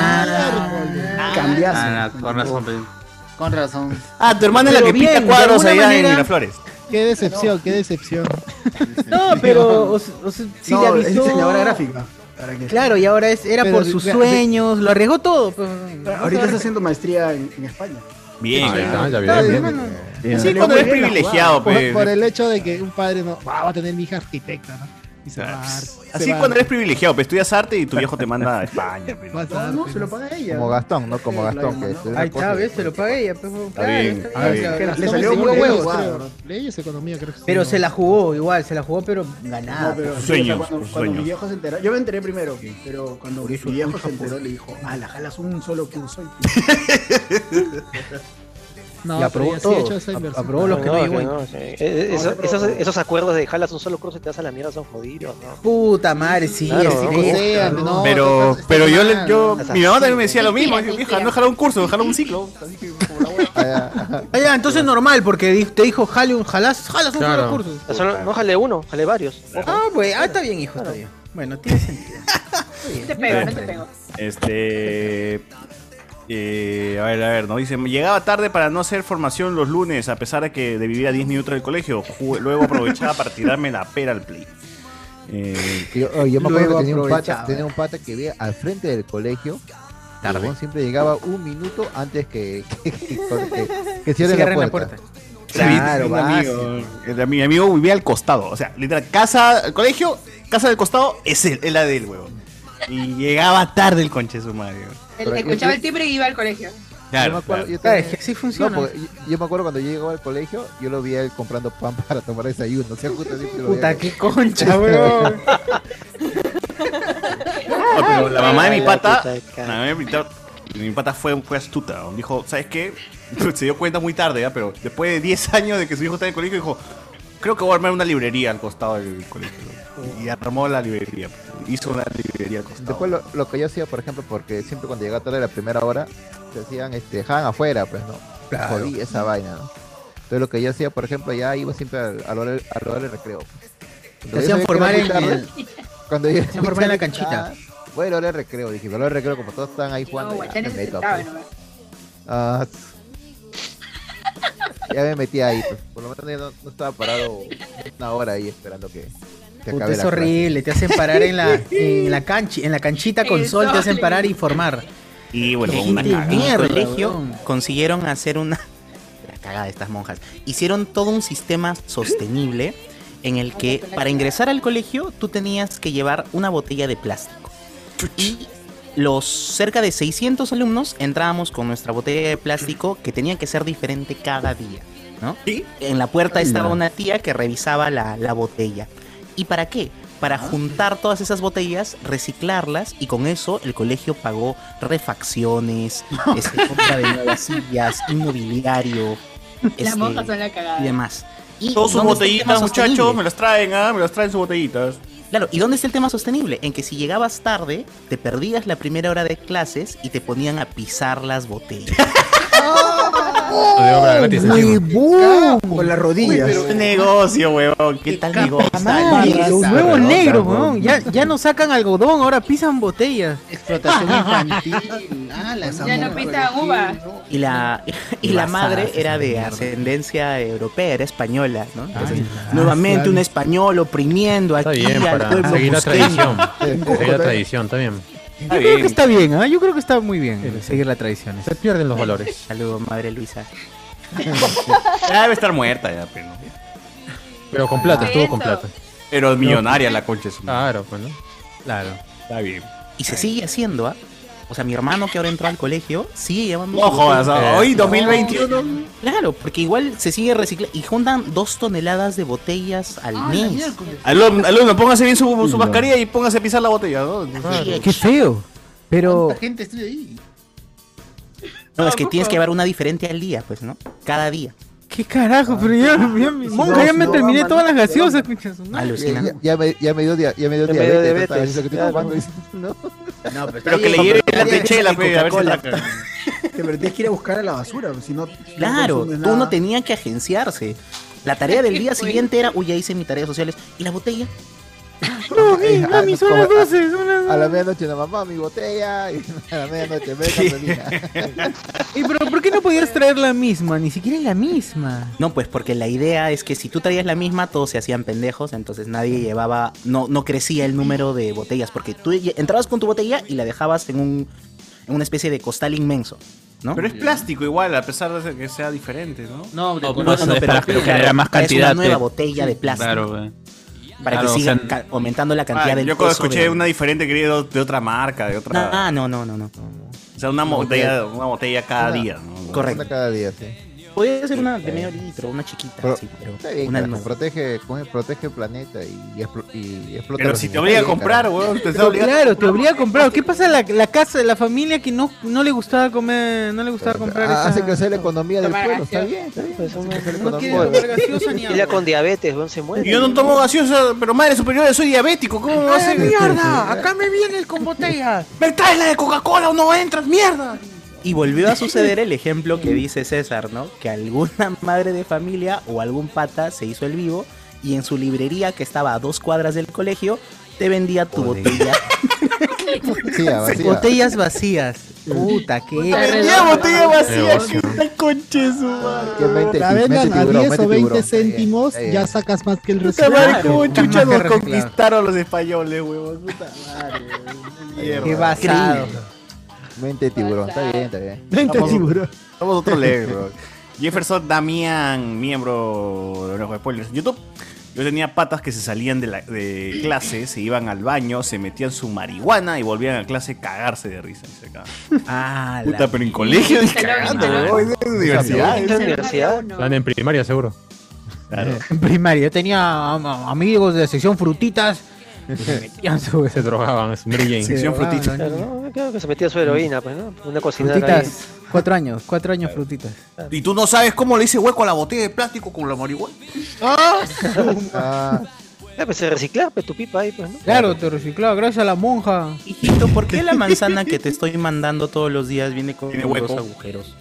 ¡Ah,
Cambiazo.
Ah, no, con razón, pe.
Con razón.
Ah, tu hermana es la
Pero
que pinta
bien, de
cuadros
alguna
allá
manera-
en Miraflores.
Qué decepción, qué decepción.
No, pero o s- o s- sí
No,
le
es
avisó.
diseñadora gráfica. ¿Para qué?
Claro, y ahora es, era
Pero
por sus
ve- ve-
sueños, lo arriesgó todo. pues.
Ahorita está haciendo maestría en, en España.
Bien,
Ahí está,
ya.
ya
Está
bien.
bien,
bien.
Así es cuando
Le
eres
fue bien la
privilegiado,
jugada.
pe.
por, por el hecho de que un padre no va a tener mi hija arquitecta, ¿no? Y se va a dar-
Así
se va
cuando
a dar-
eres privilegiado, pe, estudias arte y tu viejo te manda a España. pe.
va a dar-
No, se lo paga ella.
Como Gastón, ¿no? Como Gastón. Que estudia
Ahí
cosas.
está, ¿ves? Se lo pagué ella. pues, claro,
bien,
está
está bien.
bien, o
Que
sea, le
Le
tomó
salió
cinco
muy bien,
huevos,
igual,
creo.
¿verdad?
Leyes, economía, creo que
Pero
sí,
se
¿no?
la jugó igual, se la jugó, pero ganada.
No, pero sí, o
pues.
sea, cuando,
sueños, sus
cuando mi
sueños.
viejo se enteró, yo me enteré primero, pero cuando mi viejo se enteró le dijo, ah, la jalas un solo curso.
No,
Y
pero
aprobó
ya sí
todo.
he hecho esa inversión.
aprobó los que no llegó.
Eh, eh, esos, esos, esos acuerdos de jalas un solo curso y te das a la mierda son jodidos, ¿no?
Puta madre, sí.
Claro,
sí,
¿no?
sí,
Pero-
sí, no,
Pero,
está- está
pero yo, le-
mal,
yo,
¿no?
mi mamá también me decía lo
Mentira,
mismo. Yo,
mentira.
Vieja, no jala un curso, jala un ciclo. Así que, como la hueá.
Ah, ya, entonces normal, porque di- te dijo jale un jalás, jalas un
Claro.
solo curso.
O sea, no- no jale uno, jale varios.
Ah, pues, ah, está bien, hijo, está bien. Bueno, tiene sentido.
Te pego, no te pego.
Este. eh, a ver, a ver, ¿no? Dice, llegaba tarde para no hacer formación los lunes, a pesar de que de vivir a 10 minutos del colegio. Ju- Luego aprovechaba para tirarme la pera al play. Eh,
Yo, oh, yo me acuerdo
Luego
que tenía un, pata,
aprovechaba.
tenía un pata que veía al frente del colegio. y el huevón siempre llegaba un minuto antes que, que, que- que- que cierren
Cierren
la
la
puerta.
Claro, mi amigo, el- mi amigo vivía al costado. O sea, literal, casa, colegio, casa del costado es, él, es la del huevo. Y llegaba tarde el conche de su madre.
Él escuchaba el timbre y iba al colegio.
yo me acuerdo, yo
Claro,
tenía-
es que así funciona.
No, porque yo, yo me acuerdo cuando yo llegaba al colegio, yo lo vi a él comprando pan para tomar desayuno. O sea, justo siempre lo
Puta,
veía.
qué concha, weón.
Ah,
No, pero Ah, la mamá de mi
Ay,
pata,
la puta
la mamá de mi ta- de mi pata fue, fue astuta. ¿no? Dijo, ¿sabes qué? Se dio cuenta muy tarde, ¿ya? pero después de 10 años de que su hijo está en el colegio, dijo, creo que voy a armar una librería al costado del colegio. Y armó la librería. Hizo una librería al costado.
Después lo, lo que yo hacía, por ejemplo, porque siempre cuando llegaba tarde la primera hora, te hacían, este, dejaban afuera, pues no.
Claro.
Jodí esa vaina, ¿no? Entonces lo que yo hacía, por ejemplo, ya iba siempre al, al hora, al hora del recreo. pues.
Te
Cuando yo
hacían
sabía que
formar
era
en
muy
el-
Cuando yo
te hacían formar en la canchita.
Voy al hora del recreo, dije, al hora del recreo, como todos están ahí jugando.
No,
ya,
Guachani
me
se
meto,
sentaba
pues.
nomás.
Ah, ya me metí ahí, pues. Por lo menos no, no estaba parado una hora ahí esperando que, que
Puta,
acabe
es
la clase.
horrible, te hacen parar en la, en la cancha, en la canchita con
El
sol, te hacen
sol.
parar y formar.
Y bueno,
Qué
con una
gente
cagada. en el
mierda,
colegio
weón.
consiguieron hacer una la cagada de estas monjas. Hicieron todo un sistema sostenible en el que para ingresar al colegio tú tenías que llevar una botella de plástico. Y los cerca de 600 alumnos entrábamos con nuestra botella de plástico que tenía que ser diferente cada día, ¿no? En la puerta estaba
Anda.
una tía que revisaba la, la botella. ¿Y para qué? Para juntar todas esas botellas, reciclarlas y con eso el colegio pagó refacciones, este, compra de nuevas sillas, inmobiliario.
Las
este,
monjas son la cagada.
y demás. Y
Todos sus
¿dónde está el tema
botellitas, muchachos,
sostenible?
me las traen, ¿ah? Me las traen sus botellitas.
Claro, ¿y dónde está el tema sostenible? En que si llegabas tarde, te perdías la primera hora de clases y te ponían a pisar las botellas.
¡Oh,
¡Huevón! Con las rodillas.
¡Qué negocio, huevón! ¿Qué tal negocio?
Madre,
Barras,
los huevos
barras,
negros,
barras,
weón. Ya, ya no sacan algodón, ahora pisan botellas.
Explotación infantil. Ah, la
Ya
mierda.
no pisan uva.
Y la, y la
Basadas
madre
esa
era de
mierda.
ascendencia europea, era española, ¿no? Entonces, nuevamente un español oprimiendo aquí
bien,
al
para
pueblo
seguir la
cusqueño.
tradición. Seguir la tradición, está bien.
Está
Yo creo que
bien.
está bien, ¿ah? Yo creo que está muy bien seguir la tradición. Se
pierden los valores.
Saludos, madre Luisa.
Ya debe estar muerta ya, pero.
Pero con plata, estuvo con plata.
Pero millonaria la concha.
Ah,
Claro,
pues, ¿no?
Claro.
Está bien.
Y se sigue haciendo, ¿ah? O sea, mi hermano que ahora entró al colegio sigue llevando.
No jodas, ah, hoy
2021. Eh, Claro, porque igual se sigue reciclando. Y juntan dos toneladas de botellas al mes.
Alumno, alumno, póngase bien su, su mascarilla y póngase a pisar la botella, ¿no?
Ah, Qué feo. Pero.
gente estoy ahí?
No, es que tienes que llevar una diferente al día, pues, ¿no? Cada día.
¿Qué carajo? Pero ya, ya, monja, ya me terminé todas las gaseosas, pinche su madre.
Alucina.
Ya, ya me, ya me dio dia- ya me dio
Ya me dio
diabetes,
diabetes,
estaba diciendo que estoy
claro.
tomando, dice.
No, pero,
Pero que le lleve la techela, pe, a ver si
Coca-Cola.
saca.
Pero tienes que ir a buscar a la basura, si no. si no
Claro,
consumes
tú no
nada.
tenías que agenciarse. La tarea del día
Qué bueno.
siguiente era, uy, ya hice mis tareas sociales. ¿Y la botella?
No, mi,
Ah,
mami,
no,
son
como
las
a-
12. son las
A la
12.
medianoche, la mamá, mi botella. Y a la medianoche, ve, Carmelina.
¿Y pero por qué no podías traer la misma? Ni siquiera es la misma.
No, pues porque la idea es que si tú traías la misma, todos se hacían pendejos, entonces nadie llevaba, no, no crecía el número de botellas, porque tú lle- entrabas con tu botella y la dejabas en un en una especie de costal inmenso, ¿no?
Pero es plástico igual, a pesar de que sea diferente, ¿no?
No,
de
No, bueno,
eso es
pero-
para que
pero
genera más
traes
cantidad,
Una nueva
pe.
botella de plástico.
Claro, güey.
Para
Claro, o
que sigan
sea,
ca- aumentando la cantidad
Ah,
del
yo cuando
peso
escuché
de-
una diferente quería de, de otra marca, de otra.
Ah, no, no, no, no.
O sea, una
Una
botella,
botella.
una botella cada
Una-
día, ¿no?
Correcto.
Una cada día, sí.
Podría ser una de medio litro, una chiquita,
Pero-
sí, pero
Está bien,
una
carajo,
nueva.
protege, come- protege el planeta y, y explo- y explota.
Pero
los
si
animales.
te
Está
obliga a
bien,
comprar,
carajo.
weón, te está
Pero
obligando.
claro, te obliga a comprar. ¿Qué pasa en la, la casa de la familia que no, no le gustaba comer, no le gustaba comprar
Ah,
esa...
Hace crecer la economía del
Tomar
pueblo, está
gaseosa.
bien, está bien.
Pues,
hace crecer la
no quiere
economía.
tomar gaseosa ni
Y la con diabetes, weón, se muere.
Yo no tomo gaseosa, pero madre superior, soy diabético, ¿cómo va a
Ah,
ser?
¡Acá me vienes con botellas!
¡Me traes la de Coca-Cola o no entras, mierda!
Y volvió a suceder el ejemplo que dice César, ¿no? Que alguna madre de familia o algún pata se hizo el vivo y en su librería que estaba a dos cuadras del colegio te vendía tu botella.
Vacía, vacía.
Botellas vacías. Puta, qué.
Vendía botella vacía,
Negocio.
que conche su madre.
Que vente-
La
mete
vendan a
tiburón,
10
mete
o 20
tiburón.
céntimos,
Está bien,
ya
está
sacas más que el
Puta madre,
restante.
cómo chucha nos
Claro.
conquistaron los españoles, huevón. Puta madre, mierda.
Qué
basado.
Mente de tiburón, está bien, está bien.
Mente de
tiburón.
Somos otro level, bro. Jefferson Damián, miembro de Orejo de Spoilers en YouTube. Yo tenía patas que se salían de, la- de clase, se iban al baño, se metían su marihuana y volvían a clase a cagarse de risa. dice acá.
Ah,
Puta, pero en colegio ni cagando, weón. Es universidad. es universidad.
Están en primaria, seguro.
En primaria, yo tenía am- am- amigos de la sección frutitas.
se drogaban, es Mary Jane.
Sección frutita.
Claro, no, claro que se metía su heroína, pues, ¿no? Una cocinera ahí.
Frutitas, cuatro años, cuatro años frutitas.
¿Y tú no sabes cómo le hice hueco a la botella de plástico con la marihuana?
Ah, pues se recicla, pues tu pipa ahí, pues, ¿no?
Claro, te reciclaba, gracias a la monja.
Hijito, ¿por qué la manzana que te estoy mandando todos los días viene con
Tiene
dos
hueco.
agujeros?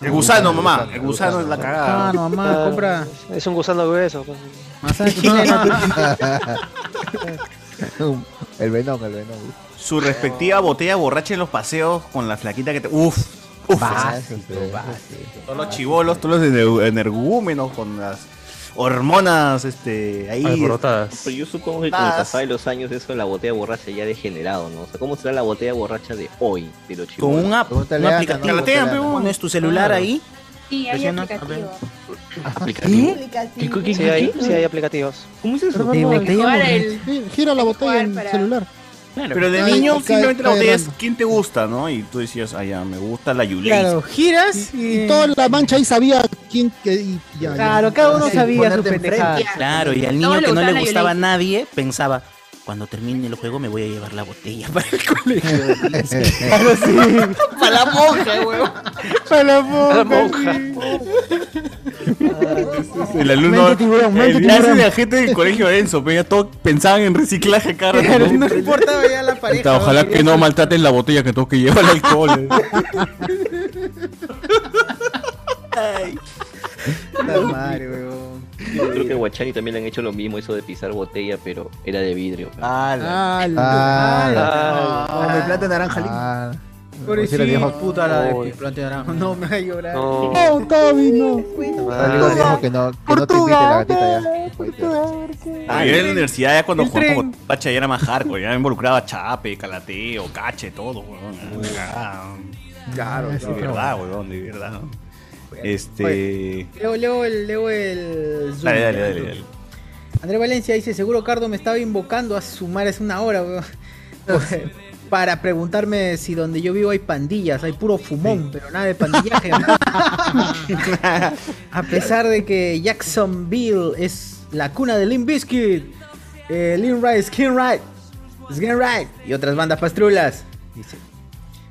El gusano, mamá. El gusano es la
Ah,
cagada.
Gusano, mamá,
Claro,
compra.
Ah, Es un gusano grueso. Pues.
Manzana chilena.
el venón, el venón.
Su respectiva botella borracha en los paseos con la flaquita que te. Uf. Uf. Todos los chivolos, todos los ener- energúmenos con las hormonas este, ahí.
Pero yo supongo que con el pasar de los años eso en la botella borracha ya ha degenerado, ¿no? O sea, ¿cómo será la botella borracha de hoy? De los
Con un app, un
Pregúntale a Ana,
aplicativo.
pregúntale a Ana.
Pones tu celular
Claro.
ahí.
Sí, hay
Presiona-
aplicativo.
¿Aplicativo?
Sí hay, sí hay aplicativos.
¿Cómo es eso?
Perdón, no,
caía
gira-
el-
Gira la botella en
para-
el celular.
Pero de
Cae-
niño
cae-
simplemente la
cae
botella es
random.
quién te gusta, ¿no? Y tú decías, ah, ya, me gusta la Yulei.
Claro, giras y.
Y toda la mancha ahí sabía quién. Que, y ya,
Claro,
ya.
cada uno
Sí,
sabía su
ponerte enfrente.
pendejada.
Claro, y al
Todos
niño
le
que no
gustaban
le
a
gustaba a
Yolanda.
nadie pensaba, cuando termine el juego me voy a llevar la botella para el colegio.
Claro, sí.
para la monja, huevón.
Para la monja.
la monja.
El alumno.
Mente tiburón, mente
el clase
tiburón.
de agente del colegio Enzo, pero ya todos pensaban en reciclaje cada rato,
Claro,
¿no?
no importaba ya la pareja.
Puta, Ojalá que no maltraten la botella que tengo que llevar alcohol. eh.
La madre, weón.
Yo creo que a Guachani también le han hecho lo mismo, eso de pisar botella, pero era de vidrio.
Ah,
Ah,
Ah,
Ah, mi plata naranja
Ah,
Pobrecito,
viejo.
puta la de
Uy.
planta naranja. No me va a llorar.
No.
No, Toby, no.
Algo viejo que no, que no te invite la gatita ya.
Ah, yo en la universidad ya cuando
El
jugaba
tren.
con Pacha ya era más hardcore, ya involucraba chape, calateo, cache, todo, weón. Ah, Pues,
Claro,
de
claro.
verdad, weón, de verdad. Este.
Leo, leo el, leo el Zoom.
Dale, dale, dale, dale.
André Valencia dice, seguro Cardo me estaba invocando a sumar hace una hora, weón. Pues, Para preguntarme si donde yo vivo hay pandillas, hay puro fumón, pero nada de pandillaje. a pesar de que Jacksonville es la cuna de Limp Bizkit, eh, Limp Right, Skin Right, Skin Right y otras bandas pastrulas. Dice.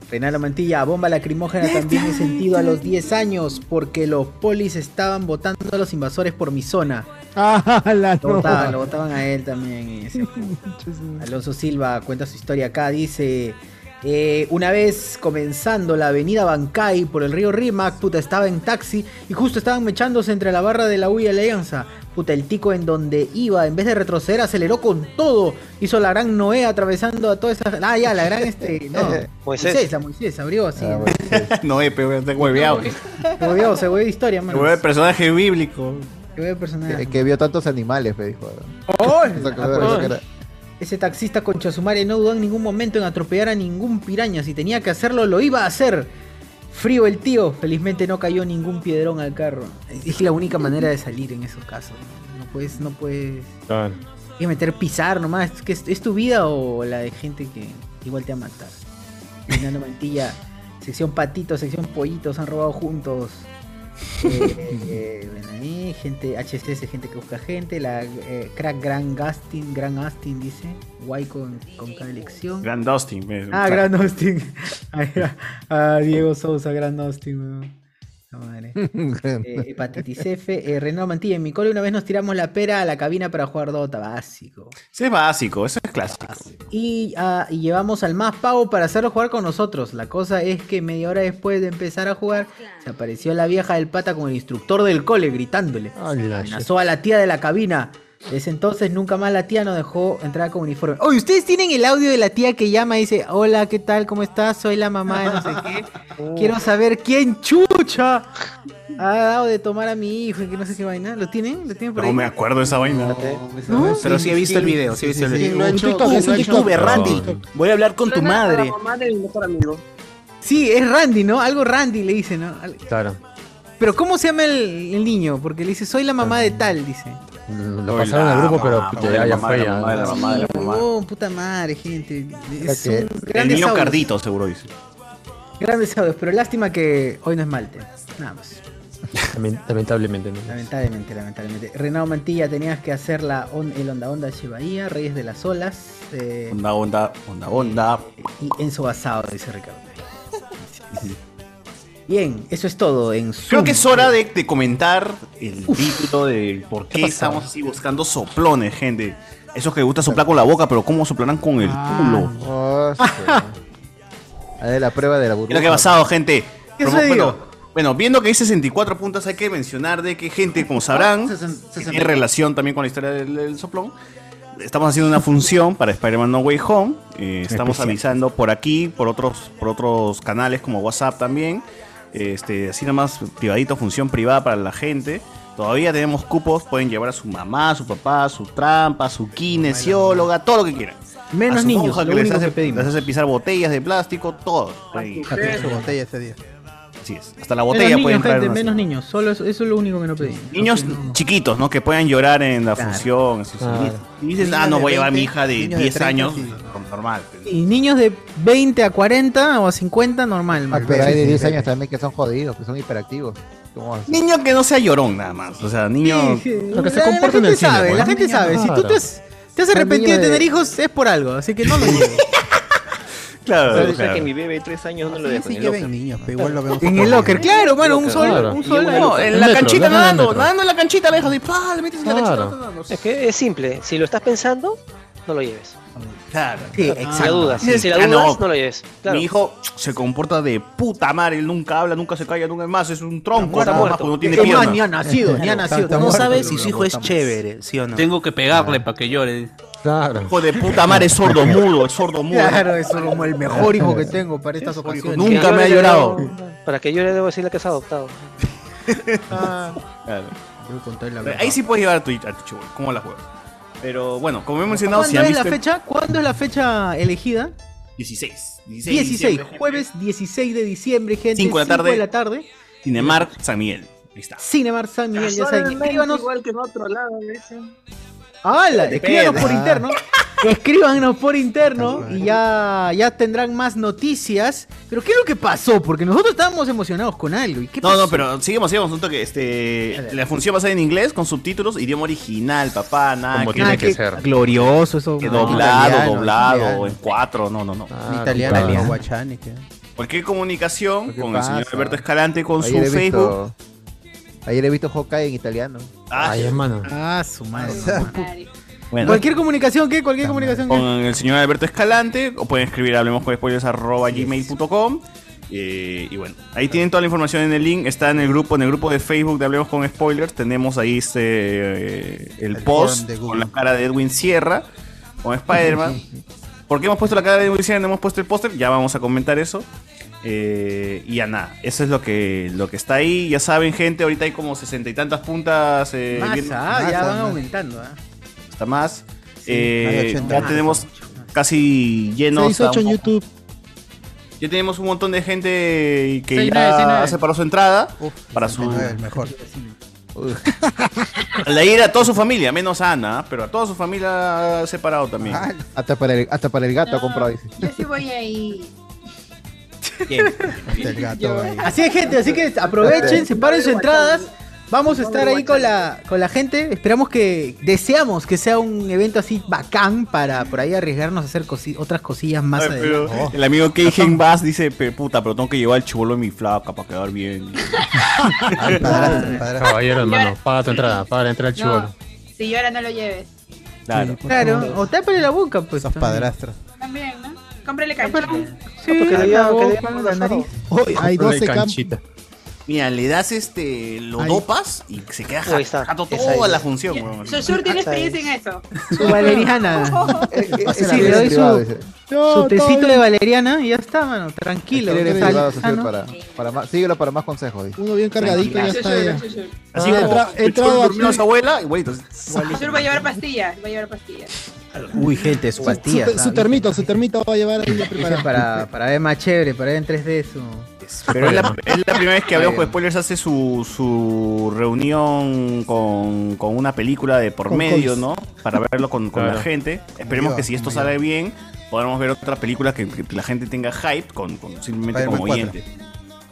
Reinaldo Mantilla, bomba lacrimógena también he sentido a los 10 años porque los polis estaban votando a los invasores por mi zona.
Ah, la
Lo
no.
votaban, lo votaban a él también. y se fue. Alonso Silva cuenta su historia acá, dice... eh, una vez comenzando la avenida Bancay por el río Rimac, puta, estaba en taxi y justo estaban mechándose entre la barra de la U y Alianza. Puta, el tico en donde iba, en vez de retroceder, aceleró con todo. Hizo la gran Noé atravesando a todas esas... Ah, ya, la gran este... No,
Moisés.
la Moisés, abrió así.
no, eh, pero está hueveado.
Se huevió, se huevió de historia,
Se
mano.
hueve personaje bíblico.
Se huevió de personaje.
Que, Eh, que vio tantos animales, me dijo.
¡Oh!
Eso que-
Ah,
eso que
pues,
era-
Ese taxista con Chasumare no dudó en ningún momento en atropellar a ningún piraña. Si tenía que hacerlo, lo iba a hacer. Frío el tío. Felizmente no cayó ningún piedrón al carro. Es la única manera de salir en esos casos. No puedes, no puedes.
Claro.
Tienes que meter pisar nomás. Es, que es, es tu vida o la de gente que igual te va a matar. Fernando Mantilla, sección patitos, sección pollitos, han robado juntos. Eh, eh, ven ahí, gente HCS, gente que busca gente. La eh, crack Gran Gastin, Gran Astin dice. Guay con, con cada elección.
Grand Dustin. eh,
Ah,
claro.
Grand Austin. ah, Diego Sousa, Grand Austin, weón. La madre. Eh, hepatitis F. Eh, Renato Mantilla, en mi cole una vez nos tiramos la pera a la cabina para jugar Dota, Ah, básico.
Ese es básico, ese es clásico.
Y, ah, y llevamos al más pavo para hacerlo jugar con nosotros. La cosa es que media hora después de empezar a jugar, se apareció la vieja del pata con el instructor del cole gritándole. Amenazó a la tía de la cabina. Desde entonces nunca más la tía nos dejó entrar con uniforme. Oye, ustedes tienen el audio de la tía que llama y dice, hola, ¿qué tal? ¿Cómo estás? Soy la mamá de no sé qué. Quiero saber quién chucha ha dado de tomar a mi hijo y que no sé qué vaina. ¿Lo tienen? ¿Lo tienen por ahí?
No me acuerdo de esa vaina.
¿No?
Pero sí he visto el video, sí he visto el video.
Un TikTok, es un
youtuber,
TikTok.
Randy. Voy a hablar con tu
Suena a
madre.
La mamá de mi mejor amigo.
Sí, es Randy, ¿no? Algo Randy le dice, ¿no? Al-
Claro.
Pero ¿cómo se llama el, el niño? Porque le dice, soy la mamá de tal, dice.
Lo pasaron al grupo, pero pucha, ya, ya fue. ya.
Oh, puta madre, gente. Es
que-
un gran
El niño
desahogo.
cardito, seguro dice.
Grandes sábados, pero lástima que hoy no es Malte. Nada más.
Lament- Lamentablemente, ¿no?
Lamentablemente, lamentablemente. Renado Mantilla, tenías que hacer la on- el Onda Onda Chevaía, Reyes de las Olas. eh,
Onda, onda, onda, onda.
y Enzo Basado, dice Ricardo. Bien, eso es todo. En
Creo que es hora de, de comentar el título de por qué estamos así buscando soplones, gente. Esos que les gusta soplar con la boca, pero ¿cómo soplarán con el culo?
Ahí es la prueba de la burbuja.
Mira qué basado, gente.
¿Qué
Promo-
se dio?
bueno, bueno, viendo que hay 64 puntas, hay que mencionar de que, gente, como sabrán,
Ah,
que tiene relación también con la historia del, del soplón. Estamos haciendo una función para Spider-Man No Way Home. Eh, estamos
Especial.
avisando por aquí, por otros, por otros canales como WhatsApp también. Este, así nomás privadito, función privada para la gente. Todavía tenemos cupos, pueden llevar a su mamá, su papá, su trampa, su kinesióloga, todo lo que quieran.
Menos
A su
niños,
monja
lo
que les
único
hace,
que pedimos.
les hace pisar botellas de plástico, todo. Ahí.
Jaque, su
botella ese día.
Así es. Hasta la
Menos
botella
niños,
pueden traer
gente,
una-
menos niños. Solo eso, eso es lo único que no pedí.
Niños chiquitos, ¿no? Que puedan llorar en la función. así,
Claro.
Y dices, ah,
Niños
no
de
voy a llevar a mi
20,
hija de
niños de
10
30,
años.
sí.
Normal.
Y niños de 20 a 40 o a 50, normal. man.
Ah, Pero hay de
Sí,
10
sí,
años también que son jodidos, que son hiperactivos. ¿Cómo vas a hacer?
Niño que no sea llorón nada más. O sea, niño.
sí. La- la gente sabe,
pues,
La gente sabe. Si tú te has, te has
Son
arrepentido de
niños de-
tener hijos, es por algo. Así que no lo niegues.
Claro,
Solo sé
claro.
que mi bebé de 3 años no lo dejo en el locker.
pues,
En el locker, claro, bueno, un
Claro.
solo. Un solo.
No, en la
canchita nadando, nadando
en la canchita, le dejas de
¡Ah,
pa, le metes
en la canchita nadando. Es que es simple, si lo estás pensando, no lo lleves.
Claro.
Sí, Si la dudas, si, la
Ah,
dudas, no.
no.
lo lleves. Claro.
Mi hijo se comporta de puta madre, él nunca habla, nunca se calla, nunca es más, es un tronco,
Está
nada
muerto.
más, porque no tiene
Es más,
pierna.
ni ha nacido, ni ha nacido.
Está
No
muerto,
sabes
pero
si su
lo
hijo es
botamos.
chévere, ¿sí o no?
Tengo que pegarle para que llore.
Claro.
Hijo de puta madre, es sordo mudo, es sordo mudo.
Claro, eso es como el mejor hijo que tengo para estas ocasiones.
Que yo
Nunca me
le
ha llorado.
debo- Para que yo le debo decirle que es adoptado.
Claro.
verdad.
Ahí sí puedes llevar a tu, a tu chihuahua, ¿cómo la juegas? Pero bueno, como he mencionado,
¿Cuándo
si han
es la
visto el
fecha? ¿Cuándo es la fecha elegida?
16, 16,
16, jueves 16 de diciembre, gente.
Cinco de la
cinco
tarde.
tarde.
Cinemar San Miguel. Ahí está.
Cinemar San Miguel, ya saben.
Casualmente
Escríbanos.
Ah, Igual que en otro lado, ese.
¡Hala!
Depende.
Escríbanos por
Ah.
interno. Escríbanos por interno y ya, ya tendrán más noticias. Pero ¿qué es lo que pasó? Porque nosotros estábamos emocionados con algo. ¿Y qué
No,
pasó?
no, pero sigamos, sigamos. Un toque, este, la función va a ser en inglés con subtítulos, idioma original, papá, nada.
Como tiene que ser. Glorioso, eso.
Que
No,
doblado,
Ah, italiano,
doblado,
italiano.
en cuatro, no, no, no.
italiano, italiano. guachani. que-
Cualquier comunicación con el señor
pasa?
Alberto Escalante con
Ayer
su
he
Facebook.
visto- Ayer he visto Hawkeye en italiano.
Ay,
hermano.
Ah, su madre.
Bueno.
Cualquier comunicación, ¿qué? Cualquier comunicación,
con
¿qué?
el señor Alberto Escalante o pueden escribir hablemos con spoilers arroba gmail.com eh, y bueno ahí tienen toda la información en el link está en el grupo en el grupo de Facebook de hablemos con spoilers tenemos ahí este, eh, el,
forum
post
de Google.
con la cara de Edwin Sierra con Spider-Man ¿Por qué hemos puesto la cara de Edwin Sierra y no hemos puesto el póster? Ya vamos a comentar eso. Eh, y ya nada, eso es lo que, lo que está ahí. Ya saben, gente, ahorita hay como sesenta y tantas puntas. eh,
Masa,
viendo-
ah, ya van aumentando. ah.
hasta más.
más de
Eh,
80.
ya tenemos casi llenos.
6-8 en
tam-
YouTube.
Ya tenemos un montón de gente que
Seis,
ya
nueve, seis, nueve.
separó su entrada para su.
mejor.
La ira a toda su familia, menos a Ana, ¿ah? pero a toda su familia ha separado también.
Ah,
Hasta para el, hasta para el gato ha comprado, dice.
Yo sí voy ahí.
ah,
Así es, gente, así que aprovechen, separen sus entradas. Vamos a estar ahí con la, con la gente. Esperamos que, deseamos que sea un evento así bacán para por ahí arriesgarnos a hacer cosi- otras cosillas más
Ay, pero
adelante.
El amigo Keigen Bass dice, "Pe- puta, pero tengo que llevar el chivolo en mi flaca para quedar bien.
Caballero, hermano, paga tu entrada, paga la entrada al chivolo.
No, si llora no lo lleves.
Claro.
Oh. Claro, o tápale la boca, pues. Sos
padrastros.
También, ¿no? Cómprale canchita.
Sí,
porque le
la
digan- que le
boca,
digan
la nariz.
hay
12 cam-
Mira, le das este, lo
Ahí.
dopas y se queda
Ahí está.
jato
Esa
toda
es.
la función. weón.
Sosur tiene experiencia en eso.
Su valeriana.
ese
Eh, Sí, le
es
doy
privado,
su,
ese.
su
No,
tecito
todo
de
bien.
valeriana y ya está, mano. Tranquilo.
Quiere
sal-
privado, socio,
sano.
para, para más, síguelo para más consejos. dice.
Uno bien cargadito ya está. ya.
Así
Ah,
como
entra-
entra,
entrado
a su abuela, igualito.
Sosur va a llevar pastillas, va a llevar pastillas.
Uy, gente, su pastilla.
Su, su termito, su termito va a llevar ahí ya preparado.
Para, para ver más chévere, para ver en 3D su.
Pero es la, es la primera vez que Hablemos con Spoilers hace su, su reunión con, con una película de por
Con
medio,
Cois.
¿no? Para verlo con, con la
Claro.
gente. Esperemos
Dios,
que si esto
my
sale bien, podamos ver otra película que, que la gente tenga hype con, con simplemente
Spider-Man
como
4.
oyente.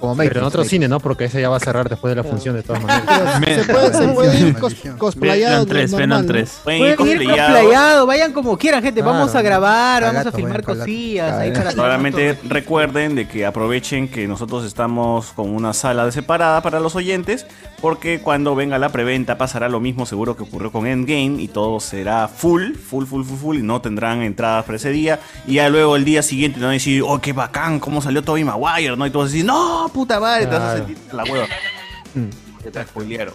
Como
Pero en
Matrix,
otro
Matrix.
cine, ¿no? Porque ese ya va a cerrar después de la función de todas maneras.
Se puede, se puede ir cos- cosplayado. normal, ¿no?
Pueden ir cosplayado, vayan como quieran, gente. vamos a grabar, vamos a filmar cosillas. Ahí para
Solamente recuerden de que aprovechen que nosotros estamos con una sala de separada para los oyentes, porque cuando venga la preventa pasará lo mismo seguro que ocurrió con Endgame y todo será full, full, full, full, full y no tendrán entradas para ese día. Y ya luego el día siguiente no van a decir, oh, qué bacán, cómo salió Tobey Maguire, ¿no? Y todos decir, no, puta madre, te vas a
Claro.
sentir la hueva. Que te spoilearon.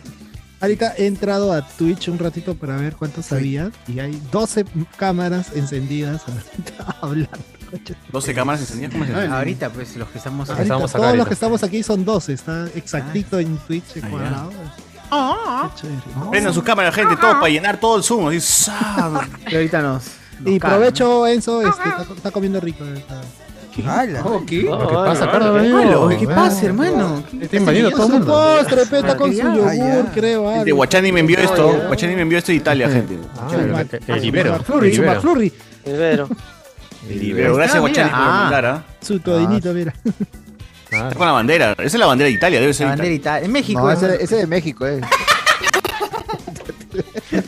Ahorita he entrado a Twitch un ratito para ver cuántos había y hay 12 cámaras encendidas ahorita hablando.
12 cámaras encendidas, ¿cómo se llama?
Ahorita, pues, los que estamos
Ahorita, todos los que estamos aquí son 12, está exactito en Twitch cuadrado.
Ah.
Qué chévere.
Prendan sus cámaras, gente, todos para llenar todo el zoom. así, ¡sa!
Y ahorita nos.
Y provecho, Enzo, este, está, está comiendo rico. está-
Ah, Oh,
Lo que pasa,
Claro,
Carlos,
claro.
amigo.
¿Qué pasa, hermano?
Este
Está invadiendo todo el
Su
mundo.
postre, pe, está con su
Ah,
yogur,
ya.
creo.
Gente,
algo.
Guachani me envió esto.
Oye,
Guachani me envió esto de Italia, gente. Ah,
el Ah, Ibero, McFlurry, el su Ibero. McFlurry.
Ibero.
Ibero. Gracias,
Ah,
Guachani,
mira.
por
Ah.
mandar, ¿ah?
Su todinito, mira.
Está con la bandera. Esa es la bandera de Italia, debe ser.
bandera
Italia.
Italia. En México.
No, ese, ese de México, eh.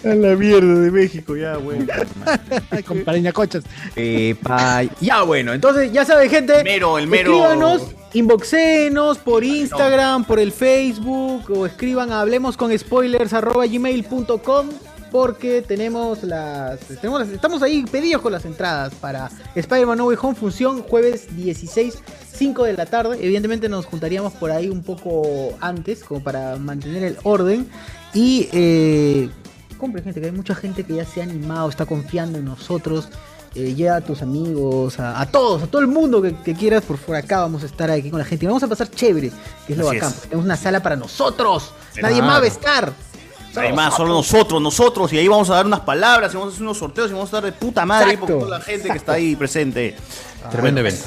A la mierda de México, ya, güey.
Con pareña cochas. Eh,
Epa, ya bueno, entonces ya saben, gente.
Mero, el mero.
Escríbanos, inboxenos por Instagram, por el Facebook, o escriban a hablemos con spoilers gmail.com porque tenemos las, tenemos las- Estamos ahí pedidos con las entradas para Spider-Man No Way Home Función, jueves 16, 5 de la tarde. Evidentemente nos juntaríamos por ahí un poco antes, como para mantener el orden. Y eh, compren, gente, que hay mucha gente que ya se ha animado, está confiando en nosotros. Eh, lleva a tus amigos, a, a todos, a todo el mundo que, que quieras, por fuera acá vamos a estar aquí con la gente. Y Vamos a pasar chévere, que es lo
Así
bacán.
es.
porque Tenemos una sala para nosotros.
Claro.
Nadie más va a estar.
Además, solo nosotros, nosotros. Y ahí vamos a dar unas palabras, y vamos a hacer unos sorteos, y vamos a estar de puta madre
Exacto,
por toda la gente que está ahí presente.
Tremendo
bueno,
evento.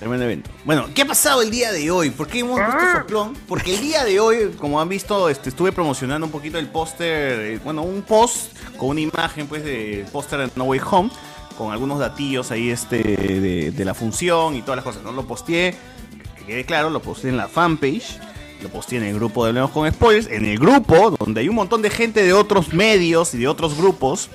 Tremendo evento. Bueno, ¿qué ha pasado el día de hoy? ¿Por qué hemos puesto soplón? Porque el día de hoy, como han visto, este, estuve promocionando un poquito el póster, eh, bueno, un post con una imagen, pues, de póster de No Way Home, con algunos datillos ahí, este, de, de la función y todas las cosas. No lo posteé, que quede claro, lo posteé en la fanpage, lo posteé en el grupo de Hablemos con Spoilers, en el grupo donde hay un montón de gente de otros medios y de otros grupos.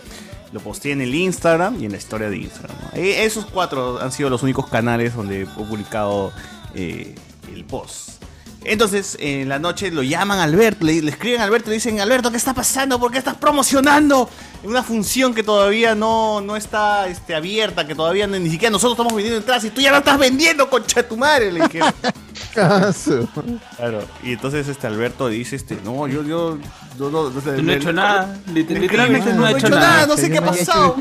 Lo posteé en el Instagram y en la historia de Instagram. ¿no? Eh, Esos cuatro han sido los únicos canales donde he publicado eh, el post. Entonces, en la noche lo llaman a Alberto, le, le escriben a Alberto, le dicen, Alberto, ¿qué está pasando? ¿Por qué estás promocionando una función que todavía no, no está este, abierta, que todavía no- ni siquiera nosotros estamos vendiendo entradas y tú ya la estás vendiendo, concha de tu madre? Le dijeron.
Ah,
Claro, y entonces este Alberto dice, este, no, yo, yo, yo no, no sé,
No he
le-
hecho nada. Lit-
Escribe,
Literalmente no he hecho
nada,
nada.
no sé qué ha pasado.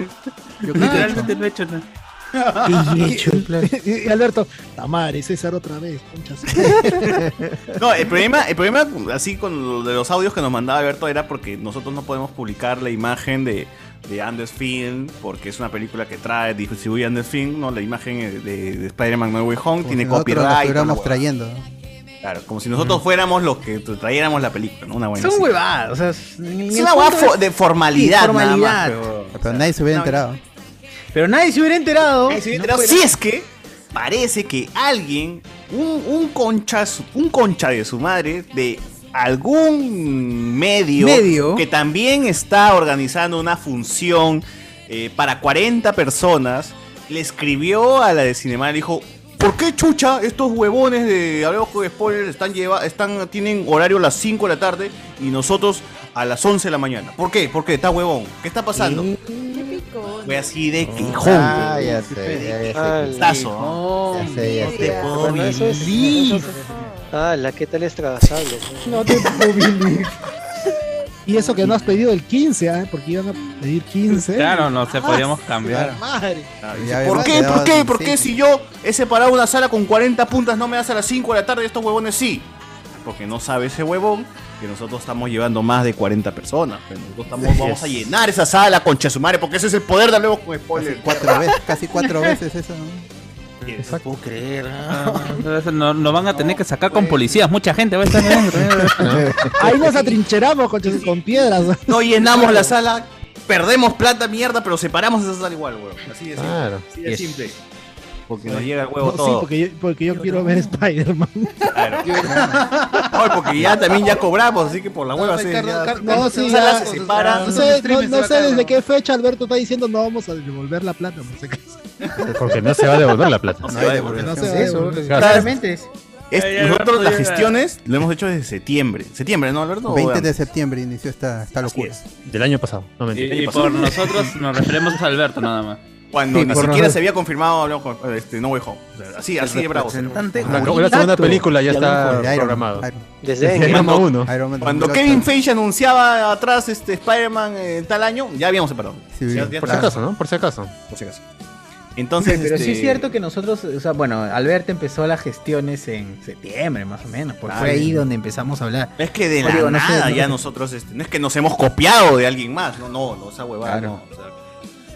Literalmente no he hecho nada.
Y, y Alberto, Tamare, César otra vez, conchas.
No,
eh.
el problema, el problema así con lo de los audios que nos mandaba Alberto era porque nosotros no podemos publicar la imagen de, de Andes Film, porque es una película que trae, distribuye Andes Film, ¿no? La imagen eh, de, de Spider-Man No Way Home
Nosotros
tiene
lo
copyright. toda la
estuviéramos
hueva.
trayendo.
Claro, como si nosotros fuéramos los que tra- trayéramos la película, ¿no? Una buena
Son
así.
huevadas. O sea,
Es una hueá fo- de formalidad, nada más, pero,
Pero nadie se hubiera
no,
enterado.
Pero nadie se hubiera enterado.
Nadie se hubiera enterado. Si es que parece que alguien, un, un concha, su- un concha de su madre, de algún medio,
Medio.
que también está organizando una función eh, para 40 personas, le escribió a la de Cinemar y dijo. ¿Por qué chucha estos huevones de Hablemos con Spoilers están lleva, están, tienen horario a las 5 de la tarde y nosotros a las 11 de la mañana? ¿Por qué? ¿Por qué? Está huevón. ¿Qué está pasando? Fue así de quejón.
Ah, ya sé, ya, ya sé.
Tazo,
¿no?
Ya sé, ya sé.
Oh, Bueno, eso es. eso es- Ah, la qué tal extravasable.
No te Y eso que no has pedido el 15, ¿ah? porque iban a pedir 15.
Claro, no se podíamos
Ah,
cambiar.
¿Por qué? ¿Por qué? ¿Por qué si yo he separado una sala con 40 puntas no me das a las 5 de la tarde y estos huevones sí? Porque no sabe ese huevón que nosotros estamos llevando más de 40 personas. pero Nosotros estamos,
Así
vamos
es.
a llenar esa sala, concha de su madre, porque ese es el poder de Hablemos con Spoiler.
Cuatro veces, casi cuatro veces eso. ¿no?
No puedo creer. Ah, No, no van a tener que sacar con policías. Mucha gente va a estar adentro.
Ahí nos atrincheramos con, con piedras.
No llenamos la sala, perdemos plata, mierda, pero separamos esa sala igual, weón. Así de simple.
Claro.
Así de
Yes.
simple. Porque nos llega el
No,
huevo
sí,
todo.
porque yo, porque yo quiero ver Spider-Man.
Ay, porque ya también ya cobramos, así que por la hueva
No,
se.
Ricardo,
ya-
Ricardo, no,
la
sí,
sala
ya.
se separa.
No sé, no- no sé desde qué fecha Alberto está diciendo no vamos a devolver la plata. por si acaso.
Porque no se va a devolver la plata.
No se va a devolver.
No se va a devolver.
Claro. Es-
Ya, ya,
nosotros
Alberto,
las
ya-
gestiones lo hemos hecho desde septiembre. Septiembre, ¿no, Alberto?
20 de septiembre inició esta, esta locura.
Del año pasado. No
Y,
mentira.
y por nosotros nos referimos a Alberto nada más.
Cuando
Sí,
ni
por
siquiera
nosotros.
se había confirmado Hablemos con- este, No Way Home. O sea, así,
El
así de bravo.
representante La- la Iron segunda Man. película ya está Iron Man. programado. Iron Man. Desde Desde Endgame. Iron Man
Cuando,
uno. Iron Man
cuando
2008.
Kevin Feige anunciaba atrás este Spider-Man en tal año, ya habíamos separado.
Sí,
Ya-
por
ya
si
está.
acaso, ¿no? Por si acaso.
Por si acaso. Entonces,
pero sí
este,
es cierto que nosotros, o sea, bueno, Alberto empezó las gestiones en septiembre, más o menos, porque
Ah,
fue ahí
bien.
donde empezamos a hablar.
Es que de
O
la
digo, no sé,
nada
no
ya
sé.
nosotros, este, no es que nos hemos copiado de alguien más, no, no, no, esa huevada, no. O sea,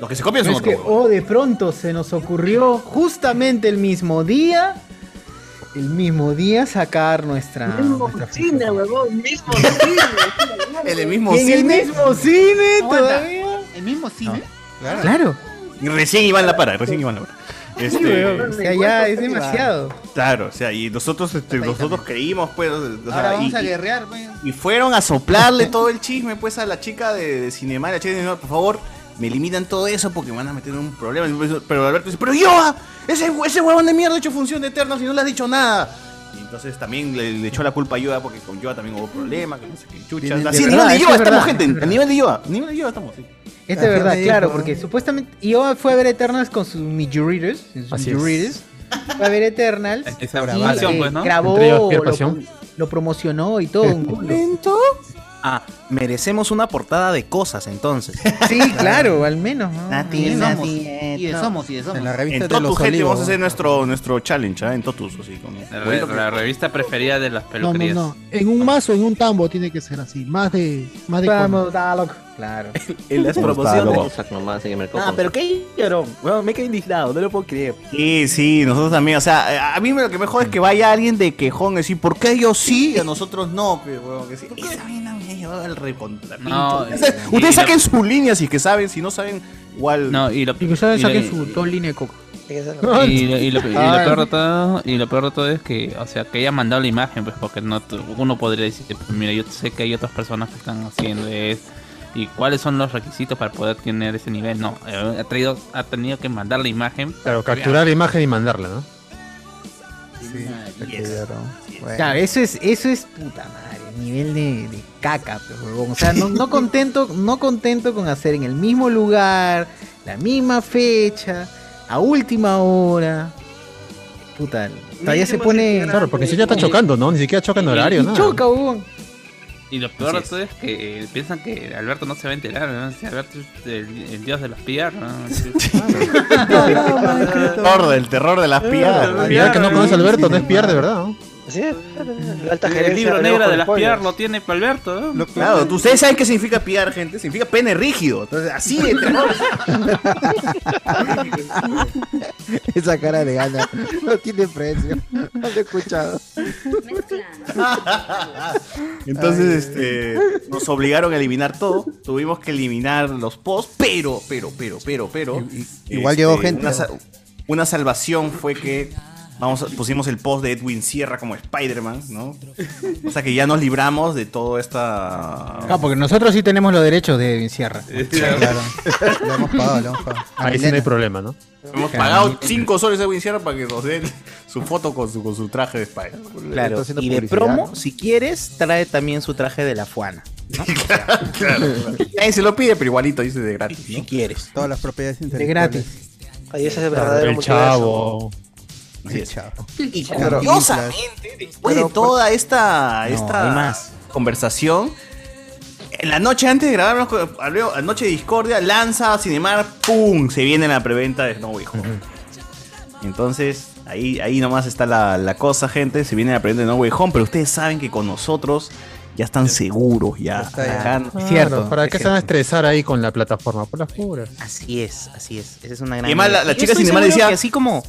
los que se copian son
Es que,
otros.
oh, de pronto se nos ocurrió justamente el mismo día, el mismo día sacar nuestra...
Ah,
nuestra-
cine, huevón, mismo cine.
En el mismo
¿Y en el mismo cine todavía.
¿El mismo cine?
Claro.
Y Recién Iván la para, recién Iván la para. Este,
Sí, weón, o sea, ya es demasiado.
Claro, o sea, y nosotros, este, nosotros creímos, pues, o sea,
Ahora vamos
y-
a
y-
guerrear, pues.
Y fueron a soplarle todo el chisme, pues, a la chica de, de Cinemar, la chica de Cinemar, por favor, me limitan todo eso porque me van a meter en un problema. Pero Alberto dice, pero yo, ah, ese, hue- ese huevón de mierda ha hecho función de Eternos y no le has dicho nada. Y entonces también le, le echó la culpa a Yoda porque con Yoda también hubo problemas, que no sé qué chucha.
Tienen-
Así,
de
a nivel
verdad,
de
es
Yoda
verdad,
estamos,
es
gente, a nivel de Yoda, a nivel de Yoda estamos, sí.
Es de verdad,
Así
claro,
es,
porque supuestamente Iowa fue a ver Eternals con sus Mijurides, sus
Así es.
Mijurides, fue a ver Eternals
Es
y
que esa pasión,
eh,
pues, ¿no?
grabó,
Entre ellos, Pierre
lo,
Pasión.
lo promocionó y todo. un culo.
Ah, merecemos una portada de cosas entonces.
Sí, claro, al menos. ¿no?
Nati,
Al menos.
Somos,
y de somos, y de somos.
En la
En Totus, gente, vamos a hacer nuestro, nuestro challenge, ¿ah? En Totus, así. Con,
La, re- la revista preferida de las
No, no,
peluquerías.
no. En un mazo, en un tambo tiene que ser así. Más de. Más de
Vamos, Dalok. Claro.
En las
pues
promociones.
Ah, pero qué llorón. Bueno, me quedé indignado, no lo puedo creer.
Sí, sí, nosotros también. O sea, a mí lo que me jode es que vaya alguien de quejón y decir, ¿por qué ellos sí y a nosotros no? Pero, huevón, que sí. Esa vaina me ha llevado al recontra.
No, eh,
pincho. Ustedes-
y-
Ustedes
y
saquen su línea si es que saben, si no saben, igual.
No, y lo, y lo-
saquen su dos líneas de coca.
y lo- y lo- y lo
Ah,
peor de todo, y lo peor de todo es que, o sea, que haya mandado la imagen, pues porque no tu- uno podría decir, pues, mira, yo sé que hay otras personas que están haciendo esto y cuáles son los requisitos para poder tener ese nivel. No, eh, ha traído, ha tenido que mandar la imagen.
Claro, capturar la imagen y mandarla, ¿no?
Sí, Bueno.
Claro, eso es, eso es puta madre, nivel de, de caca, pues, huevón. O sea, no, no contento, no contento con hacer en el mismo lugar, la misma fecha, a última hora. Puta, todavía se pone.
Claro, porque si ya está
Y-
chocando, ¿no? Ni siquiera choca en horario,
y
¿no?
choca, huevón.
Y lo peor de todo es que eh, piensan que Alberto no se va a enterar, ¿no? Si Alberto es el, el dios de las PR, ¿no?
El terror, el terror de las
Al
piadas.
final que no conoce a Alberto, no es pierde, ¿verdad? no?
Así es. La alta
Mm. El
gerencia
libro
del
negro
ojo
de las
spoiler.
PR lo tiene para Alberto, ¿eh? ¿no?
Claro, ¿tú- ustedes saben qué significa piar, gente. Significa pene rígido. Entonces, así de terror.
Esa cara de gana no tiene precio. No lo he escuchado.
Entonces, este, nos obligaron a eliminar todo. Tuvimos que eliminar los posts, pero, pero, pero, pero, pero. este,
igual llegó gente.
Una, sa- una salvación fue que vamos, a- pusimos el post de Edwin Sierra como Spider-Man, ¿no? O sea que ya nos libramos de toda esta.
No, porque nosotros sí tenemos los derechos de Edwin Sierra.
Claro.
Lo hemos pagado, lo hemos pagado.
Ahí sí no hay problema, ¿no?
Hemos pagado 5 soles a Edwin Sierra para que nos den su foto con su, con su traje de Spider-Man.
Claro, y de promo, si quieres, trae también su traje de la Fuana.
Claro. Nadie se lo pide, pero igualito dice de gratis.
Si quieres.
Todas las propiedades
De
intelectuales.
gratis.
Ahí ese es el
Claro,
verdadero
el
multiverso.
chavo.
Así es. Y
Claro.
curiosamente, después
pues,
de toda esta, esta conversación, en la noche antes de grabarnos, pues, con- habló- anoche de Discordia, lanza a Cinemar, ¡pum! Se viene la preventa de Snow White Home. Entonces, ahí, ahí nomás está la, la cosa, gente. Se viene la preventa de Snow White Home, pero ustedes saben que con nosotros ya están seguros, ya. Acá-
Cierto. ¿Para qué se van a estresar ahí con la plataforma? Por las puras.
Así es, así es. Esa es una gran.
Y además la- la
Yo
chica
estoy
sin embargo
seguro
decía-
que Así como,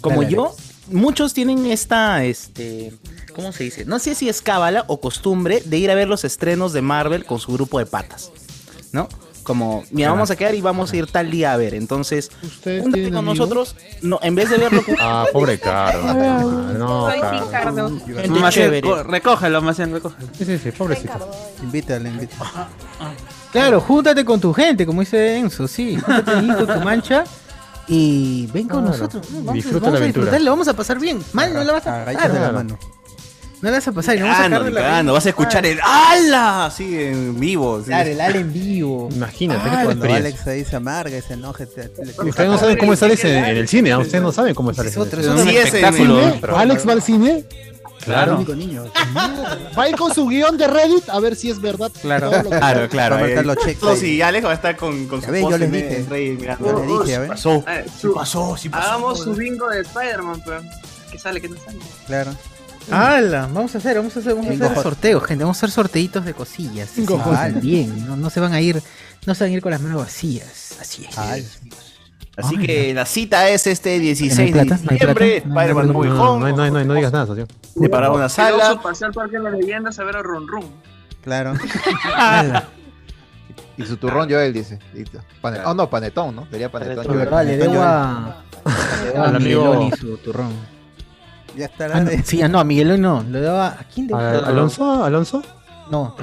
como
Dale,
yo, muchos tienen esta. este ¿Cómo se dice? No sé si es cábala o costumbre de ir a ver los estrenos de Marvel con su grupo de patas. ¿No? Como, mira,
Ajá.
vamos a quedar y vamos a ir tal día a ver. Entonces,
¿Ustedes
júntate
tienen
con
amigos?
nosotros, no, en vez de verlo.
Ah, pobre Cardo. No,
Soy
Cardo.
Ricardo.
Gente
Macías,
chévere.
co- recógelo, Macías, recógelo.
Sí, sí, sí, pobrecito.
Invítale, invítale.
Claro, júntate con tu gente, como dice Enzo, sí. Júntate ahí con tu mancha y ven con
Claro.
nosotros. ¿no? Vamos,
Disfruta
vamos
la
a
aventura.
disfrutarlo, vamos a pasar bien. Mal no la vas
Ah,
a pasar.
Agárrate la
mano. No la vas a pasar. y no vamos a
Ah, no,
sacar de la
cagando,
vida.
vas a escuchar el ¡Hala! Así en vivo. sí.
Claro, el ala en vivo.
Imagínate,
Ah,
qué
cuando
experiencia.
Alex ahí se amarga y se enoja. te- te-
Ustedes no saben cómo es Alex en, en el cine, ¿ah? ustedes no saben cómo es Alex. en el
otro-
cine.
es otro Sí, es espectáculo,
¿Cine?
¿eh? Pero-
¿Alex va al cine?
Claro.
Único niño. Va a ir con su guión de Reddit a ver si es verdad.
Claro.
todo lo que-
Claro, claro.
Vamos a estar
ahí.
los checks
Todos
ahí.
y Alex va a estar con, con
Ya
su
ves, yo
voz
les
en-
dije.
en Rey mirando.
Ya les dije, ya ves.
Pasó.
Eh,
Sí pasó, sí pasó.
Hagamos su bingo de Spider-Man, pero. Que sale, que no sale.
Claro.
¡Hala! Vamos a hacer, vamos a hacer, vamos a
Cinco
hacer
hot-
sorteos, gente. Vamos a hacer sorteitos de cosillas.
Cinco
Así,
hot-
ah, bien, no, no se van a ir, no se van a ir con las manos vacías. Así es.
Así que la cita es este 16
¿No hay
de
plata? ¿No hay
diciembre.
plata?
Spider-Man
No,
Way
no,
Home.
no, no, no, no digas nada, socio.
Preparaba una sala.
Yo pasé al Parque de las Leyendas a ver a Run Run.
Claro.
Y su turrón Joel dice. Listo. Pane- Oh, no, panetón, ¿no? Sería panetón.
De verdad, le debo a. le debo a
Al amigo-
Migueloni su turrón.
Ya estará.
Ah, no, sí, ah, no, a Migueloni no. Le daba. ¿A quién le
¿Al- ¿Alonso? ¿Alonso?
No.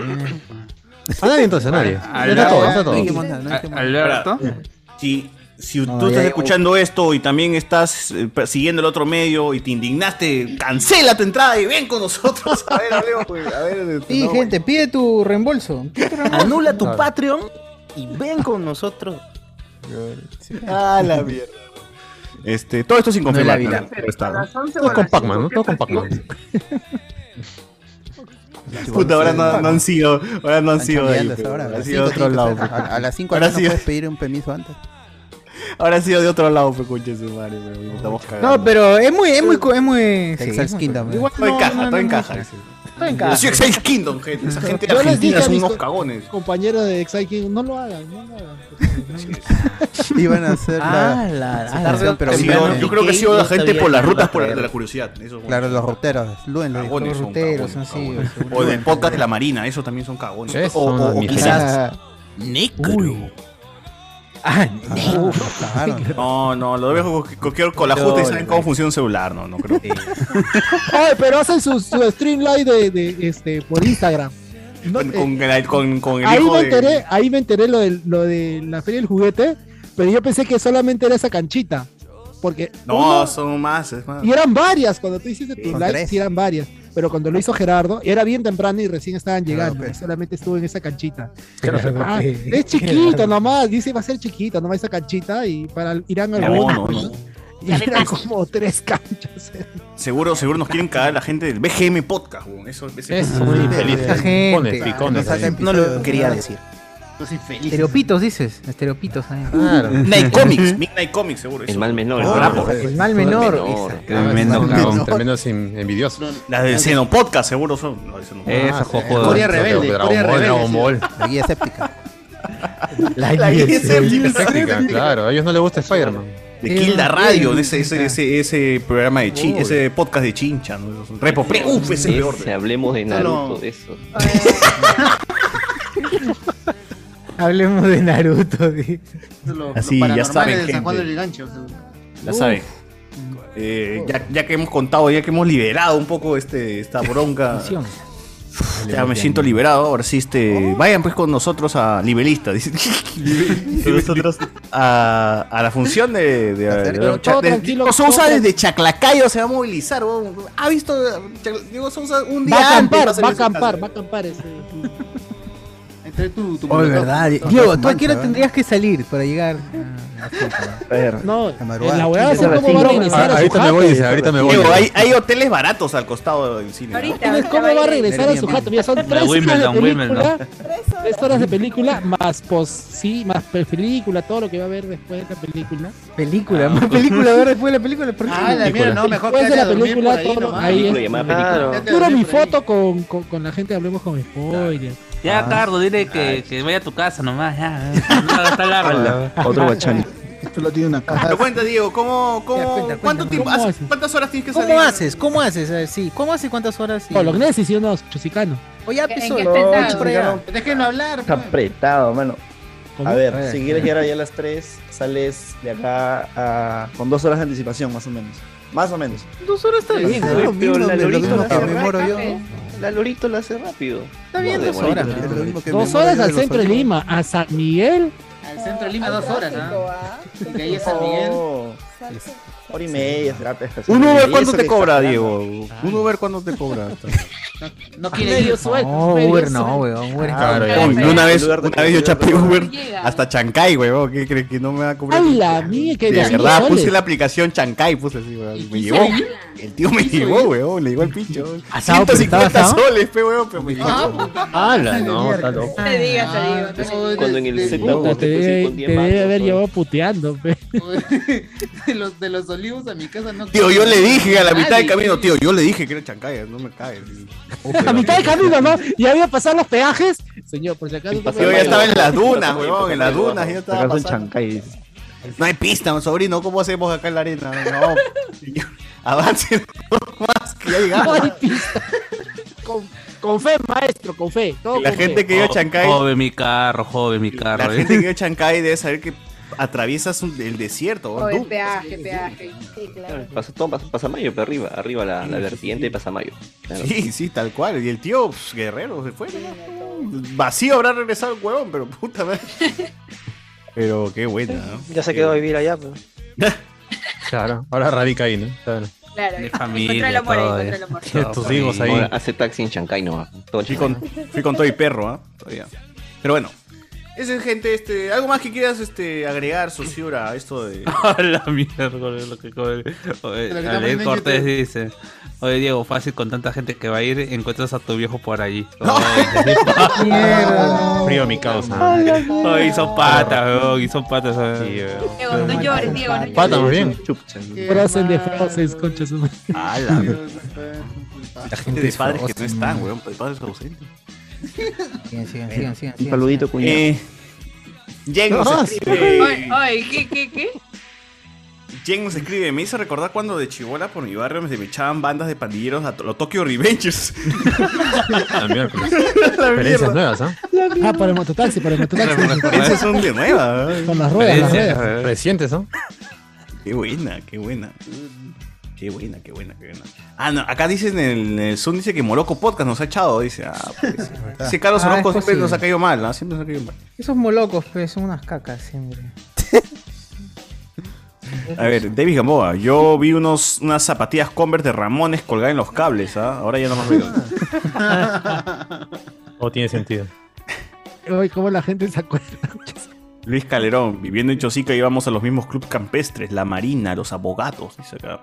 A nadie entonces, a nadie.
Al-
Está todo, está
al-
todo.
Alberto. Si, si tú
ya-
eh,
estás escuchando esto y también estás eh, siguiendo el otro medio y te indignaste, cancela tu entrada y ven con nosotros. A ver, hablemos, pues, a ver.
Sí,
no,
gente, pide tu reembolso.
Anula tu
Claro.
Patreon y ven con nosotros.
Ah, la mierda. Este, todo esto sin
No es la
confirmar.
vida.
claro, pero está, ¿no?
Todo con Pac-Man, ¿no? Todo con Pac-Man.
Puta, ahora no, no han sido, ahora no han
Están
sido de ahí,
chambeando hasta
pero
ahora, a
ahora ha
las
sido de
cinco,
otro
chicos,
lado.
A, a- a las 5
ahora
horas
ha
no
sido,
puedes pedir un permiso antes.
ahora ha sido de otro lado, pues, coche su madre, pero estamos cagando.
No, pero es muy, es muy, co- es muy. sí,
Texas
es muy-
Kingdom,
igual
Todo
no,
en caja,
no,
todo en
no,
caja.
Todo en
Nació
caja.
Exile Kingdom, gente. Esa gente de
Yo les dije
argentina
a
son
mis
unos
co-
cagones.
compañeros de Exciting, no lo hagan, no lo hagan.
Iban a hacer la.
Ah, la-
su
ah,
canción,
la-
pero
ha
sí,
sido-
bueno.
Yo creo que ha sido
Yo
la gente
sabía
por
que
las
no iba
rutas
a
por la,
traer.
de la curiosidad. Eso, bueno.
Claro, los roteros. Luen lo dijo.
Cagones
Los
son,
ruteros,
cagones,
así,
cagones.
seguro.
O del podcast de la Marina, eso también son cagones.
Sí,
o
son
o- o
mis
quizás.
felices.
Necro.
Ah,
Uf, cagaron.
No, no, lo dejo con- con, con, con la justa y saben cómo funciona un celular, no, no creo.
Ay, pero hacen su, su stream live de, de, este, por Instagram. No,
Con,
eh,
con, el- con- con el
ahí
hijo
me
de-
enteré, ahí me enteré lo de, lo de la feria del juguete, pero yo pensé que solamente era esa canchita. Porque
No, son más, es más.
Y eran varias cuando tú hiciste tu
Son
live,
tres.
sí eran varias. Pero cuando lo hizo Gerardo, era bien temprano y recién
Ah,
estaban llegando.
pues.
Solamente estuvo en esa canchita.
Gerardo,
Ah,
pues.
es chiquito nomás, dice va a ser chiquito nomás esa canchita y para irán al
No,
bono,
no, no.
Y eran como tres canchas.
Seguro, seguro nos quieren cagar la gente del BGM Podcast, weón. Eso, ese-
Eso, muy infelices.
Esa gente.
Picones, picones.
Nos
ahí.
hacen
No lo
episodios,
quería
¿no?
decir.
Los infelices.
Estereopitos, dices. Estereopitos. eh. ahí.
Claro.
Midnight Comics, Midnight Comics, seguro.
El mal menor.
el bravo.
El mal menor.
Tremendo,
Menor.
cagón, tremendos in- envidiosos.
Las del Xenopodcast Podcast, seguro son. No, eso no.
Eso,
Ah, sí,
jojodo.
Corea
Eso,
Rebelde,
Dragon
Corea
Ball,
Rebelde,
Dragon
sí.
Ball.
La guía escéptica.
La
guía
guía
escéptica.
escéptica, Claro, a ellos no les gusta Spider-Man.
De Kilda Radio, ese, ese, ese, ese programa de chin, ese podcast de chincha, ¿no? Repo Play, uff, ese es el peor.
Si hablemos de
No, no.
Naruto, de eso.
Hablemos de Naruto. dice.
Así, ya saben,
de San Juan
gente.
del Gancho. seguro.
Ya saben. Eh, ya, ya que hemos contado, ya que hemos liberado un poco este, esta bronca. Ya me siento liberado, ahora sí este. Vayan pues con nosotros a Libelista, dice. con nosotros a, a la función de, de, de- de-
Todo
de-
tranquilo,
Diego Sousa
todo
desde Chaclacayo se va a movilizar, weón. ha visto Chac- Diego Sousa un día
Va a
antes,
acampar,
hacer
va a
ese
acampar,
caso.
va a acampar ese.
Entre tu, tu
Oh, es verdad.
molotov.
Diego, ¿tú a
Mancha,
qué hora
¿verdad?
tendrías que salir para llegar?
No,
madrugada.
la huevada son
Quince
cómo va a
horas,
regresar
Ah,
a su
ahorita me voy, dice,
jato.
ahorita me voy.
Diego, hay, hay hoteles baratos al costado del cine. ¿no?
¿Cómo va a regresar a su jato? Mira, son tres horas de
Wimbledon,
película.
Wimbledon.
tres horas de película más post, sí, más pe- película, todo lo que va a ver después de la película.
Película, más película, a ver después de la película. ¿por qué?
Ah, la mierda, no, mejor Después de la película, todo lo- ahí
Película
es-
llamada película.
Claro. Tiro mi foto con, con, con la gente, hablemos con spoilers.
Ya,
Ah.
Cardo, dile que, que vaya a tu casa nomás, ya. eh. No, está Ah. larga.
Otro guachani.
Esto lo tiene una caja.
Pero cuenta, Diego, ¿cómo, cómo, cuánto tiempo,
¿Cómo
hace- cuántas horas tienes que salir?
¿Cómo haces? ¿Cómo haces? A ver, sí. ¿Cómo haces? ¿Cuántas horas?
O Lognesi, sí o no, Chusicano.
O ya
¿En
pisó.
qué has
no,
pensado?
por allá.
Déjenlo hablar.
Está apretado, mano.
¿Cómo?
A
A
ver,
ver,
si
a
quieres
ver.
llegar allá a las 3, sales de acá a- Ah, con dos horas de anticipación, más o menos. Más o menos.
Dos horas está bien. güey.
Pero la
Pero
Lolito
la
la hace
Lolita-
rápido.
La Lorito la hace rápido.
Está bien,
No, de
dos horas.
bonito,
¿no?
lo mismo que me
Dos horas
muero
al
de los
centro de
ocho.
Lima, a San Miguel.
Al centro de Lima, dos horas, ¿ah? Y de ahí a San Miguel.
Oh, Hora y media, será pues,
¿Un
y
Uber
eso
cuánto
que
te
está
cobra,
jalando.
Diego? Ah. ¿Un Uber cuánto te cobra?
No
quiere ir. No, Uber no, weón. Uber
Ah,
es
Ah,
Claro,
caro.
uy,
Uy,
una vez,
Uber
una vez yo chapé Uber hasta Chancay, weón. ¿Qué crees que no me va a cobrar?
¡Ay, la mía!
De
Que de
verdad, puse la
la...
aplicación Chancay, puse así, weón. Me
quiso
llevó.
ir?
El tío me
¿Quiso
llevó,
ir?
weón. Le llegó al pincho.
¿Asado,
150
pero estaba
soles, pe, weón. Pero me llegó.
¡Hala! No, está loco.
Te digas, te digo. te digo.
Cuando en el sector
Puta, Ah, te debe, te debe haber llevado puteando, pe.
De los, de los olivos a mi casa no.
Tío, yo le dije a la mitad
Nadie.
del camino, tío, yo le dije que era Chancay, no me caes.
A mitad de camino, ¿no? Ya había pasado los peajes. Señor, por si acaso. no me-
Yo ya estaba en las dunas, weón, en las
Acaso
dunas, yo estaba
en
pasando.
Chancay, dice.
No hay pista, mi sobrino, ¿cómo hacemos acá en la arena? No, señor, avance más que ya llegamos.
No hay pista. Con, con fe, maestro, con fe. todo
La
con
gente
fe.
que vive a Chancay,
Joven mi carro, joven mi carro. ¿eh?
la gente que vive a Chancay debe saber que atraviesas un- el desierto,
O
weón,
el
tú.
peaje, peaje. Sí, claro.
Pasa, todo pasa, Pasamayo, pero arriba, arriba la, la vertiente de Pasamayo. Claro.
Sí, sí, tal cual. Y el tío, pues, guerrero, se fue. ¿no? Vacío habrá regresado el huevón, pero puta madre. Pero qué buena, ¿no?
Ya se quedó a vivir allá, pues. pero.
Claro, ahora radica ahí, ¿no? Claro.
Claro.
Mi
Encontré el amor,
todo,
encontré
eh.
el amor.
Tienes tus hijos ahí.
Ahora Hace taxi en Chancay, no. Todo
Fui con, fui con todo y perro, ¿ah? Todavía. Pero bueno. Ese, gente, este, algo más que quieras este, agregar, Sociura, a esto de.
A la mierda lo que come. Oye,
Lo que está
Alex
poniendo en
Cortés
YouTube.
dice: Oye, Diego, fácil con tanta gente que va a ir, encuentras a tu viejo por allí.
Frío mi causa.
Oye, hizo patas, weón, hizo patas. weón.
Diego, no llores, Diego, no llores.
Pata, muy bien.
Frase de frases, conchas.
¡Hala!
La
gente de padres que no están, weón, de padres ausentes.
Sigan, sigan, sigan, sigan.
Un paludito, cuñado.
Eh, Jen nos
Ah.
No,
escribe.
Ay, ay, ¿qué, qué, qué?
Jen nos escribe. Me hizo recordar cuando de Chibola por mi barrio me echaban bandas de pandilleros a to- los Tokyo Revengers.
También.
La
Ah, Experiencias
mierda.
nuevas, ¿ah?
Ah, para el mototaxi, para el mototaxi.
Esas son de nueva. ¿eh?
Con las ruedas, las ruedas.
Recientes, ¿no?
Qué buena, qué buena. Qué buena, qué buena, qué buena. Ah, no, acá dicen en el, en el Zoom dice que Moloco Podcast nos ha echado, dice. Ah, pues. Dice Carlos
Ah,
Orozco
es
siempre
posible.
nos ha caído mal, ¿no? Siempre nos ha caído mal.
Esos molocos, pues, son unas cacas siempre.
A ver, David Gamboa, yo vi unos, unas zapatillas Converse de Ramones colgadas en los cables, ¿ah? Ahora ya no más veo.
O tiene sentido.
Ay, cómo la gente se acuerda.
Luis Calderón, viviendo en Chosica íbamos a los mismos clubes campestres, la Marina, los abogados, dice acá.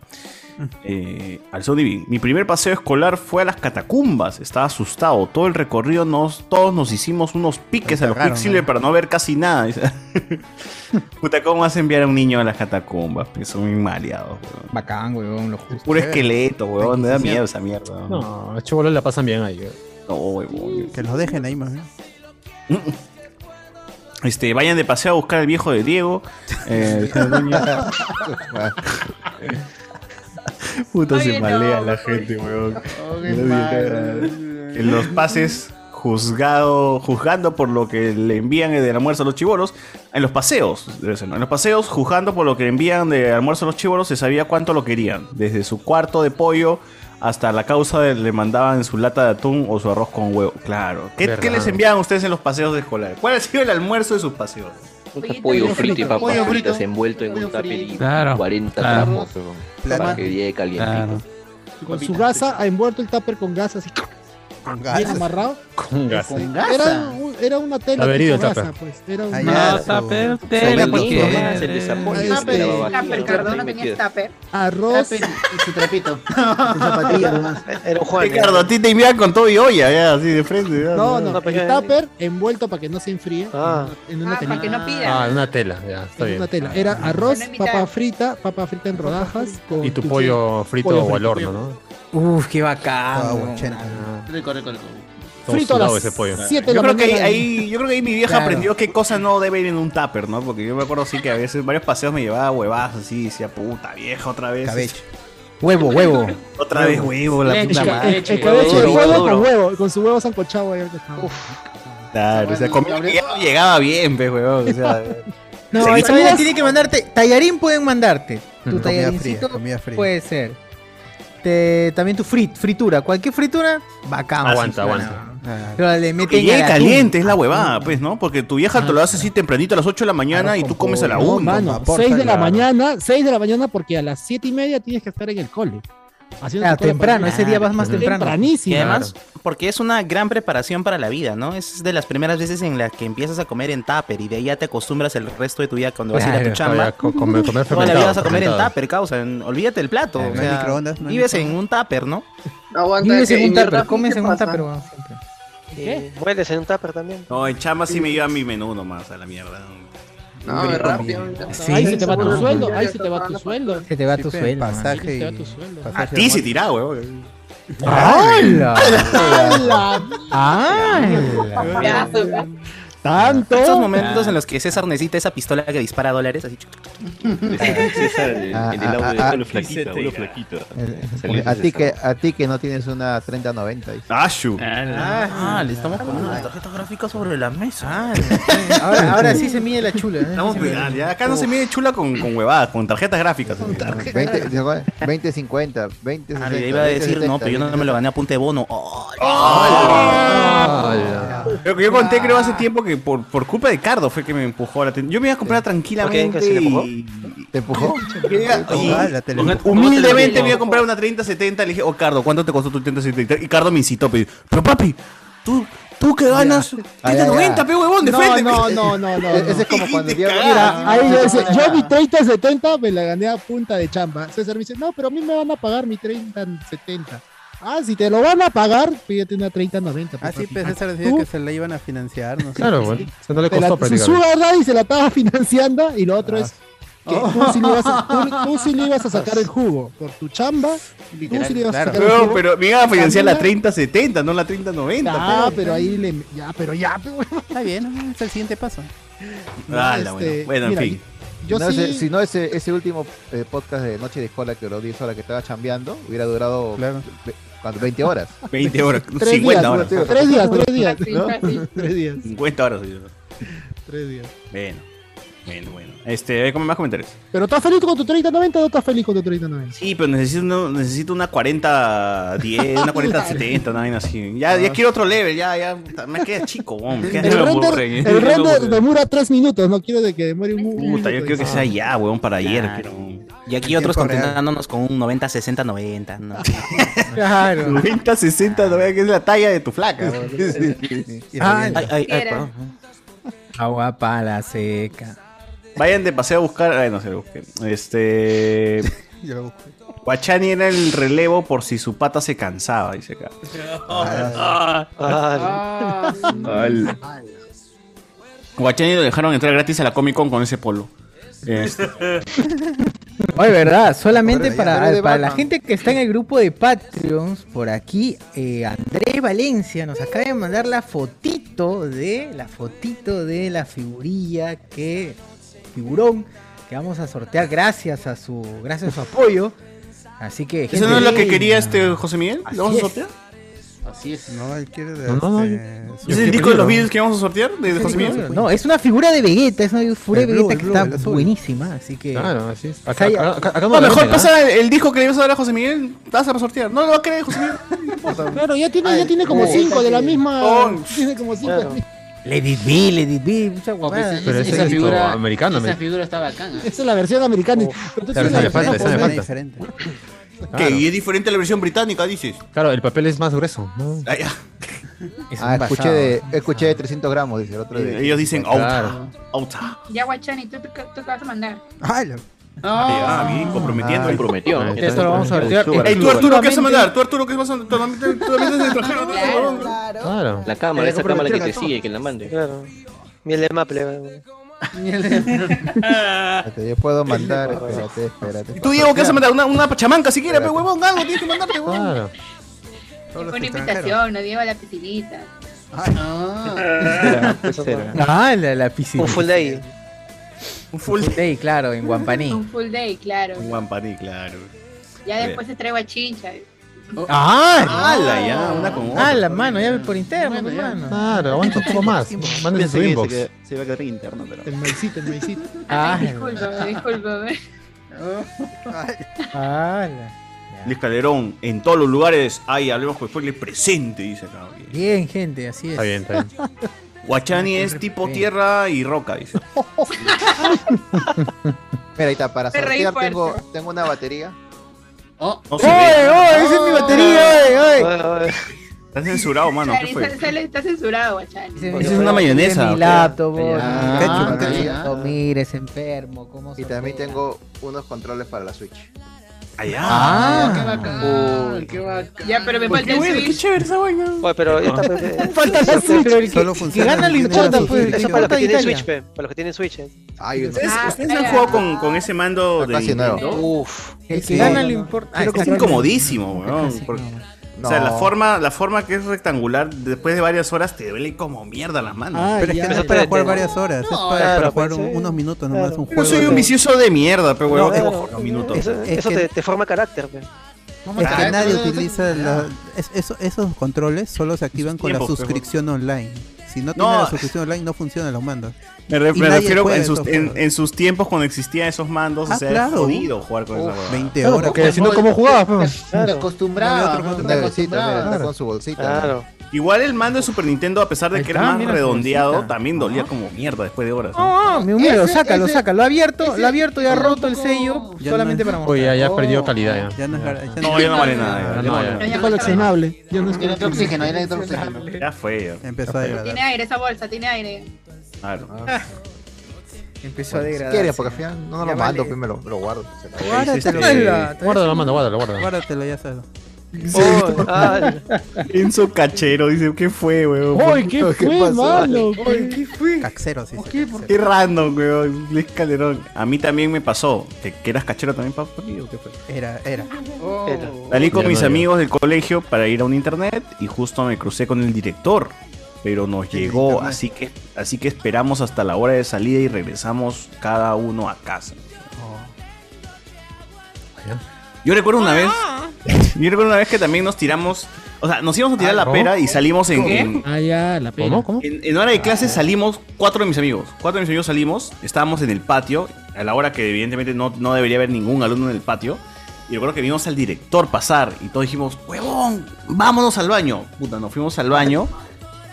Mm.
Eh, al Sony Bean, mi primer paseo escolar fue a las catacumbas, estaba asustado, todo el recorrido nos, todos nos hicimos unos piques a los
cagaron,
Quicksilver
¿no?
para no ver casi nada. dice. Puta, ¿cómo vas a enviar a un niño a las catacumbas? Que son muy maleados, weón.
Bacán, weón, lo justo.
Puro esqueleto, weón, me da miedo esa mierda. weón.
No, los chibolos la pasan bien ahí. eh. weón.
No, weón.
Que los dejen ahí más bien.
Este, vayan de paseo a buscar al viejo de Diego. Eh, Puta, se
Oye, no,
malea la gente, weón.
qué
Nadie
mal.
caga. En los pases, juzgado, juzgando por lo que le envían del almuerzo a los chibolos. En los paseos, debe ser, ¿no? En los paseos, juzgando por lo que le envían de almuerzo a los chibolos, se sabía cuánto lo querían. Desde su cuarto de pollo hasta la causa de le mandaban su lata de atún o su arroz con huevo. Claro. ¿Qué,
Verdad.
qué les enviaban ustedes en los paseos de escolar? ¿Cuál ha sido el almuerzo de sus paseos?
Pollo frito y papas
Pollo
fritas envuelto en un papel
Claro.
40
Claro.
gramos para que llegue calientito.
Claro.
Con su gasa, ha envuelto el tupper con gas así. Bien amarrado.
Con gas.
Era, un- era una tela
Haber
de
ido,
coraza,
Tapa.
pues. Era una
Allá, su-
Tupper,
su
tela,
abuelo,
porque
su
eres-
mamá se les apoya.
Tupper,
Este,
Tupper, Cardona tenía Tupper.
Arroz.
Y su trapito.
Era un
Juan. eh. Ricardo, a ti te envían con todo y olla, ya, así de frente. ya,
No, no,
pues ya.
el tupper envuelto para que no se enfríe en una, en una
Ah,
telita.
para que no pida.
Ah, una tela, ya, está
en
bien.
una tela. Era arroz,
Una mitad.
papa frita, papa frita en rodajas. Con
Y tu pollo frito
pollo Ah.
o al
frito.
horno, ¿no?
Uf, qué bacán.
Rico, rico, rico.
Todo
Frito a
sudado
las
ese pollo.
Yo creo, que ahí, ahí- yo creo que ahí mi vieja
Claro.
aprendió qué cosa no debe ir en un tupper, ¿no? Porque yo me acuerdo sí que a veces varios paseos me llevaba huevadas así, y decía, puta vieja, otra vez.
Cabeche. Huevo, huevo.
Otra vez huevo, la
Leche,
puta madre.
El cabeche de huevo con huevo, con su huevo sancochado. ahí.
Claro, o sea, comía bien, no llegaba bien, pues, huevón. O sea,
No,
Seguimos.
ahí todavía tiene que mandarte. Tallarín pueden mandarte. Tu
Comida fría,
tallarincito
comida fría.
puede ser. Te- también tu frit, fritura. Cualquier fritura, bacán.
Aguanta,
sí,
aguanta.
claro. Pero le meten
Que llegue
al
caliente, es
atún.
la huevada, pues, ¿no? Porque tu vieja te lo hace así tempranito a las 8 de la mañana y tú comes a la
No,
1.
mano, 6 de la mañana, 6 de la mañana porque a las 7 y media tienes que estar en el cole. Haciendo
Claro,
tu cola
Ah, temprano,
para-
ese día vas más temprano.
Tempranísimo.
Y además, porque es una gran preparación para la vida, ¿no? Es de las primeras veces en las que empiezas a comer en tupper y de ahí ya te acostumbras el resto de tu vida cuando vas a ir a tu
Claro,
chamba.
ya co- comer- comer
Toda la vida vas a
fermentado,
comer en
fermentado.
tupper, causa. en- olvídate el plato.
Claro.
o
No hay
sea,
microondas, no hay
vives en un
microondas.
tapper, ¿no?
No aguanta.
Vives
que-
en
y
un tupper,
verdad,
comes
¿qué
en un
pasa?
tupper, weón, siempre.
¿Qué? Eh, Hueles en un tupper también.
No, en chamba sí me lleva mi menú nomás a la mierda.
No, es rápido. ya
Sí.
está.
Ahí se te va tu
Seguro.
sueldo, ahí se te va tu sueldo.
Se te va tu sueldo.
pasaje
mano.
y-
A ti se tirá, huevón.
Ah.
¡Hala!
¡Hala!
Tanto.
Esos momentos en los que César necesita esa pistola que dispara dólares, así.
César, el, el
Ah, ah,
audio de
ah,
Pablo
ah,
Flaquita,
César.
Pablo Flaquita. Salió
A
de
ti
César.
que, a ti que no tienes una 3090. dice.
Ah, le estamos poniendo la tarjeta gráfica sobre la mesa.
ah, Ahora, ahora sí se mide la chula. ¿eh?
Vamos a pegar, ya. Acá no se mide chula con, con huevadas, con tarjetas gráficas.
20, 2050, 20
Ah, le iba a decir, no, pero yo no me lo gané a punta de bono. Oh,
Ah, Creo que yo conté, creo, hace tiempo que por, por culpa de Cardo fue que me empujó a la tienda. Yo me iba a comprar tranquilamente.
¿Por qué? ¿Que sí le empujó?
y-
¿Te empujó?
y-
Ah, la tele-
y- Humildemente me iba a comprar una 3070. Le dije, oh Cardo, ¿cuánto te costó tu 3070? Y Cardo me incitó, pe- pero papi, tú, tú que
Uh.
ganas
Ah, ya, ya.
3090, Este pe huevón,
No,
defende.
no, no, no, no.
Ese es como cuando Diego-
Mira, ahí yo dice, yo mi 3070 me la gané a punta de chamba. César me dice, no, pero a mí me van a pagar mi 3070. Ah, si te lo van a pagar, pídete una 3090.
Ah, sí, pues César decía
Tú
que se la iban a financiar, no sé.
Claro, bueno. O sea, no le
te la-
costó
su
prácticamente.
sugar y se la estaba financiando y lo otro es que tú, sí le ibas a, tú- tú sí le ibas a sacar el jugo por tu chamba. tú sí le ibas a sacar el
Pero,
jugo.
pero me iba a financiar la
Camila,
3070, no la 3090.
Ah,
pe.
pero ahí le. Ya, pero ya, pero
Está bien, es el siguiente paso.
Ah,
no,
la
este,
bueno. Bueno, en
mira,
fin.
yo
No, ese-
sí-
si no, ese, ese último eh, podcast de Noche de Escuela que duró 10 horas que estaba chambeando, hubiera durado ve- ¿cuánto? 20 horas.
20 horas,
Tres
50
días,
horas.
güey. Tres días, tres días.
¿No?
Tres días,
50 horas. sí.
tres días.
Bueno, bueno, bueno. Este, ¿cómo más comentarios?
Pero estás feliz con tu 3090 o no estás feliz con tu 3090?
Sí, pero necesito, uno- necesito una 40 10, una 40 70, una vaina así. Ya,
Ah.
Ah.
ya quiero otro level, ya, ya. puta, Me queda chico, hombre.
El render, el render demora tres minutos, no quiero de que demore un, un minuto.
Puta, yo quiero que sea ya, weón, para ayer. quiero-
Y aquí otros
Tiempo real.
contentándonos con un 90, 60, 90. ¿no?
Claro.
90, 60, no veas que es la talla de tu flaca. weón.
Ay,
Ay, ay, ay, perdón.
Agua para la seca.
Vayan de paseo a buscar. Ay, no se lo busquen. Este. Guachani era el relevo por si su pata se cansaba, dice acá.
Ah.
Al- Guachani lo dejaron entrar gratis a la Comic Con con ese polo. Este,
Oye, ¿verdad? Solamente
Pero ya,
para,
pero es de
para la
Batman.
gente que está en el grupo de Patreons, por aquí, eh, Andrés Valencia nos acaba de mandar la fotito de la fotito de la figurilla que figurón que vamos a sortear gracias a su gracias a su apoyo. Así que
¿Eso no es lo
lo
que quería este José Miguel?
Así
¿Lo vamos a
es.
sortear?
Así es.
No, él quiere
No, no, no,
este,
¿Es el disco de los videos que vamos a sortear de José Miguel?
No, es una figura de Vegeta, es una figura
El
de
blue,
Vegeta
el
que
blue, el
está
azul.
buenísima, así que
Claro, así es.
O sea,
Acá,
ya-
acá, acá, acá
No,
lo
mejor
¿eh?
venden, ¿ah?
pasa el disco que le ibas a dar a José Miguel, vas a sortear. No lo va a querer José Miguel. No importa.
Claro, ya tiene, ya tiene como
Ay,
cinco de la misma.
Ay,
Tiene como cinco. de la misma.
Lady B, Lady B, mucha guapada.
Pero ese es figura americano.
Esa
me-
figura está bacana.
Esa es la versión americana. Pero tú
Claro,
tienes la
esa me falta,
versión
pues,
esa me
japonesa.
falta.
Que es diferente a la versión británica, dices.
Claro, el papel es más grueso. ¿no?
Ah, ya.
Ah, escuché de, escuché de 300 gramos, dice el otro.
Sí,
día.
ellos dicen, "Oh,
Claro.
Outa.
Ya, Guachani, ¿tú, tú, tú qué vas a mandar?
Ay, la-
Ah, bien, comprometiendo.
Comprometido.
Esto
Esto lo vamos a
ver.
sortear
Ey, tú Arturo, ¿qué vas a mandar? Tú Arturo, ¿qué vas a mandar? Tú también tú también eres extranjero. ¿no?
Claro. La cámara,
Era
esa cámara que te
comprometido,
sigue, que la mande.
Claro. Miel de maple. weón.
Espérate, yo puedo mandar, espérate, espérate.
¿Y tú, Diego, qué vas a mandar? Una, una pachamanca si pues, quieres, pe huevón, algo tienes que mandarte, huevón.
Claro.
Una invitación, no lleva la piscinita.
Ay, no.
Ah, la, la piscina.
Un full day.
Un full day, claro, en Guampaní.
Un full day, claro.
Un guampaní, claro.
Ya después te traigo a Chincha.
Oh.
¡Ah!
¡Hala, ya! Una con otra.
¡Ah, la mano! Ya por interno, mi mano.
Claro, aguanta un poco más.
Pensé
Mándense su
que
inbox.
Se, que- se iba a quedar interno, pero.
El maicito, el maicito.
Ah,
Discúlpame, discúlpame.
Luis Calderón, en todos los lugares hay Hablemos con Spoiler presente, dice acá.
Bien, gente, así es.
Está bien, está bien. Guachani es tipo tierra y roca, dice.
Mira, ahí está, para
Me reí
sortear
fuerte.
tengo, tengo una batería.
No
¡Oye, oye! ¡Esa es mi batería! ¡Oye, oye!
Estás censurado, mano. ¿Qué
Claro,
fue?
sale- está censurado, Guachani.
Esa es una mayonesa,
Mi
ok.
laptop,
Ya.
oye.
Ah,
Ketchup,
ya.
laptop, Mira, es enfermo. ¿Cómo
Y también tengo unos controles para la Switch.
Allá.
Ah.
Qué bacán, qué bacán. Ya, pero me
falta el Switch.
chévere esa vaina.
Oye, pero esta
Falta la Switch.
Solo
Que
funciona
gana
en
le
Argentina.
importa, pues. le
Eso para los
importa
que tienen
Italia.
Switch, pe. Para los que tienen Switch. eh.
¿Ustedes,
Ah,
ustedes han
ya.
jugado con, con ese mando de
casi
Nintendo?
nuevo.
Uf.
El
Sí.
que gana le importa. Ah,
Pero
está
es
claro.
incomodísimo, weón. porque- O sea,
No.
la forma, la forma que es rectangular, después de varias horas, te duele como mierda las manos.
pero es que no es para jugar varias horas, es para,
claro,
para jugar
pues,
un-
sí.
unos minutos nomás. Un
Yo
juego
soy un
de-
vicioso de mierda, pero
No,
weón.
claro.
ojo, los minutos.
Eso,
Es
eso
que-
te, te forma carácter. pues. pe.
Es que
Ah,
nadie
no, no,
utiliza la- es- eso- esos controles, solo se activan con la
tiempos, pero-
suscripción online. Si no
No.
tienes la suscripción online, no funcionan los mandos.
Me, re-
Y
me
nadie
refiero
juega
en sus,
esos
en,
juegos.
en sus tiempos cuando existían esos mandos,
Ah,
o sea,
claro.
es jodido jugar con
Uf,
esa huevada.
20 horas.
Porque si no, ¿cómo jugabas? pues?
Claro.
Acostumbrado.
Otro
¿no?
con bolsita, mira,
Acostumbrado.
está con su bolsita.
Igual el mando de Super Nintendo, a pesar de que era
está,
más
mira,
redondeado,
pobrecita.
también dolía como mierda después de horas. ¿no?
No, mi humilde,
Ese-
sácalo,
ese-
sácalo. Lo ha abierto, lo ha abierto y ha
ese
roto el sello
Ya
solamente
no es-
para mostrar.
Oye, ya, ya perdió calidad. Ya.
no es gar- ya
No, ya no vale nada.
No,
Ya, no,
ya.
Pero
ya.
ya
Es coleccionable. Ya no es
Ya no hay
coleccionable.
oxígeno, ya no hay oxígeno.
Ya fue. ya.
Empezó a degradar.
Tiene aire esa bolsa, tiene aire.
Claro.
Empezó a
Bueno, si
degradar.
quieres, porque al final no,
Ya
lo mando,
vale.
pues me lo, me lo guardo. Se acabó.
este
Guárdatelo,
Ala,
Guárdalo, lo mando, guárdalo, guárdalo.
guárdatelo, ya sabes.
Oh, ah,
Enzo Cachero dice, ¿qué fue, weón?
¡Oy, qué fue, mano!
Oye, ¿qué fue?
Caxeros, sí.
¿Qué? ¿Por
Qué random, weón. Luis Calderón. A mí también me pasó. ¿Que, que eras cachero también, papá? ¿Qué fue?
Era, era.
Salí con
Ya
mis
no, ya.
amigos del colegio para ir a un internet y justo me crucé con el director. Pero nos llegó,
internet.
así que, así que esperamos hasta la hora de salida y regresamos cada uno a casa.
Oh.
Yo recuerdo una vez. Yo recuerdo una vez que también nos tiramos. O sea, nos íbamos a tirar
Ah,
la
¿no?
pera y salimos en-
¿Qué?
en,
Ah, ya, la pena.
¿Cómo? ¿Cómo?
En, en hora de clase salimos cuatro de mis amigos. Cuatro de mis amigos salimos, estábamos en el patio, a la hora que evidentemente no, no debería haber ningún alumno en el patio. Y recuerdo que vimos al director pasar y todos dijimos, huevón, vámonos al baño. Puta, nos fuimos al baño.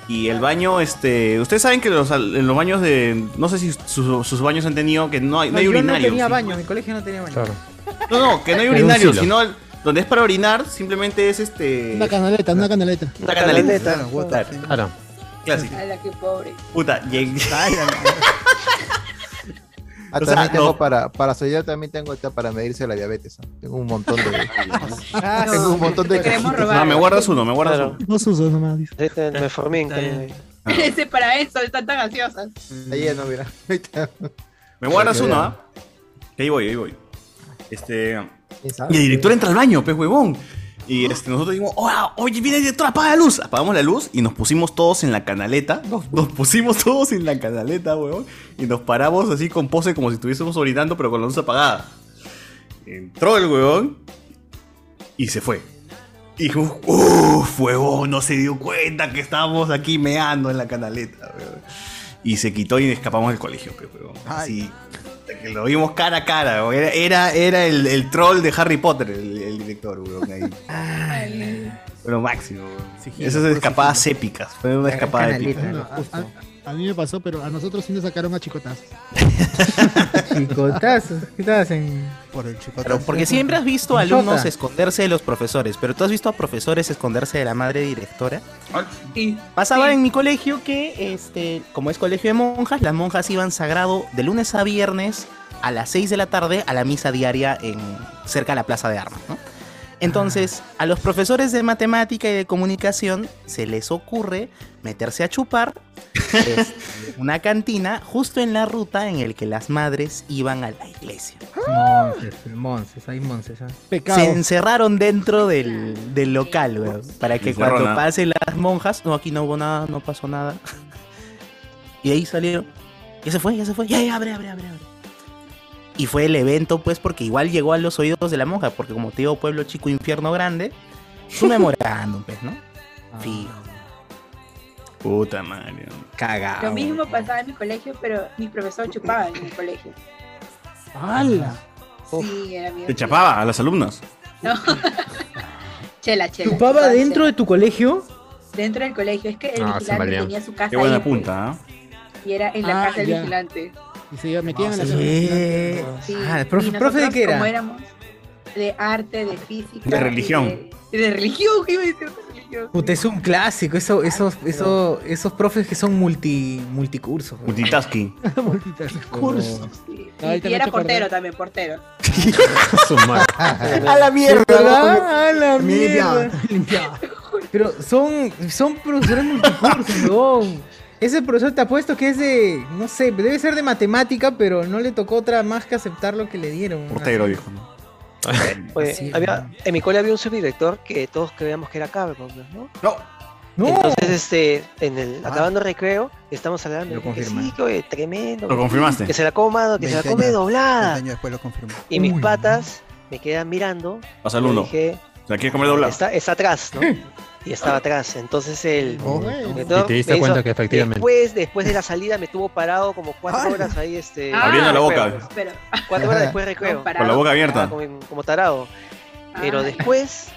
Y el baño, este. Ustedes saben que los, al- en los baños de. No sé si su- sus baños han tenido que no hay, no hay
yo
urinario.
no tenía baño, mi colegio no tenía baño.
Claro.
No, no, que no hay
Era un
urinario,
silo.
sino el- donde es para orinar, simplemente es este.
Una canaleta, una canaleta.
una canaleta.
Claro, guata, sí.
Claro.
Clásico.
Ala, qué pobre.
Puta, llegué.
Ah,
O sea,
también tengo
no.
para, para solidar, también tengo esta para medirse la diabetes. ¿ah? Tengo un montón de.
Claro.
tengo un montón de
Lo queremos
cajitas.
robar.
No, me guardas uno, me guardas
Claro.
uno.
Dos usos nomás. dice.
Ahí está, Me formé en también.
Ah.
Ese para eso, están tan ansiosas.
Está lleno, mira. Ahorita.
Me guardas
Para que
uno,
vean.
¿ah? Que ahí voy, ahí voy. Este.
¿Quién
Y
sabe?
el director entra al baño, pez huevón. Y este, nosotros dijimos, "Oh, oye, viene el director, apaga la luz. Apagamos la luz y nos pusimos todos en la canaleta. Nos, nos pusimos todos en la canaleta, huevón. Y nos paramos así con pose como si estuviésemos orinando, pero con la luz apagada. Entró el huevón y se fue. Y dijimos, uff, huevón, no se dio cuenta que estábamos aquí meando en la canaleta, huevón. Y se quitó y escapamos del colegio, pe, huevón. Así, hasta que lo vimos cara a cara, huevón. Era, era, era el, el troll de Harry Potter, el, el director, huevón. Ahí. Pero máximo, huevón.
Sigilo,
Esas
puro
escapadas épicas. Fue una escapada
canaleta,
épica.
¿no?
A, a-
A mí me pasó, pero a nosotros sí nos sacaron a chicotazos.
Chicotazos. ¿Qué te hacen?
Por el chicotazo.
Pero porque siempre has visto a alumnos esconderse de los profesores, pero tú has visto a profesores esconderse de la madre directora.
Y
Pasaba en mi colegio que, este, como es colegio de monjas, las monjas iban sagrado de lunes a viernes a las 6 de la tarde a la misa diaria en, cerca de la Plaza de Armas, ¿no? Entonces, a los profesores de matemática y de comunicación se les ocurre meterse a chupar este, una cantina justo en la ruta en el que las madres iban a la iglesia.
Monces, monces, hay monces. ¿ah?
Se encerraron dentro del, del local, weón, para que
Encerrona.
cuando pasen las monjas, no, aquí no hubo nada, no pasó nada. Y ahí salieron. Ya se fue, ya se fue. Ya, ya, abre, abre, abre. abre. Y fue el evento, pues, porque igual llegó a los oídos de la monja, porque como te digo, pueblo chico, infierno grande, su memorando, pues, ¿no? Fijo.
Puta madre.
Ah,
Cagado.
Lo mismo pasaba en mi colegio, pero mi profesor chupaba en mi colegio.
¡Hala!
Oh.
Sí, era mi
Te chapaba a las alumnas.
No. chela, chela.
¿Chupaba dentro de tu colegio?
Dentro del colegio. Es que el
Ah, se
vigilante
malean.
tenía su casa
Qué buena
ahí, pues,
punta, ¿ah?
y era en la
Ah,
casa del
ya.
vigilante.
Y se iba- metían en la
Sí.
Sí,
Ah, el
y
profe,
nosotros,
¿profe de qué
Como
era?
éramos de arte, de física.
De
y
religión.
De, de religión, ¿qué iba a decir? De religión.
Puta, es un clásico, eso, esos, eso- esos profes que son multi, multicursos. weón.
Multitasking.
Curso.
Sí.
No, ahí te
y
me
era
he hecho
portero
acordar.
también, portero.
a la mierda, Ah, ¿verdad? A la mierda. Pero son, son profesores multicursos, weón. Ese profesor te apuesto que es de, no sé, debe ser de matemática, pero no le tocó otra más que aceptar lo que le dieron.
Portero, dijo.
Oye,
Así es,
Pues, había, en mi cole había un subdirector que todos creíamos que era Carlos, ¿no?
No.
No.
Entonces, este, en el, acabando recreo, estamos hablando de que sí, que, oye, tremendo.
Lo confirmaste.
Que se la coma, que se la
20
come
años-
doblada.
20 años después lo confirmó.
Y mis patas me quedan mirando.
Pasa el uno.
Y dije,
¿La quieres comer doblada?
está, está atrás, ¿no? Y estaba atrás. Entonces el director
Y te diste
me hizo-
cuenta que efectivamente.
Después, después de la salida me tuvo parado como cuatro horas ahí, este.
Abriendo la boca.
recreo. Cuatro horas después de recreo.
Con la boca abierta.
Ah, Como, como tarado. Pero después,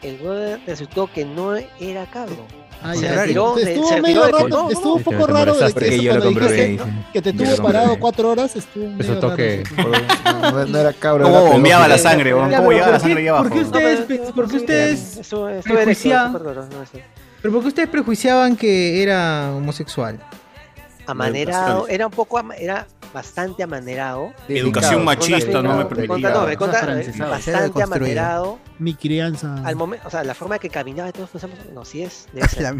el brother resultó que no era cabro.
Ay,
se
ay,
retiró,
ay.
de-
estuvo
se
medio
retiró de-
raro,
no, no,
estuvo un
no.
poco raro de que, eso cuando dijiste que, que
Yo
te
lo
tuvo
compré.
parado cuatro horas, estuvo medio
Resultó
raro.
que no, no- no era cabro.
¿Cómo
era
bombeaba la
pedófilo.
sangre, weón?
Ya,
¿Cómo
pero
llegaba la
¿por qué-
sangre ahí abajo?
¿Por qué ustedes, pe- por qué ustedes
Eso es todo erecto,
prejuiciaban?
súper raro, no sé.
¿Pero por qué ustedes prejuiciaban que era homosexual?
Amanerado, era un poco, ama- era bastante amanerado.
Educación machista no me
permitía.
permitía.
no, me contra-
Afrancesado. Era
bastante
deconstruido.
amanerado.
Mi crianza.
Al momento, o sea, la forma que caminaba y todos pensamos, no, sí es. debe ser.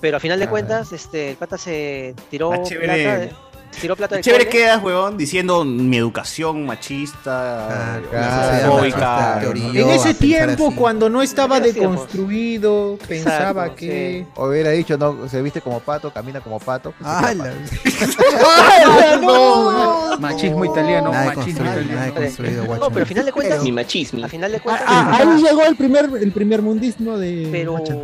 Pero al final de
Ah.
cuentas, este, el pata se tiró
Ah, chévere.
plata, de- se tiró plata
Qué
del
Chévere
cole.
quedas, weón, diciendo mi educación machista,
Ah, claro,
homofóbica.
machista, te orilló
En ese
a pensar
tiempo,
así.
cuando no estaba
Primeros tiempos.
deconstruido, pensaba
Exacto,
que.
sí.
O hubiera dicho, no, se viste como pato, camina como pato.
Ah,
se queda
la-
¡Ah,
Machismo italiano,
Nada
machismo
construido,
italiano.
No, pero al final de cuentas,
Mi machismo.
al final de cuentas,
Ah, ahí llegó el primer, el primer mundismo de.
pero
Machan.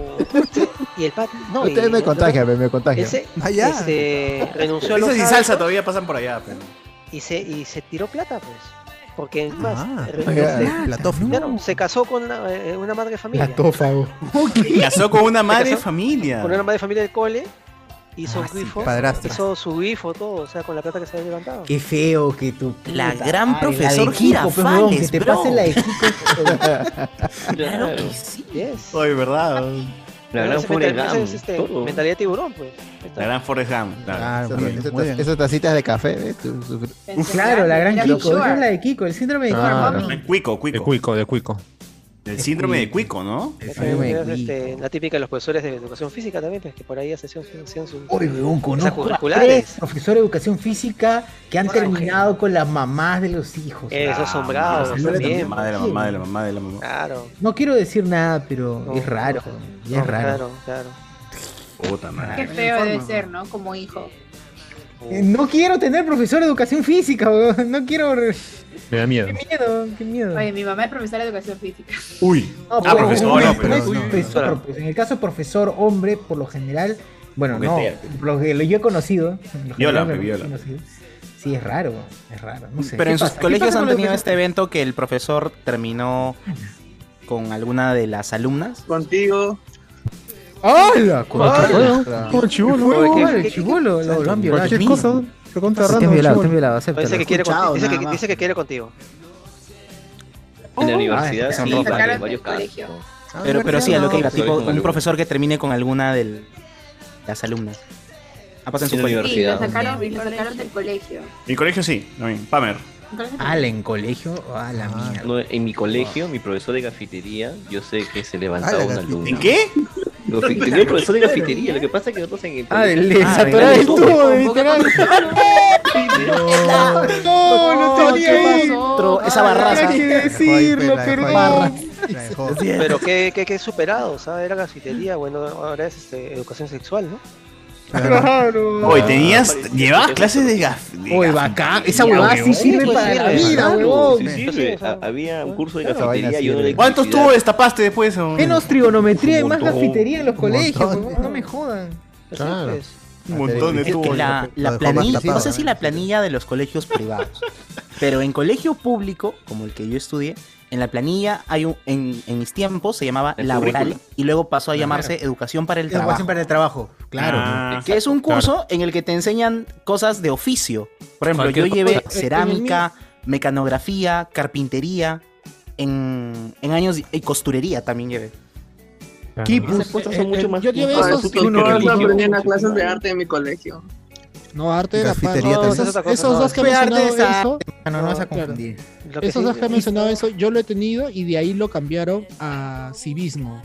y el pata, no,
Ustedes
y-
me contagian, me, me contagian.
Ese,
Ah, ya.
este, renunció a los
Esos sin
hábitos
salsa todavía pasan por allá, pero.
y se y se tiró plata, pues. Porque es más,
Ah,
renunció-
ya, platófago.
claro, se casó con una, eh, una madre de
Ah,
familia.
Platófago.
Casó con una
Se
madre de
casó
familia. Ah,
Con una madre de familia del cole, hizo un grifo,
padrastras.
hizo su grifo, todo, o sea, con la plata que se había levantado.
Qué feo que tu.
La
puta
gran
madre,
profesor
la de Kiko, pues,
Girafales,
huevón, Que te
bro.
pase la de Kiko.
Claro que
sí.
Yes.
Oye, ¿verdad?
La gran
Ese
Forrest
mental- ese
Gump,
es, este,
todo.
mentalidad de tiburón, pues.
La gran Forrest Gump. claro.
Esas-
Muy bien.
esas- Esas tacitas de café, ¿ves? Tú- tú-
Claro, la gran
Era
Kiko.
Kiko.
Esa es la de Kiko, el síndrome de
Claro.
Kiko.
Cuico, cuico.
De cuico, de cuico.
El síndrome de cuico, ¿no?
Esa es, este, la típica de los profesores de educación física también, pues, que por ahí hacen sus hacían sus-
Uy, weón,
esas
conozco a tres
curriculares.
profesores de educación física que han
Una mujer.
terminado con las mamás de los hijos.
Esos son
Ah,
bravos
la
también.
mamá de la mamá de la mamá de la mamá.
Claro.
No quiero decir nada, pero es raro. y es raro.
Claro, claro.
Puta
Qué
Ah,
madre.
feo de ser, ¿no? Como hijo.
Eh, No quiero tener profesor de educación física, weón. No quiero. re-
Me da miedo.
Qué miedo, qué miedo.
Oye, mi mamá es profesora de educación física.
Uy.
Oh,
No,
Ah,
pero-
profesor, no, pero.
es profesor, pues, en el caso profesor hombre, por lo general, bueno, no,
Juguetea.
lo que lo- yo he conocido. lo general,
Viola,
lo
pe,
que he
viola.
conocido, Sí, es raro, es raro. No sé.
Pero
¿Qué
en sus
pasa? ¿Qué
colegios
pasa
han
con los
tenido
profesores?
este evento que el profesor terminó con alguna de las alumnas.
Contigo.
¡Hala!
¡Hala! Como el chibolo, ¿no?
El chibolo, lo lo han violado.
Cualquier cosa. Recontra
Te han
random,
violado,
chibolo.
te han violado, acéptalo.
Dice que quiere contigo.
Escuchado,
Dice
nada
que,
más.
dice que quiere contigo.
En la
Oh,
universidad
ah,
sí,
sacaron
varios,
del
varios casos.
colegio.
Ah,
Pero, pero sí, a lo que iba, tipo,
Con
un
alumnos.
profesor que termine con alguna de las alumnas. Ah, pasa en su
Sí,
colegio.
Sí, lo sacaron, lo sacaron del colegio.
Mi colegio sí, también. Pamer. Ah,
Al en colegio, a la Ah, mierda.
Ah, No, en mi colegio, mi profesor de cafetería, yo sé que se
Ah,
levantaba
la
un
cafetería.
alumno.
¿En qué?
Lo que- Tenía un profesor de cafetería, lo que pasa es que nosotros en el
Ah, el- el
Ah,
saturado
en
del tubo, de literal.
No, no
No,
tenía
¿qué
ahí.
pasó?
Tro-
esa barraza.
Tenía que decirlo, perdón.
Pero qué, qué, qué superado, ¿sabes? Era gasitería, bueno, ahora es este, educación sexual, ¿no?
Claro.
Hoy tenías. Llevabas clases de gas.
Uy, bacán. Esa
Ya,
huevada sí
huevón.
sirve
Sí,
para la
sirve.
vida,
Claro,
huevón.
sí
sirve. Ha- Había un curso de
Esa vaina
cafetería y uno de
sirve. ¿Cuántos
electricidad.
tubos destapaste después? o-
Menos trigonometría y
Un
más
montón.
gafitería en los
Un
colegios,
montón.
huevón, no me jodan.
Claro. Un
Ah, Es
montón de
que la,
tubos.
la
Lo dejó más
planilla,
tapado,
no sé
¿eh?
si la planilla de los colegios privados, pero en colegio público, como el que yo estudié, en la planilla hay un, en, en mis tiempos se llamaba
El
laboral
currículum.
y luego pasó a llamarse
Claro.
educación para el
Educación
trabajo.
para el trabajo, claro.
Ah, que es un curso en el que te enseñan cosas de oficio. Por ejemplo,
Cualquier
yo llevé
cosa.
cerámica, mecanografía, carpintería, en, en años y costurería también llevé.
Esas
cosas
eh,
son mucho
más-
Yo llevé
más
esos
útiles que
no
religioso.
aprendí en las clases de arte de mi colegio.
No, arte de la paz.
Cafetería
No,
también.
esos,
Esa es otra cosa,
esos
no.
dos que ha
Fue arte
mencionado
esa-
eso.
Ah, no, no vas a
claro.
confundir. Lo que
Esos
sí-
dos que ha mencionado eso, yo lo he tenido y de ahí lo cambiaron a civismo.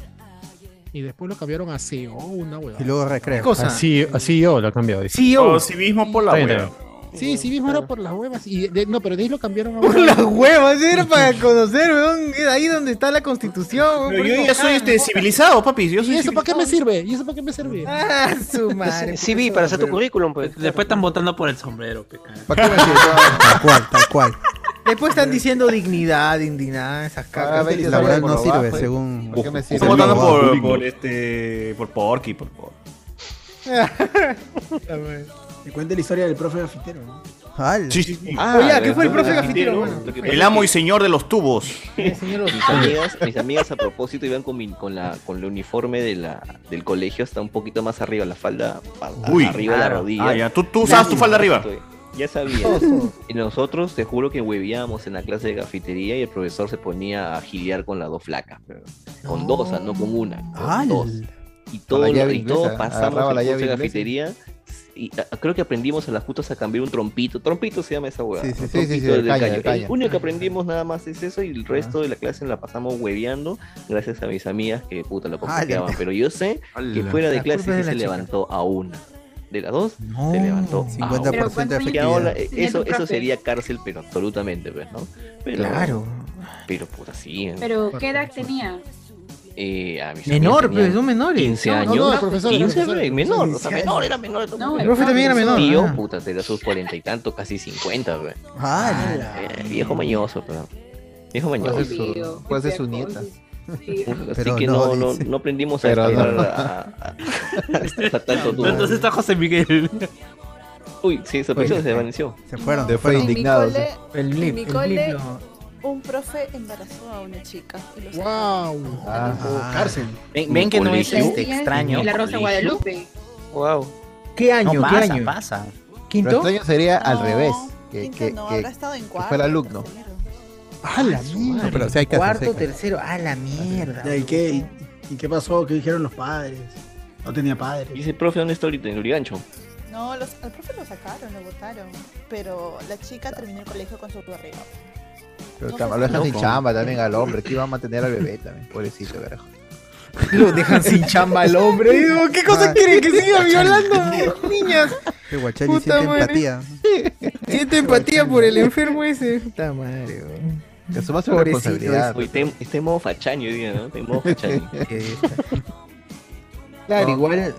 Y después lo cambiaron a CEO, una huevada.
Y luego recreo.
Así, así yo lo he cambiado. dice.
Oh,
O sí mismo por la
Está bien,
wea.
está
Sí, civismo era por las huevas. Y de- no, pero de ahí lo cambiaron a
Por las huevas, era para conocer, weón. Es ahí donde está la constitución.
Pero yo ya soy este, civilizado, papi. Yo soy
¿Y eso para qué me sirve? ¿Y eso para qué me sirve?
Ah, su madre.
CV, Eh, para hacer tu currículum, pues.
Después están votando por el sombrero, pe, cara.
Tal cual, tal cual.
Después están diciendo dignidad, indignidad, esas
Ah,
cacas.
veinte
Esa huevada
dólares por
no
lo
sirve.
bajo, ¿eh?
según-
¿Por qué me sirve?
Estamos votando
Lo
por,
bajo.
por este. por Porky, por por-
Te cuente la historia del profe gafitero, ¿no?
Sí, sí, sí.
Ah, Oye, ¿qué fue el profe gafitero, mano?
Lo que pasa
El amo y
es que
señor de los tubos.
Mis amigas, mis amigas a propósito iban con, mi- con la con el uniforme de la, del colegio hasta un poquito más arriba, la falda pa-
Uy,
arriba de la
claro.
rodilla.
Ah, ya. Tú- tú usabas tu falda arriba.
Ya sabía. Y nosotros, te juro que huevíamos en la clase de cafetería y el profesor se ponía a gilear con las dos flacas. pero Con dos, ah, no con una. con dos. Y
la
todos,
llave
y
inglesa,
todos pasamos
agarraba
el
la
curso
llave
de
inglesa.
cafetería. Y ah, creo que aprendimos a las putas a cambiar un trompito. Trompito se llama esa hueá.
Sí, sí,
¿no?
sí, sí, sí,
Trompito
de
de
caña,
caño.
de
El
caña.
único que aprendimos nada más es eso y
Ah.
el resto de la clase la pasamos hueveando gracias a mis amigas que puta lo complicaban. Pero yo sé que
Ala.
fuera de
La
clase
culpa
sí
es de la
se
chica.
levantó a una. De las dos, se levantó. a
50%
una.
Pero ¿cuántos años
Que ahora,
tenía
eh,
tu
eso, eso
profe?
sería cárcel, pero absolutamente, pues, ¿no? Pero,
Claro.
Pero puta, sí.
Pero, ¿qué edad tenía?
Eh, a mis
Menor,
amigas tenían
pero son menores.
15
No, no,
años.
no, el profesor era
15,
profesor.
pues, menor, o sea,
15
menor,
años.
era menor. era
No,
menor.
el profe
también era menor,
Tío,
ah.
puta, te da sus cuarenta y tantos, casi cincuenta, pues.
¡Hala!
Eh, Viejo mañoso, pero. Viejo mañoso.
Puede ser su, puede ser su nieta.
Así
Pero
que
no,
no, no,
dice.
no aprendimos a
Pero
esperar
no.
a, a- a- a tanto
No, entonces
tubo.
está José Miguel.
Uy, sí, se
Oye,
se desvaneció.
Se fueron.
Se fueron
En mi
indignados.
cole-
El
en
blip,
mi
el
cole,
blip no.
un profe embarazó a una chica. y lo sacó.
¡Wow!
cárcel.
Ven, ven que no es
Colegio.
este, extraño.
Y la Rosa de Guadalupe.
Wow.
¿Qué año?
No,
¿Qué
pasa,
año?
pasa.
¿Quinto?
Lo extraño sería al
No,
revés. Que,
quinto
que,
no,
que-
habrá estado en
que
cuarto,
fuera alumno.
¡Ah, la
No,
mierda!
pero sí hay casos,
Cuarto,
sí hay casos.
tercero, a la mierda.
Ya, ¿y, qué, y- y qué pasó? ¿Qué dijeron los padres? No tenía padres.
Y ese profe, ¿dónde está ahorita? En Urigancho.
No, los- al profe lo sacaron, lo botaron. Pero la chica terminó el colegio con su barriga.
Pero
No
chama,
sé
lo
si-
dejan sin
Loco.
chamba también al hombre. Que iba a mantener al bebé también. Pobrecito, carajo.
Lo dejan sin chamba al hombre. Digo, ¿Qué cosa
Ah.
quieren que siga violando? Niñas.
Que Guachani
Puta
siente
madre.
empatía.
Siente empatía por el enfermo ese. Puta madre, weón.
Que asuma su
Pobrecito
responsabilidad.
Uy,
pues.
está en- está en "Este, modo fachaño hoy día, ¿no? Está en modo fachaño.
Claro, igual.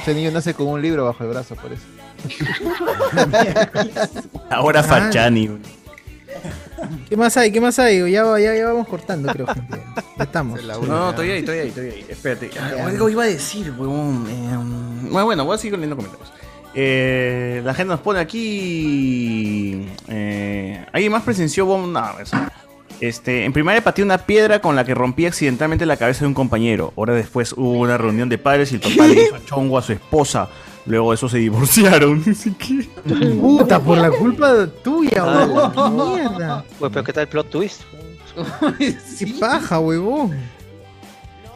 Ese niño nace con un libro bajo el brazo, por eso.
Ahora Fachani.
¿Qué más hay? ¿Qué más hay? Ya, va- ya, ya vamos cortando, creo, gente. Ya Estamos.
No, no, estoy ahí, estoy ahí, estoy ahí. Espérate. Ah, Algo iba a decir, huevón. Eh, um,
Bueno, bueno, voy a seguir leyendo comentarios. Eh, la gente nos pone aquí. eh, ¿Alguien más presenció bomba? No, eso no. Este, en primaria pateé una piedra con la que rompí accidentalmente la cabeza de un compañero. Horas después hubo una reunión de padres y el papá le hizo chongo a su esposa. Luego de eso se divorciaron.
Puta, por la culpa tuya,
Ah,
huevón.
la
Mierda.
Pues, pero ¿qué tal el plot twist?
Qué paja, huevón.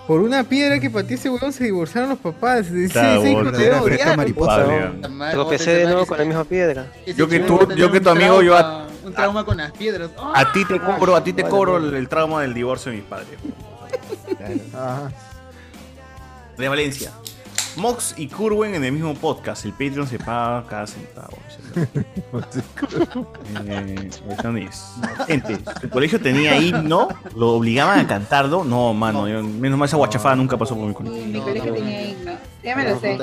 Por una piedra que pateé ese huevón se divorciaron los papás. Sí,
Está,
sí,
huevón,
te debo
pero
odiar,
está mariposa,
huevón.
huevón.
Tropecé de nuevo con la misma piedra.
Yo que tú, yo que tu amigo, yo a,
Un trauma con las piedras. ¡Ah!
a ti te cobro, a ti te cobro el, el trauma del divorcio de mis padres. De Valencia. Mox y Curwen en el mismo podcast. El Patreon se paga cada centavo. Eh, eso no es. Gente, el colegio tenía himno, lo obligaban a cantarlo. No, mano, yo- menos mal esa guachafada nunca pasó por mi colegio.
Mi colegio tenía himno. Ya me lo sé.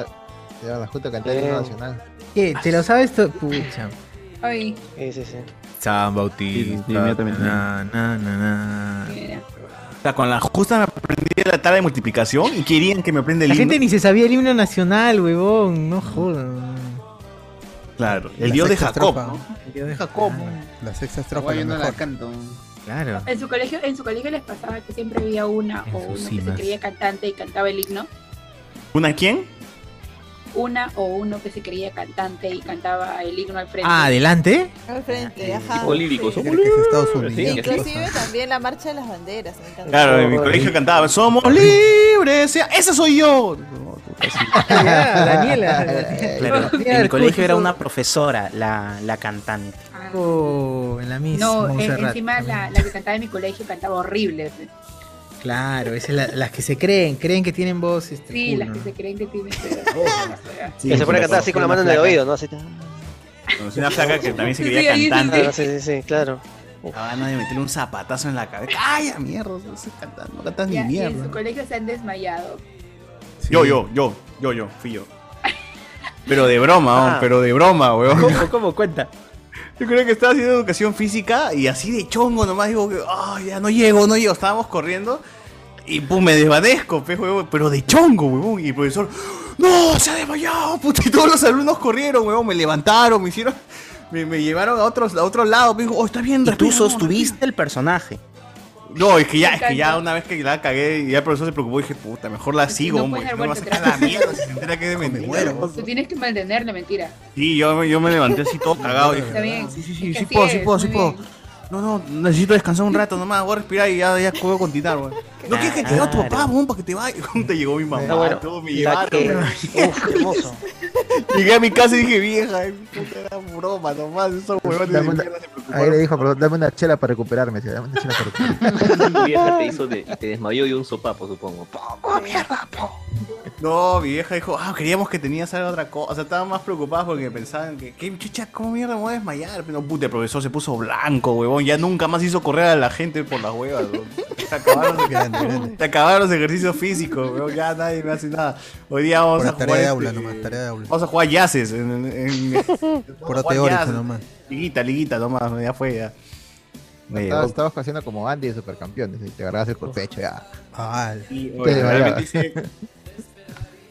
Te la Junta Cantaria
Eh.
Nacional.
¿Qué? ¿Te lo sabes tú? Pucha.
Hoy.
Sí, sí, sí.
San Bautista. na, na, na, na.
O sea, con la justa me aprendí la tabla de multiplicación y querían que me aprenda el
La
himno.
gente ni se sabía el himno nacional, huevón. No jodan.
Claro, el
La
dios de
sexta
Jacob.
estrofa.
¿no?
El dios de
Jacob.
La sexta estrofa.
Guay, yo no
la
la
mejor.
canto.
Claro.
En su colegio, en su colegio les pasaba que siempre había una o
sus
uno que se
cimas.
creía cantante y cantaba el himno.
¿Una quién?
Una o uno que se creía cantante y cantaba el himno al frente.
Ah, adelante.
Al frente,
Ah,
ajá.
Olíricos.
sí. Inclusive también la marcha de las banderas. me encanta.
Claro, en mi colegio cantaba, somos libres, sea- esa soy yo.
Daniela.
Claro,
Mira,
en mi
Arturo,
colegio era
eso-
una profesora, la, la cantante.
Oh, en la misma.
No, en-
Montserrat.
encima la, la que cantaba en mi colegio cantaba horrible. pues.
Claro, esas es la- las que se creen, creen que tienen voz. Este,
Sí,
cool,
las que
¿no?
se creen que tienen.
Sí,
que se pone a
sí,
cantar
sí,
así con la
sí,
mano en el
flaca.
oído, ¿no? Así.
Conocí una flaca que también se
Sí,
quería
ahí sí,
cantante.
sí. Ah, Sí, sí, sí, claro.
Acaban de meterle un zapatazo en la cabeza. ¡Ay, a mierda! No estás cantando, no cantas
Ya,
ni
y en su
mierda.
colegio se han desmayado.
Yo, yo, yo, yo, yo, fui yo. Pero de broma,
Ah.
pero de broma, weón.
¿Cómo, cómo cuenta?
Yo creo que estaba haciendo educación física y así de chongo nomás digo que, ah, ya no llego, no llego. Estábamos corriendo y pum, me desvanezco, pe, huevón, pero de chongo, huevón. Y el profesor, ¡no! ¡Se ha desmayado! Puta, y todos los alumnos corrieron, huevón. Me levantaron, me hicieron, me, me llevaron a otro, a otro lado. Me dijo, oh, está bien,
Tú
respira, no,
sostuviste el personaje.
No, es que ya,
Me
es que ya
encanta.
una vez que la cagué y ya el profesor se preocupó, dije, puta, mejor la sigo,
no
hombre.
puedes dar
no me va a
vuelta
sacar
atrás.
la mierda si se entera que es de mentira.
Tú tienes que mantener la mentira.
Sí, yo, me- yo me levanté así todo cagado. Dije,
Está bien. Sí,
sí, sí puedo, sí puedo, sí puedo. No, no, necesito descansar un rato nomás, voy a respirar y ya, ya puedo continuar, weón. No quieres que te diga tu papá, weón, para que te vaya. Te llegó mi mamá,
Ah, bueno.
todo me
Ya
llevaron.
que-
weón.
Uf, qué hermoso.
Llegué a mi casa y dije, vieja, eh, puta, era broma nomás, esos huevones de
Dame una-
mierda se
Ahí
preocuparon.
le dijo, perdón, dame una chela para recuperarme. decía, Dame una chela para recuperarme.
Tu vieja te hizo de, te desmayó de un sopapo, supongo. ¡Pum!
No, mi vieja dijo, ah, queríamos que tenías algo otra cosa. O sea, estaban más preocupadas porque pensaban que, ¿qué chucha, cómo mierda me voy a desmayar? Pero puta, el profesor se puso blanco, huevón. Ya nunca más hizo correr a la gente por las huevas, huevón. Se acabaron, se acabaron los ejercicios físicos, huevón. Ya nadie me hace nada. Hoy día vamos
Por
a
la
jugar.
tarea de aula
este,
nomás, tarea de aula.
Vamos a jugar yaces. En, en- en-
Puro
jugar
teórico
yaces.
nomás.
Liguita, liguita nomás, ya fue ya. Me
Estabas,
llegó.
estabas haciendo como Andy de Supercampeones. y Te agarrabas el pecho ya.
Sí,
Te
oye,
desmayabas.
realmente hice-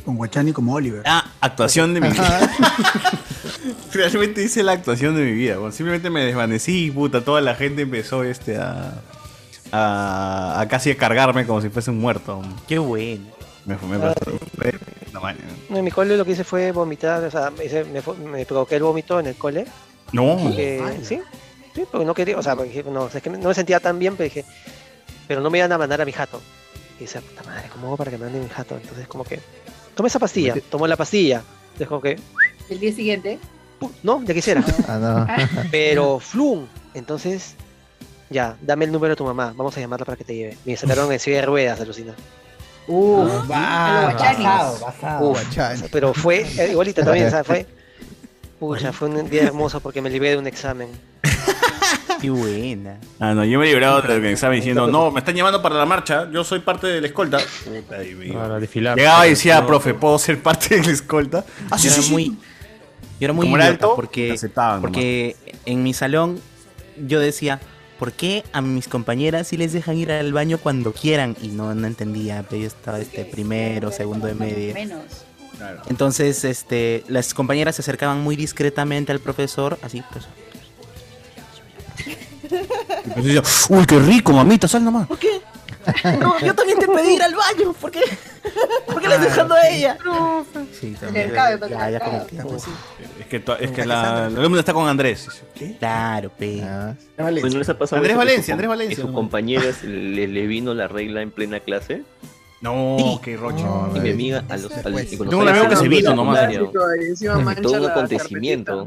Con Guachani como Oliver.
Ah, actuación de mi vida. Realmente hice la actuación de mi vida. weón. simplemente me desvanecí y puta, toda la gente empezó este a, a, a casi a cargarme como si fuese un muerto.
Qué bueno.
Me, me pasó. fue de puta madre.
No, en mi cole lo que hice fue vomitar, o sea, me, hice- me fue- me provoqué el vómito en el cole.
No.
Porque- sí, sí, porque no quería, o sea, porque dije, no, o sea, es que no me sentía tan bien, pero dije, pero no me iban a mandar a mi jato. Y decía, puta madre, ¿cómo hago para que me manden a mi jato? Entonces, como que, tomé esa pastilla, tomó la pastilla. Entonces, como que,
El día siguiente.
¡pum! no, ya quisiera. Pero flum, entonces, ya, dame el número de tu mamá, vamos a llamarla para que te lleve. Me sacaron en silla de ruedas, alucina.
Uf,
Ah,
basado,
Uf, pero fue eh, igualita también, ¿sabes? Fue, pucha, fue un día hermoso porque me liberé de un examen.
Qué buena.
Ah, no, yo me he librado del examen diciendo, no, me están llamando para la marcha, yo soy parte de la escolta. Puta, y me iba.
Para desfilar.
Llegaba y decía, profe, ¿puedo ser parte de la escolta? Ah, sí,
yo
sí,
era
sí.
muy, yo era muy
Como era
idiota
alto,
porque,
te aceptaban
porque en mi salón yo decía, ¿por qué a mis compañeras sí les dejan ir al baño cuando quieran? Y no, no entendía, pero yo estaba este primero, segundo de media.
Menos.
Entonces, este, las compañeras se acercaban muy discretamente al profesor, así pues.
Y pues decía, uy, qué rico, mamita, sal nomás.
¿Por qué? No, yo también te pedí ir al baño. ¿Por qué? ¿Por qué le estás dejando a ella? No.
Sí,
también.
Ya, ya como que-
pues,
Es que, to- es que la, el alumno está con Andrés.
Claro, pe.
Ah.
Pues, ¿no les ha pasado
Andrés
eso que
Valencia,
su-
Andrés Valencia,
que sus
nomás.
compañeras le, le vino la regla en plena clase?
No, qué roche.
y mi amiga a los, a
pues.
los que
Tengo un amigo que se vino nomás.
Todo un acontecimiento.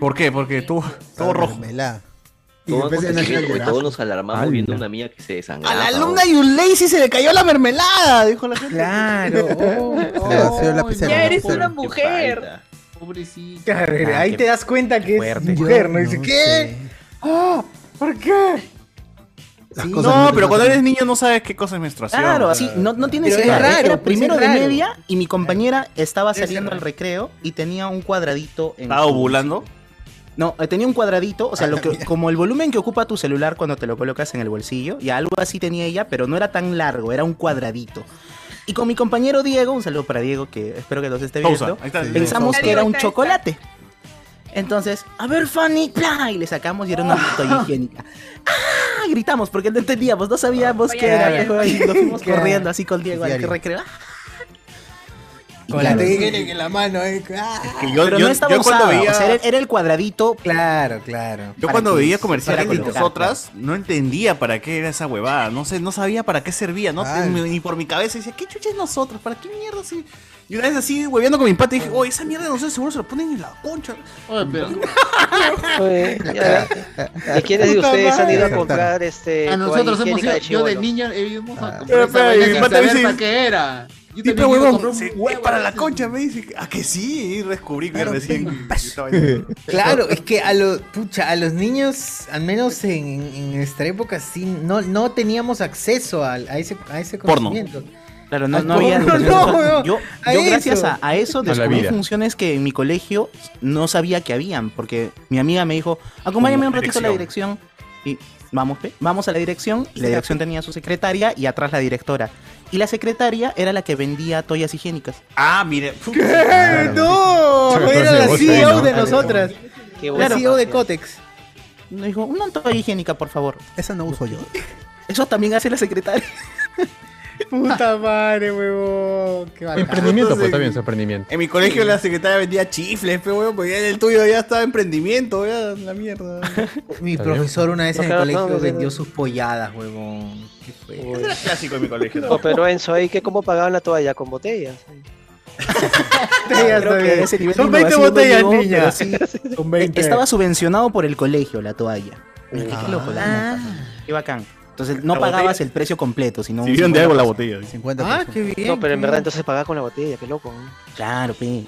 ¿Por qué? Porque tú, todo rojo.
Todo un
Y empecé a
acontecimiento,
llorar.
y todos nos alarmamos viendo a una amiga que se desangraba.
La alumna Yulei sí se le cayó la mermelada, dijo la gente.
Claro.
oh.
Ya eres una
mujer.
Pobrecita.
Ah,
ahí te das cuenta que es
fuerte.
mujer, ¿no?
Yo
Dice,
no
¿qué? Ah, ¿Por qué?
cosas
no,
no
pero
te
cuando
pasan.
eres niño no sabes qué cosa es menstruación.
Claro, así, no, no tienes
Pero
idea.
es raro,
Era
pues,
primero
es
de
raro.
media y mi compañera estaba saliendo al recreo y tenía un cuadradito en
¿Estaba
su-
ovulando?
No, eh, tenía un cuadradito, o sea, lo que- como el volumen que ocupa tu celular cuando te lo colocas en el bolsillo, y algo así tenía ella, pero no era tan largo, era un cuadradito. Y con mi compañero Diego, un saludo para Diego, que espero que nos esté
Sousa,
viendo,
ahí está, Diego
pensamos
Sousa.
que era un
Ahí está,
chocolate. Entonces, a ver, Fanny, ¡pla! y le sacamos y era una toalla higiénica. ¡Ah! Gritamos porque no entendíamos, no sabíamos qué era.
Claro.
viejo, y nos fuimos
Claro.
corriendo así con Diego al
Diario.
recreo. ¡Ah! Y
Con la
claro,
teguera en la mano, ¿eh? Ah.
yo-
pero
yo-
no estaba
yo cuando
usada,
veía-
o sea, era, era el cuadradito. Claro, claro.
Yo cuando veía comerciales de nosotras, no entendía para qué era esa huevada. No sé, no sabía para qué servía, ¿no? Ni ni por mi cabeza decía, ¿qué chucha es nosotros? ¿Para qué mierda sí? Y una vez así, hueveando con mi pata, dije, oh, esa mierda de nosotros seguro se lo ponen en la concha.
Oye, ya. ¿Y quiénes de
Puta
ustedes han ido a
madre.
comprar este
Eh,
A nosotros
toalla
hemos
higiénica
ido, yo de
chibolo?
niño he ido
Ah.
a comprar
Pero,
esa
pero,
vaina
y
sin
pata
saber
dice-
para qué era. Yo
Sí,
también
pero
iba a
huevón,
comprar un
sí, es
huevo,
para la
así.
concha, me dice, ¿a que sí? Y descubrí que recién. estaba en-
Claro, es que a los pucha, a los niños, al menos en, en nuestra época, sí, no, no teníamos acceso al- a, ese, a ese
Porno.
conocimiento.
Claro, no,
Al
no había.
porno,
educación
no,
sexual.
weón.
yo,
A
yo
eso.
gracias a, a eso
A la
descubrí
vida.
funciones que en mi colegio no sabía que habían, porque mi amiga me dijo, acompáñame
Como
un ratito a la dirección. Y vamos, pe, vamos a la dirección. Y la dirección tenía su secretaria y atrás la directora. Y la secretaria era la que vendía toallas higiénicas.
Ah, mire.
Claro.
¡No!
Entonces,
Era la
vos
CEO
ahí, ¿no?
de nosotras.
Qué
la
buena
CEO de
pasión.
Cotex.
Nos dijo, una toalla higiénica, por favor.
Esa no uso yo.
Eso también hace la secretaria.
Puta madre, huevón. Qué bacán.
Emprendimiento, pues también es emprendimiento.
En mi colegio la secretaria vendía chifles, pero weón, pues ya en el tuyo ya estaba emprendimiento, ya la mierda.
Mi profesor una vez en el
Ojalá, no,
colegio
no,
vendió
no.
sus polladas, huevón. Qué fue.
Era clásico en mi colegio.
No, pero Enzo, ahí que cómo pagaban la toalla con botellas.
Creo que
bien.
ese nivel
Son
de
20
innovación no
botellas,
llegó,
niña.
pero sí,
Son 20.
Estaba subvencionado por el colegio la toalla. Pero es que
Ah.
qué loco, la neta. Qué bacán. Entonces no
La
pagabas
botella-
el precio completo, sino
Si vieron de algo la
50%.
botella.
50
Ah,
No, pero en verdad entonces pagaba con la botella, qué loco. ¿no?
pues. Claro, pe.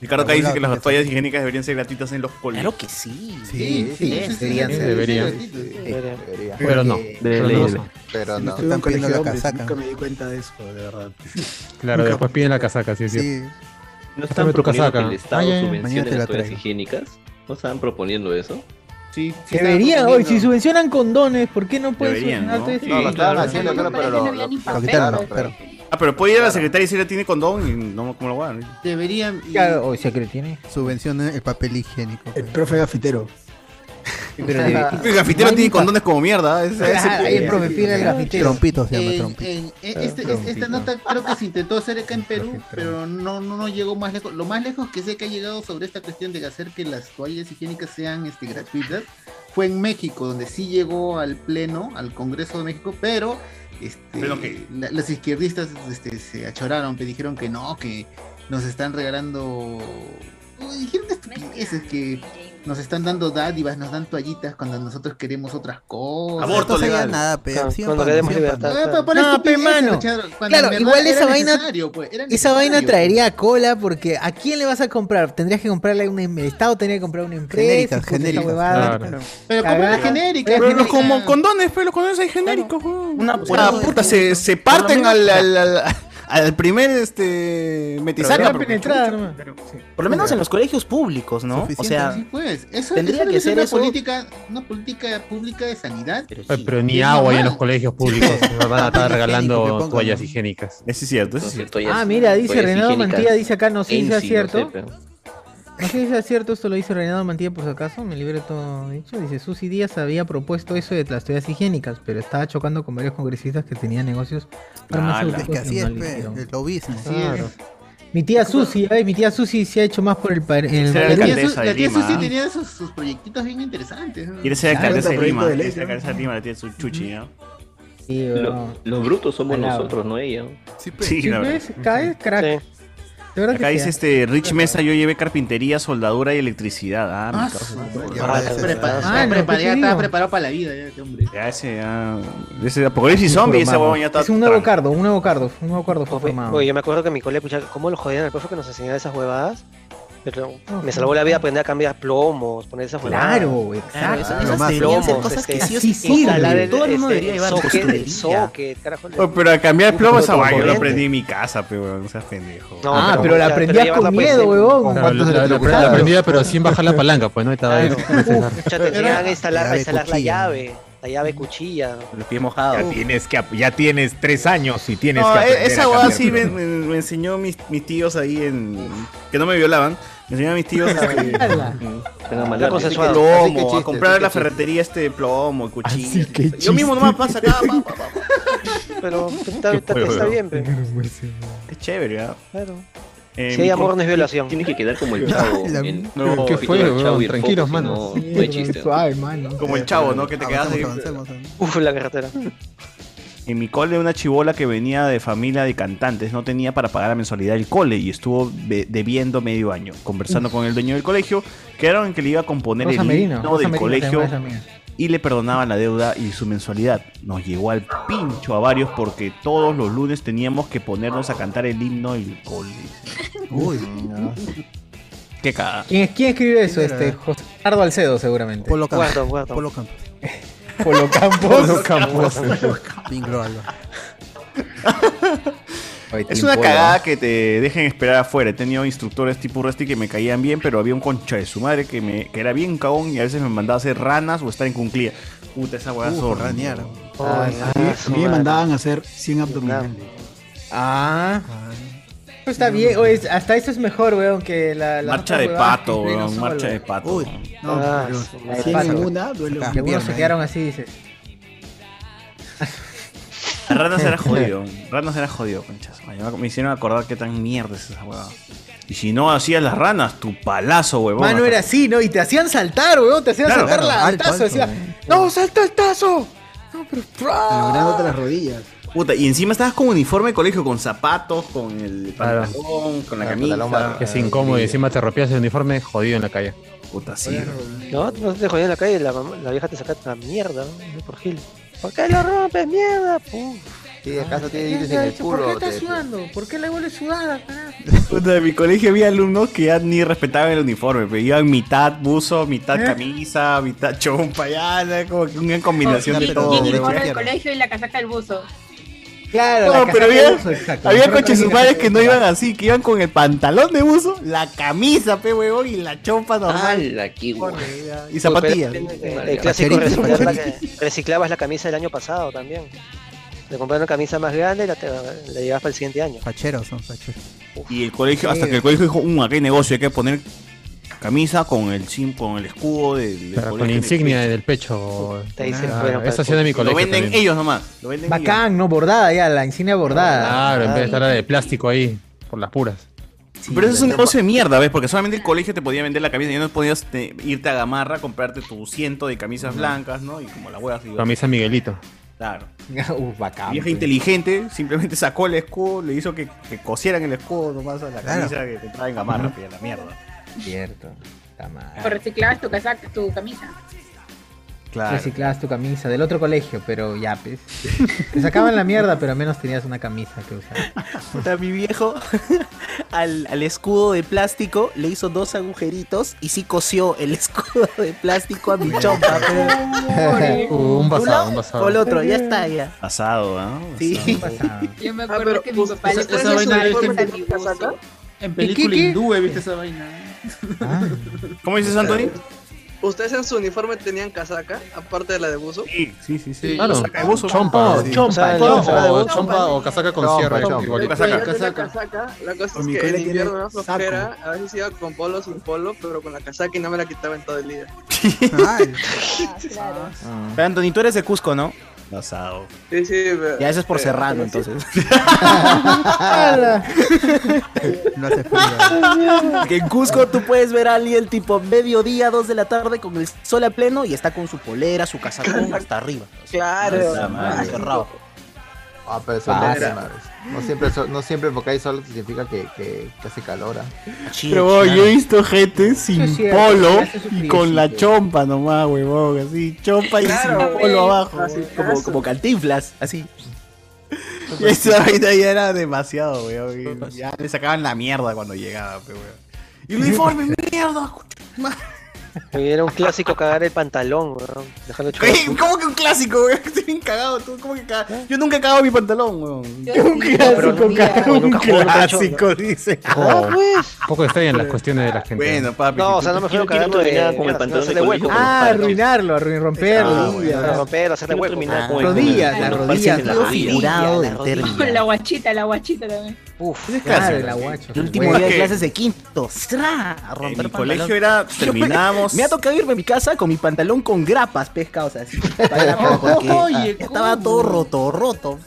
Ricardo Cay dice que las toallas higiénicas deberían ser gratuitas en los colegios.
Claro que sí.
Sí, sí,
sí,
deberían
sí,
ser.
deberían.
Sí, deberían.
Debería.
Pero no,
Porque-
pero
pero
no.
no. Pero no.
Están pidiendo la casaca.
Nunca me di cuenta de eso, de verdad.
Claro,
Nunca-
después piden la casaca, sí, sí.
Sí.
¿No
Pásame
están
tu
proponiendo que
casaca.
el Estado
Ay, ay, ay.
subvencione
Mañana te
las
la
toallas
traigo.
higiénicas? ¿No estaban proponiendo eso?
Sí,
Deberían, hoy, si subvencionan condones, ¿por qué no pueden
Deberían,
subvencionar
¿no?
todo esto?
No, lo estaban
Claro.
haciendo, creo, pero lo- lo-
lo quitaron, lo quitaron.
Ah, pero puede ir a la secretaria y si ella tiene condón y no como lo van.
Deberían. y-
Claro, o sea que le tiene.
Subvenciona
eh,
el papel higiénico.
El profe gafitero.
El gafitero tiene condones como mierda. Ese, ese-
Claro, ahí el profe pide el gafitero. Trompitos se llama,
En-
trompito.
en- en-
Ah,
este-
trompito.
esta nota creo que se intentó hacer acá en Perú, pero no, no, no llegó más lejos. Lo más lejos que sé que ha llegado sobre esta cuestión de hacer que las toallas higiénicas sean este, gratuitas fue en México, donde sí llegó al Pleno, al Congreso de México, pero este,
¿Pero qué?
la- las izquierdistas este, se achoraron, que dijeron que no, que nos están regalando... Uy, Dijeron estupideces que nos están dando dádivas, nos dan toallitas cuando nosotros queremos otras
Pues,
cosas.
Aborto legal. Cuando- cuando le demos libertad,
Ah,
claro.
pero
No, pe,
estupideces,
mano.
Charo, cuando en
Claro,
verdad
igual
era
esa vaina.
necesario, pues, era
Esa vaina
necesario.
traería cola porque ¿a quién le vas a comprar? Tendrías que comprarle a una el Estado tendría que comprar una empresa.
Genéricas,
y puta, esta
genéricas,
huevada.
claro.
Pero
Cagada.
como era genérica.
Pero
genérica.
los como
condones, pero los condones hay genéricos,
Una
O sea, puta, se, se parten al, al, al, al primer este, metizaca.
Pero Por lo menos en los colegios públicos, ¿no? O sea,
sí, pues, eso
tendría
eso
que
es
ser
una
eso.
política, una política pública de sanidad.
Ay, pero ni
Y es
agua hay
normal.
en los colegios públicos. Nos van a estar
Higiénico que
regalando
pongan,
toallas
¿no?
higiénicas.
Ese es cierto,
ese es cierto.
pues,
Ah, mira, dice Renato Mantilla, dice acá, no sé si sea cierto. No sé si es cierto, esto lo dice Reinaldo Mantilla por si acaso, me libre todo dicho. Dice, Susi Díaz había propuesto eso de las toallas higiénicas, pero estaba chocando con varios congresistas que tenían negocios
Ah,
farmacéuticos
Es que así
y
es,
no lo
pe,
hicieron.
el lobismo.
Claro. Mi tía Susi, ay, mi tía Susi se ha hecho más por el... pa- el-
Será
La tía,
alcaldesa
Su-
de
la tía
Lima.
Susi tenía sus, sus proyectitos bien interesantes. ¿no?
Quiere
Ah,
ser
Claro,
alcaldesa de
otro
Lima.
proyecto de
Quiere
ley,
ser alcaldesa de Lima, la tiene su chuchi, ¿no?
Sí,
Lo- los brutos somos nosotros, no ella.
Sí, la verdad.
pues.
cae, crack. De verdad
Acá
que
dice
sí. ¿eh?
este Rich Mesa, yo llevé carpintería, soldadura y electricidad. Ah, mi
Ah,
causa.
su-
Ah,
ya está preparado,
ah,
está preparado,
no, ¿qué
ya estaba
te digo?
preparado para la vida ya este hombre.
Ya ese, ah. ya. Ese apocalipsis zombie, ese huevón ya está.
Es un nuevo cardo, un nuevo cardo, un nuevo cardo fue formado.
Oye, yo me acuerdo que mi cole, pucha, cómo lo jodían al profe que nos enseñaba esas huevadas. Pero me salvó la vida aprender a cambiar plomos, poner esas huevadas.
Claro,
Ah,
exacto.
eso-
Claro,
esas
más
deberían ser
plomos,
cosas que
este,
sí o
así
sí
sirve.
instalar el-
Todo el mundo
este,
debería llevar
el socket, el
costurería.
socket, carajo, el-
Oh, pero a cambiar
Un
plomo esa
puto
vaina, yo lo
componente.
aprendí en mi casa, pero no seas pendejo.
No,
Ah, pero la aprendías
llevarla,
con
pues,
miedo,
de-
huevón.
Claro, la, la- la prendida, pero sin bajar la palanca, pues no estaba ahí.
Ya te enseñaban a instalar, a
Llave
instalar la
cuchilla.
llave, la llave cuchilla.
Los pies mojados. Ya tienes, que, ap- ya tienes tres años y tienes
No,
que
e-
aprender a
esa hueá
cambiar
sí me,
tu-
me- me enseñó mis, mis tíos ahí en. que no me violaban. Me enseñaron a mis tíos este,
manera.
a
Así que
comprar
chiste,
plomo,
chiste, así
a comprar en la
que chiste.
ferretería este plomo, cuchillo.
que
Yo mismo nomás paso acá, pa, pa, pa.
Pero está,
Qué
está- está
huevón.
bien, pero.
Es chévere, ¿ah?
Claro.
Eh,
Si hay amor, no es violación.
Tienes que quedar como el chavo.
La-
en-
No, ¿qué
en el capítulo
fue,
del
weón?
chavo y el
Tranquilos,
foco,
mano.
si No,
Sí,
no hay chiste.
Suave, mano.
Como el chavo, ¿no? Que
Ah,
te quedas
Avancemos,
ahí.
avancemos,
Uf, la carretera.
En mi cole una chibola que venía de familia de cantantes no tenía para pagar la mensualidad del cole y estuvo be- debiendo medio año. Conversando con el dueño del colegio, quedaron en que le iba a componer
Rosa
el
Merino,
himno
Rosa
del
Merino,
colegio
te llamas esa mía.
y le perdonaban la deuda y su mensualidad. Nos llegó al pincho a varios porque todos los lunes teníamos que ponernos a cantar el himno del cole.
Uy.
Qué cagada.
¿Quién, quién escribió eso? Este, José Ricardo Alcedo, seguramente.
Polo Campos.
Guardo, guardo.
Polo Campos.
Polo Campos.
Polo Campos. Pinglo algo.
Es una cagada que te dejen esperar afuera. He tenido instructores tipo Rusty que me caían bien, pero había un concha de su madre que, me, que era bien cagón y a veces me mandaba a hacer ranas o estar en cunclía. Puta, esa weá
Uh,
zorra.
ranear.
Ah, a mí me mandaban a hacer 100 abdominales.
Ah. Pues Está bien, oye, es- hasta eso es mejor, weón, que la. la
Marcha
otra
de
huevada
pato,
que entrenan
weón,
solo.
marcha de pato. Uy,
no,
Ah,
pero
sí, la de
cien en
pato.
una duele
Que
un
Algunos
pierna,
se
eh.
quedaron así, dices.
Ranas era jodido. Ranas era jodido, conchas. Me hicieron acordar qué tan mierda es esa weá. Y si no hacías las ranas, tu palazo, huevón.
Mano era así, ¿no? Y te hacían saltar, weón, te hacían
Claro,
saltar
claro,
la, al
alto,
tazo.
alto,
decía, ¡No, salta el tazo! No, pero.
Lográndote las rodillas.
Puta, y encima estabas con uniforme de colegio, con zapatos, con el
Claro.
pantalón, con la
Claro,
camisa.
pantalón más- Que es incómodo y encima te rompías el uniforme jodido en la calle.
Puta, sí.
No, no te jodían en la calle, la, mamá- la vieja te saca la mierda, ¿no? Por Gil. ¿Por qué lo rompes, mierda? Pum.
Sí, acaso tiene
¿Qué
dientes
te
en
ha
el
hecho? ¿Por
culo.
qué estás
te-
sudando? ¿Por qué la huele sudada, carajo?
Puta, en mi colegio había alumnos que ya ni respetaban el uniforme, pero iban mitad buzo, mitad camisa, mitad chompa, ya, era como que una combinación
Y
de todo.
el gorro del
weón.
colegio y la casaca del buzo.
Claro,
No, pero había, había coches sus madres que no iban así, que iban con el pantalón de buzo, la camisa, pe huevón, y la chompa normal.
¡Hala, qué guay!
Y zapatillas.
Pero, eh,
Vale,
El clásico
pacheritas,
reciclar la
pacheritas.
que- reciclabas la camisa del año pasado también. Le compraron una camisa más grande y la, te- la llevabas para el siguiente año.
Facheros son facheros.
Y el colegio, hasta que el colegio dijo, "Um, acá hay negocio, hay que poner camisa con el sim, con el escudo del, del
Claro,
colegio
con la
en el
insignia
pecho".
del pecho.
Te dicen,
Ah,
bueno,
Eso hacía de mi
lo
colegio.
venden
también.
ellos nomás, lo venden
Bacán, ¿no? Bordada ya, la insignia bordada.
Claro, en vez de estar la de plástico ahí, por las puras.
Pero eso es un negocio de mierda, ¿ves? Porque solamente el colegio te podía vender la camisa y no podías este, irte a Gamarra, comprarte tu ciento de camisas blancas, ¿no? Y como la hueá así.
Camisa Miguelito.
Claro.
Uf, bacán. pues.
Vieja
pe.
inteligente, simplemente sacó el escudo, le hizo que, que cosieran el escudo nomás a la
Claro.
camisa que te traen Gamarra,
Ujú.
pe, a la mierda.
Cierto. Está
Ah.
mal.
O Pues reciclabas tu casaca, tu camisa.
Claro.
Reciclabas tu camisa del otro colegio, pero ya, pues. Te sacaban la mierda, pero al menos tenías una camisa que usar.
Puta, mi viejo al, al escudo de plástico le hizo dos agujeritos y sí cosió el escudo de plástico a mi chompa. pero-
Uh,
lado
un basado, un basado.
Con el otro, ya está, ya.
Pasado, ¿ah?
Sí.
Yo me acuerdo que mi papá
Ah, esa-
le
esa
puso su
vaina es
uniforme
en-
a mi buzo.
¿eh?
En película hindú he visto esa vaina.
¿Cómo dices, Anthony?
¿Ustedes en su uniforme tenían casaca, aparte de la de buzo? Sí,
sí, sí.
sí.
Claro,
Casaca de buzo.
chompa,
Ah,
Oh,
sí.
chompa,
O sea,
chompa.
chompa, o
Chompa,
chompa,
sí.
o casaca con
Chompa,
cierre.
chompa.
igualito.
Yo tenía
Casaca.
casaca, la cosa
Con
es
mi
que
cole
en
tiene
invierno era
saco.
flojera, a veces iba con polo sin polo, pero con la casaca y no me la quitaba en todo el día.
Pero Anthony, tú eres de Cusco, ¿no?
Pasado.
Sí, sí, pero-
Ya eso
Eh,
es por
pero-
serrano, entonces.
No hace
Que en Cusco tú puedes ver a alguien tipo mediodía, 2 de la tarde con el sol a pleno y está con su polera, su casacón hasta arriba.
Claro.
Esa madre.
Cerrado.
Ah, pero eso no,
Ah,
es
sí.
nada. no siempre sol- no siempre porque hay sol significa que, que, que hace calor. ah.
Pero bueno, yo he visto gente sin
cierto,
polo
hace su
y con la
friecito.
chompa nomás, huevón, así, chompa y sin polo abajo.
Como, como cantinflas, así.
Y esa vaina ya era demasiado, weón. y Ya le sacaban la mierda cuando llegaba,
pues,
pe, weón. Y uniforme, mierda.
Oye, Era un clásico cagar el pantalón, weón. Dejarlo chulo.
Oye, ¿Cómo que un clásico, weón? Estoy bien cagado, tú, ¿cómo que cagado? Yo nunca he cagado mi pantalón, weón.
Un clásico, carajo, un clásico,
dice.
Ah, pues.
Oh. Un poco extrañan las cuestiones de la gente.
Bueno, papi.
No, o sea, no me
quiero
refiero a cagarlo de-
con el
de
pantalón
hacerle
de colegio
hueco.
con los
Ah, arruinarlo, arruin-
Ah,
romperlo.
Para romper, hacerle hueco.
terminar con el- Rodillas, con el- las con el- rodillas, con el-
Dios,
rodillas.
figurado
La
del
rodilla.
término.
La guachita, la guachita también.
Uf,
Ese es
Claro,
clásico.
el aguacho.
El último
Bueno,
día de
que-
clases de quinto. ¡Sra! A romper
En mi
pantalón.
colegio era,
Yo me-
terminamos.
Me ha tocado irme a mi casa con mi pantalón con grapas, pesca, o sea, así, para grapas, porque
Oye,
estaba todo roto, roto.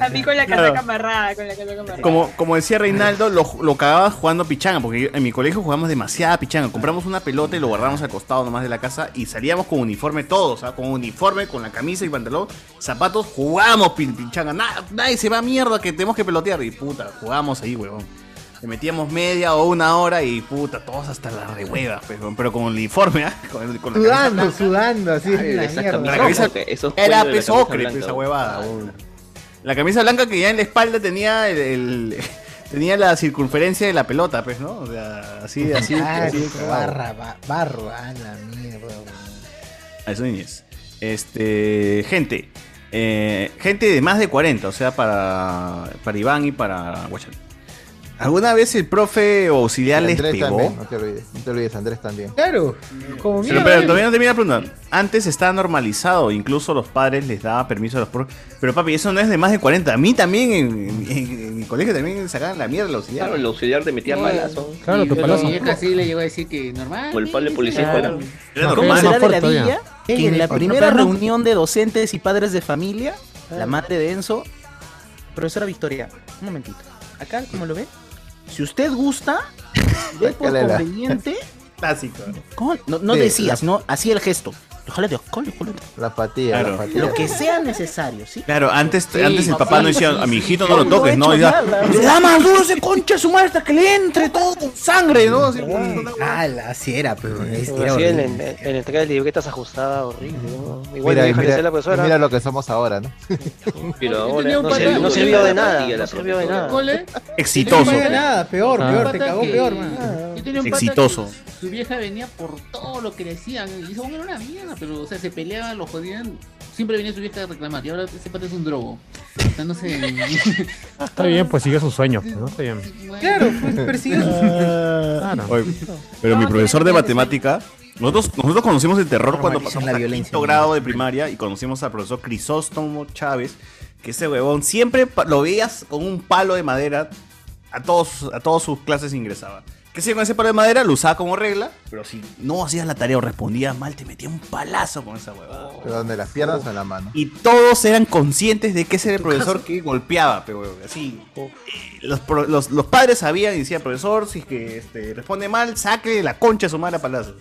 A mí con la
Claro.
casaca amarrada, con la casaca amarrada.
Como, como decía Reinaldo, lo, lo cagaba jugando pichanga, porque yo- en mi colegio jugábamos demasiada pichanga. Compramos una pelota y lo guardamos al costado nomás de la casa y salíamos con uniforme todos, ¿ah? con uniforme, con la camisa y pantalón, zapatos, jugábamos pin- pichanga. Na- nadie se va a mierda que tenemos que pelotear. Y puta, jugábamos ahí, huevón. Le metíamos media o una hora y puta, todos hasta las de huevas, pues, huevón, pero con uniforme, ¿ah? con, el- con la camisa
Sudando,
blanca.
sudando, así en la
Exactamente.
mierda.
La camisa era
cuellos de la
pues
camisa
ocre,
blanca,
esa
¿no?
huevada. huevón. La camisa blanca que ya en la espalda tenía el, el- tenía la circunferencia de la pelota, pues, ¿no? O sea, así, así.
Ah,
así,
sí, barra, ba- barro, a la mierda, weón.
A eso niñez. Este, gente, eh, gente de más de 40, o sea, para para Iván y para Guachán. ¿Alguna vez el profe auxiliar
Y
les
Andrés
pegó?
también, no te olvides, no te olvides, Andrés también.
Claro, como
Pero, pero todavía no termina de preguntar. Antes estaba normalizado, incluso los padres les daba permiso a los profes. Pero papi, eso no es de más de 40. A mí también, en, en- en mi colegio también sacaban la mierda los auxiliar.
Claro, el auxiliar te metía balazo.
Claro, tu palazo.
Yo
casi le llegó a decir que normal.
O el palo de policía
Claro.
escolar.
Era
¿Cómo será
normal.
de la
Más fuerte
villa
todavía.
que
¿Quién
en
es?
la
¿Otro
primera
perro?
reunión de docentes y padres de familia, la madre de Enzo, profesora Victoria, un momentito, acá, como lo ve? Si usted gusta, ve por
Sácale la-
conveniente,
Clásico.
con- no, no
Sí,
decías, no, hacía el gesto. Ojalá de
La apatía,
Claro.
la apatía.
Lo que sea necesario, ¿sí?
Claro, antes,
Sí,
antes el papá no decía, a mi hijito no lo toques,
No
¿no?
he
Y
hecho
ya-
nada.
Le da más duro ese concha a su madre hasta que le entre todo con sangre, ¿no? Así,
Ah, la- así era, pero es-
Así
era
en,
horrible.
en, en entrega de libretas ajustada, horrible. ¿no? Igual
Mira,
deja de
mira,
ser la
y
profesora.
mira lo que somos ahora, ¿no?
Pero ahora
tenía un
no
pata-
sirvió,
no sirvió de nada,
patilla,
no
la
sirvió de
profesora.
nada.
Cole,
Exitoso. Ah.
Yo tenía un pata-
peor,
yo tenía un
peor, te
pata
cagó
que-
peor, man.
Yo tenía un pata
Exitoso.
que Su vieja venía por todo lo que le decían. Y eso bueno, era una mierda, pero o sea, se peleaban, lo jodían. Siempre venía su vieja a reclamar. Y ahora ese pata es un drogo. O sea, no sé.
Está bien, pues sigue sus sueños. ¿no? Está bien.
Claro, pues persiguió
Claro.
Oye, pero mi profesor de matemática, nosotros, nosotros conocimos el terror cuando
Normalizan
pasamos
la
al
violencia,
quinto grado de primaria y conocimos al profesor Crisóstomo Chávez, que ese huevón siempre pa- lo veías con un palo de madera a todos a todas sus clases ingresaba. Que si con ese palo de madera lo usaba como regla, pero si no hacías la tarea o respondías mal te metía un palazo con esa huevada.
Pero donde las piernas o en la mano.
Y todos eran conscientes de que ese era el profesor que golpeaba, pero huevón, así. eh, Los, pro- los- los padres sabían y decían, profesor, si es que este, responde mal, saque la concha a su madre a palazos.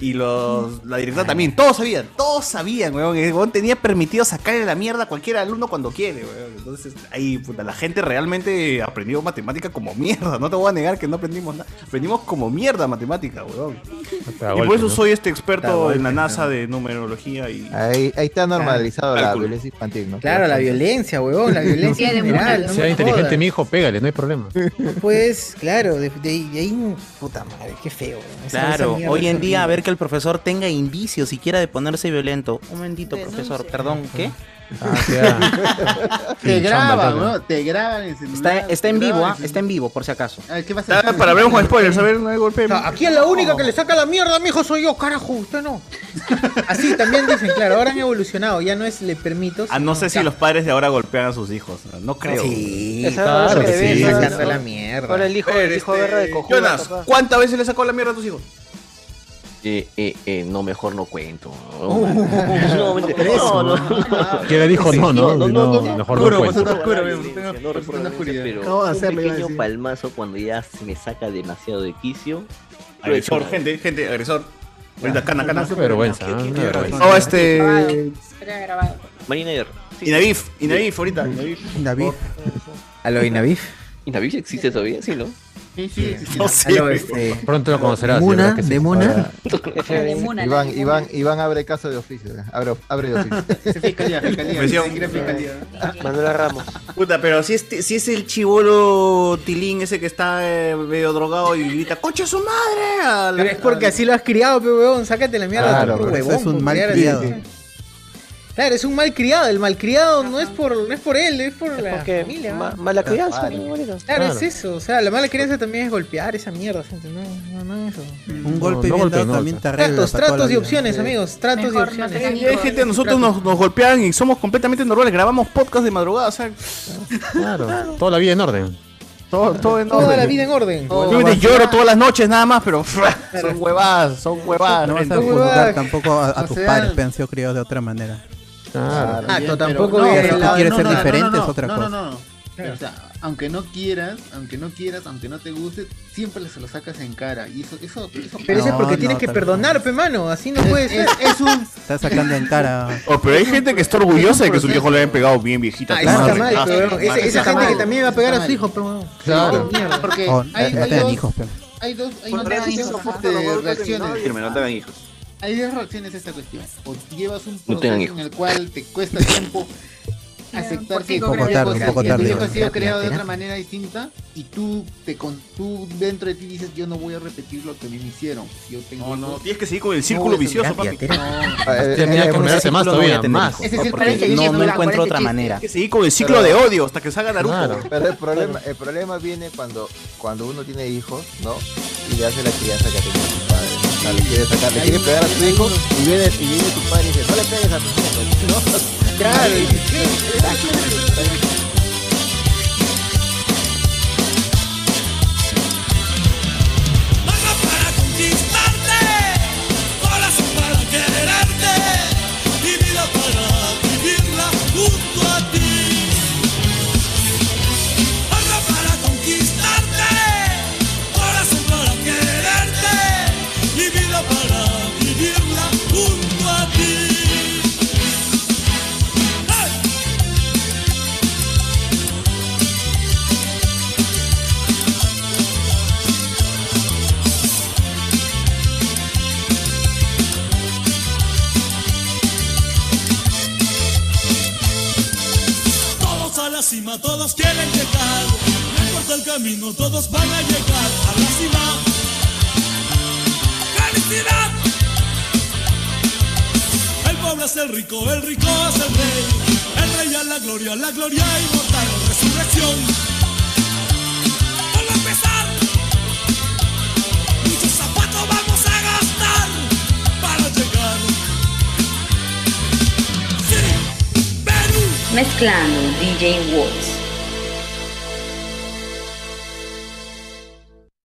Y los, la directora también, todos sabían, todos sabían, weón. El weón tenía permitido sacarle la mierda a cualquier alumno cuando quiere, weón. Entonces, ahí, puta, la gente realmente aprendió matemática como mierda. No te voy a negar que no aprendimos nada. Aprendimos como mierda matemática, weón. Y por
golpe,
eso
¿no?
soy este experto
Hasta golpe,
en la
¿no?
NASA de numerología y...
Ahí, ahí está normalizado la
Cálculo.
violencia infantil, ¿no?
Claro, la violencia, huevón, la violencia en general. no
Sea
me
inteligente,
jodas.
mi hijo, pégale, no hay problema.
Pues, claro, de, de- de ahí, puta madre, qué feo. ¿no? Esa- esa
Claro,
mierda
hoy en
es
día a
horrible.
ver que el profesor tenga indicios siquiera de ponerse violento. Un momentito, profesor, perdón, ¿qué?
te graban, ¿no? Te graban el celular.
Está, está en
te
vivo,
graban
¿ah? está en vivo, por si acaso.
el- A ver, ¿qué pasa?
Está para ver un juego de spoilers, a ver,
no hay golpe.
Aquí es la única que le saca la mierda, mijo, soy yo, carajo, usted no. Así también dicen, claro, ahora han evolucionado, ya no es le permito.
Ah, no sé si los padres de ahora golpean a sus hijos. No, No creo.
Sí,
Esa-
claro que
esa se
sí.
ve,
Sacarse
¿no?
la mierda.
Ahora el hijo, el hijo agarra de cojudo.
este, Jonas,
papá.
¿cuántas veces le sacó la mierda a tus hijos?
Eh, eh, eh, no, mejor no cuento. No,
Uh,
no, mentira, no, no, no.
Que le dijo no, no,
No,
no,
no, no,
mejor
oscuro,
no cuento.
pues,
oscuro,
no,
amigo,
no,
tengo-
no recuerdo
una
la
oscuridad.
violencia, pero
Acabo de
un
hacerlo, iba a
pequeño
decir.
palmazo cuando ya se me saca demasiado de quicio.
Agresor,
Agresor.
gente, gente, agresor. Ahorita, cana, cana.
Qué vergüenza, ¿no? Qué vergüenza.
No, este.
Marina Ayer.
Inavif, Inavif, ahorita.
Inavif.
¿A lo Inavif?
¿Inavif existe todavía? Sí, ¿no?
Sí, sí, sí.
No sé.
este,
Pronto lo conocerás.
este, Muna,
de verdad que sí.
de Muna.
Ahora-
De Muna, la
Iván,
de
Iván, Iván abre caso de oficio. Abre, abre de oficio.
Fiscalía, fiscalía.
Presión.
se quiere fiscalía.
Manuela Ramos.
Puta, pero si es, si es el chivolo tilín ese que está eh, medio drogado y grita, ¡Concha su madre! a la-
Pero es porque así lo has criado, pe huevón, sácate la mierda.
Claro,
tú,
pero
huevón,
eso es un
por
mal
criar a-
criado.
Claro, es un mal criado, el mal criado no es por, no es por él, es por la
porque
familia.
ma-
¿no?
mala crianza,
Claro,
¿no, bonito?
Claro, es
Claro.
eso, o sea, la mala crianza también es golpear esa mierda, gente, no, no, no eso.
Un golpe
no
bien
golpe,
dado
no,
también
o sea.
te arregla
Tratos,
para toda la
tratos y
vida.
opciones,
Sí.
amigos, tratos y opciones.
Eh, eh, gente, a nosotros nos, nos golpean y somos completamente normales. Grabamos podcast de madrugada, o sea.
Claro. Toda la vida en orden.
Todo, todo en
Toda
orden.
la vida en orden.
Yo me lloro todas las noches nada más, pero ah, son huevadas, son huevadas.
No vas
gente.
a juzgar tampoco a, a
O
tus
sea-
padres que han sido criados de otra manera.
Claro.
Ah,
Bien,
tampoco
pero-
no,
pero-
si tú quieres
no,
ser
no, no,
diferente
no,
es otra
no,
cosa.
No, no, no. Pero, o sea, aunque no quieras, aunque no quieras, aunque no te guste, siempre se lo sacas en cara. Y eso, eso, eso
Pero eso es porque
No,
tienes
no,
que
tampoco.
perdonar, pe mano, así no puede ser.
Es un
pues,
Estás sacando en cara.
Oh, pero hay gente que está orgullosa de que sus hijos le hayan pegado bien viejita.
Ah,
tu
eso está
madre.
mal,
Ah,
pero
tu
esa, esa
madre. Está
gente
mal.
que también va a pegar a su hijo, pero
Claro.
Porque
Oh,
hay,
no
hay
tengan
dos,
hijos,
pero-
hay dos, hay
Por
dos
eso,
tipos
hijos, no,
fuertes
no,
de
no,
Este, reacciones.
Firme, no tengan hijos.
Hay dos reacciones a esta cuestión. O llevas un
No
proceso
tengan
en el cual te cuesta tiempo aceptar que
poco
tu viejo
tarde,
sea-
poco
que tu
tarde,
viejo ha
¿verdad?
sido
Terapia,
creado de otra
terapia.
manera distinta y tú te con tú dentro de ti dices yo no voy a repetir lo que a mí me hicieron. Yo tengo
No,
hijos".
tienes que seguir con el
voy
círculo
a
vicioso,
terapia,
papi.
terapia.
Ah, eh,
Tenía que
eh,
ponerse más
no voy a
todavía,
tener
más.
hijos, ¿no?
Porque
Porque
no, no encuentro otra manera.
Tienes que seguir con el ciclo de odio hasta que salga Naruto.
Claro, pero el problema, el problema viene cuando, cuando uno tiene hijos, ¿no? Y le hace la crianza que ha tenido su padre. O sea, le quiere sacar, le quiere pegar a tu hijo y viene, y viene tu padre y dice, no le pegues a tu hijo, ¿no?
Claro.
conquistarte, corazón para quererte y vida para vivirla junto a ti. Honra para conquistarte, corazón para quererte y vida para vivirla junto a ti. ¡Hey! Todos a la cima, todos quieren llegar. No importa el camino, todos van a llegar a la cima. ¡Felicidad! El pobre es el rico, el rico es el rey. El rey a la gloria, la gloria inmortal, resurrección. Vuelvo a empezar. Muchos zapatos vamos a gastar para llegar. Sí, Perú.
Mezclando DJ Watts.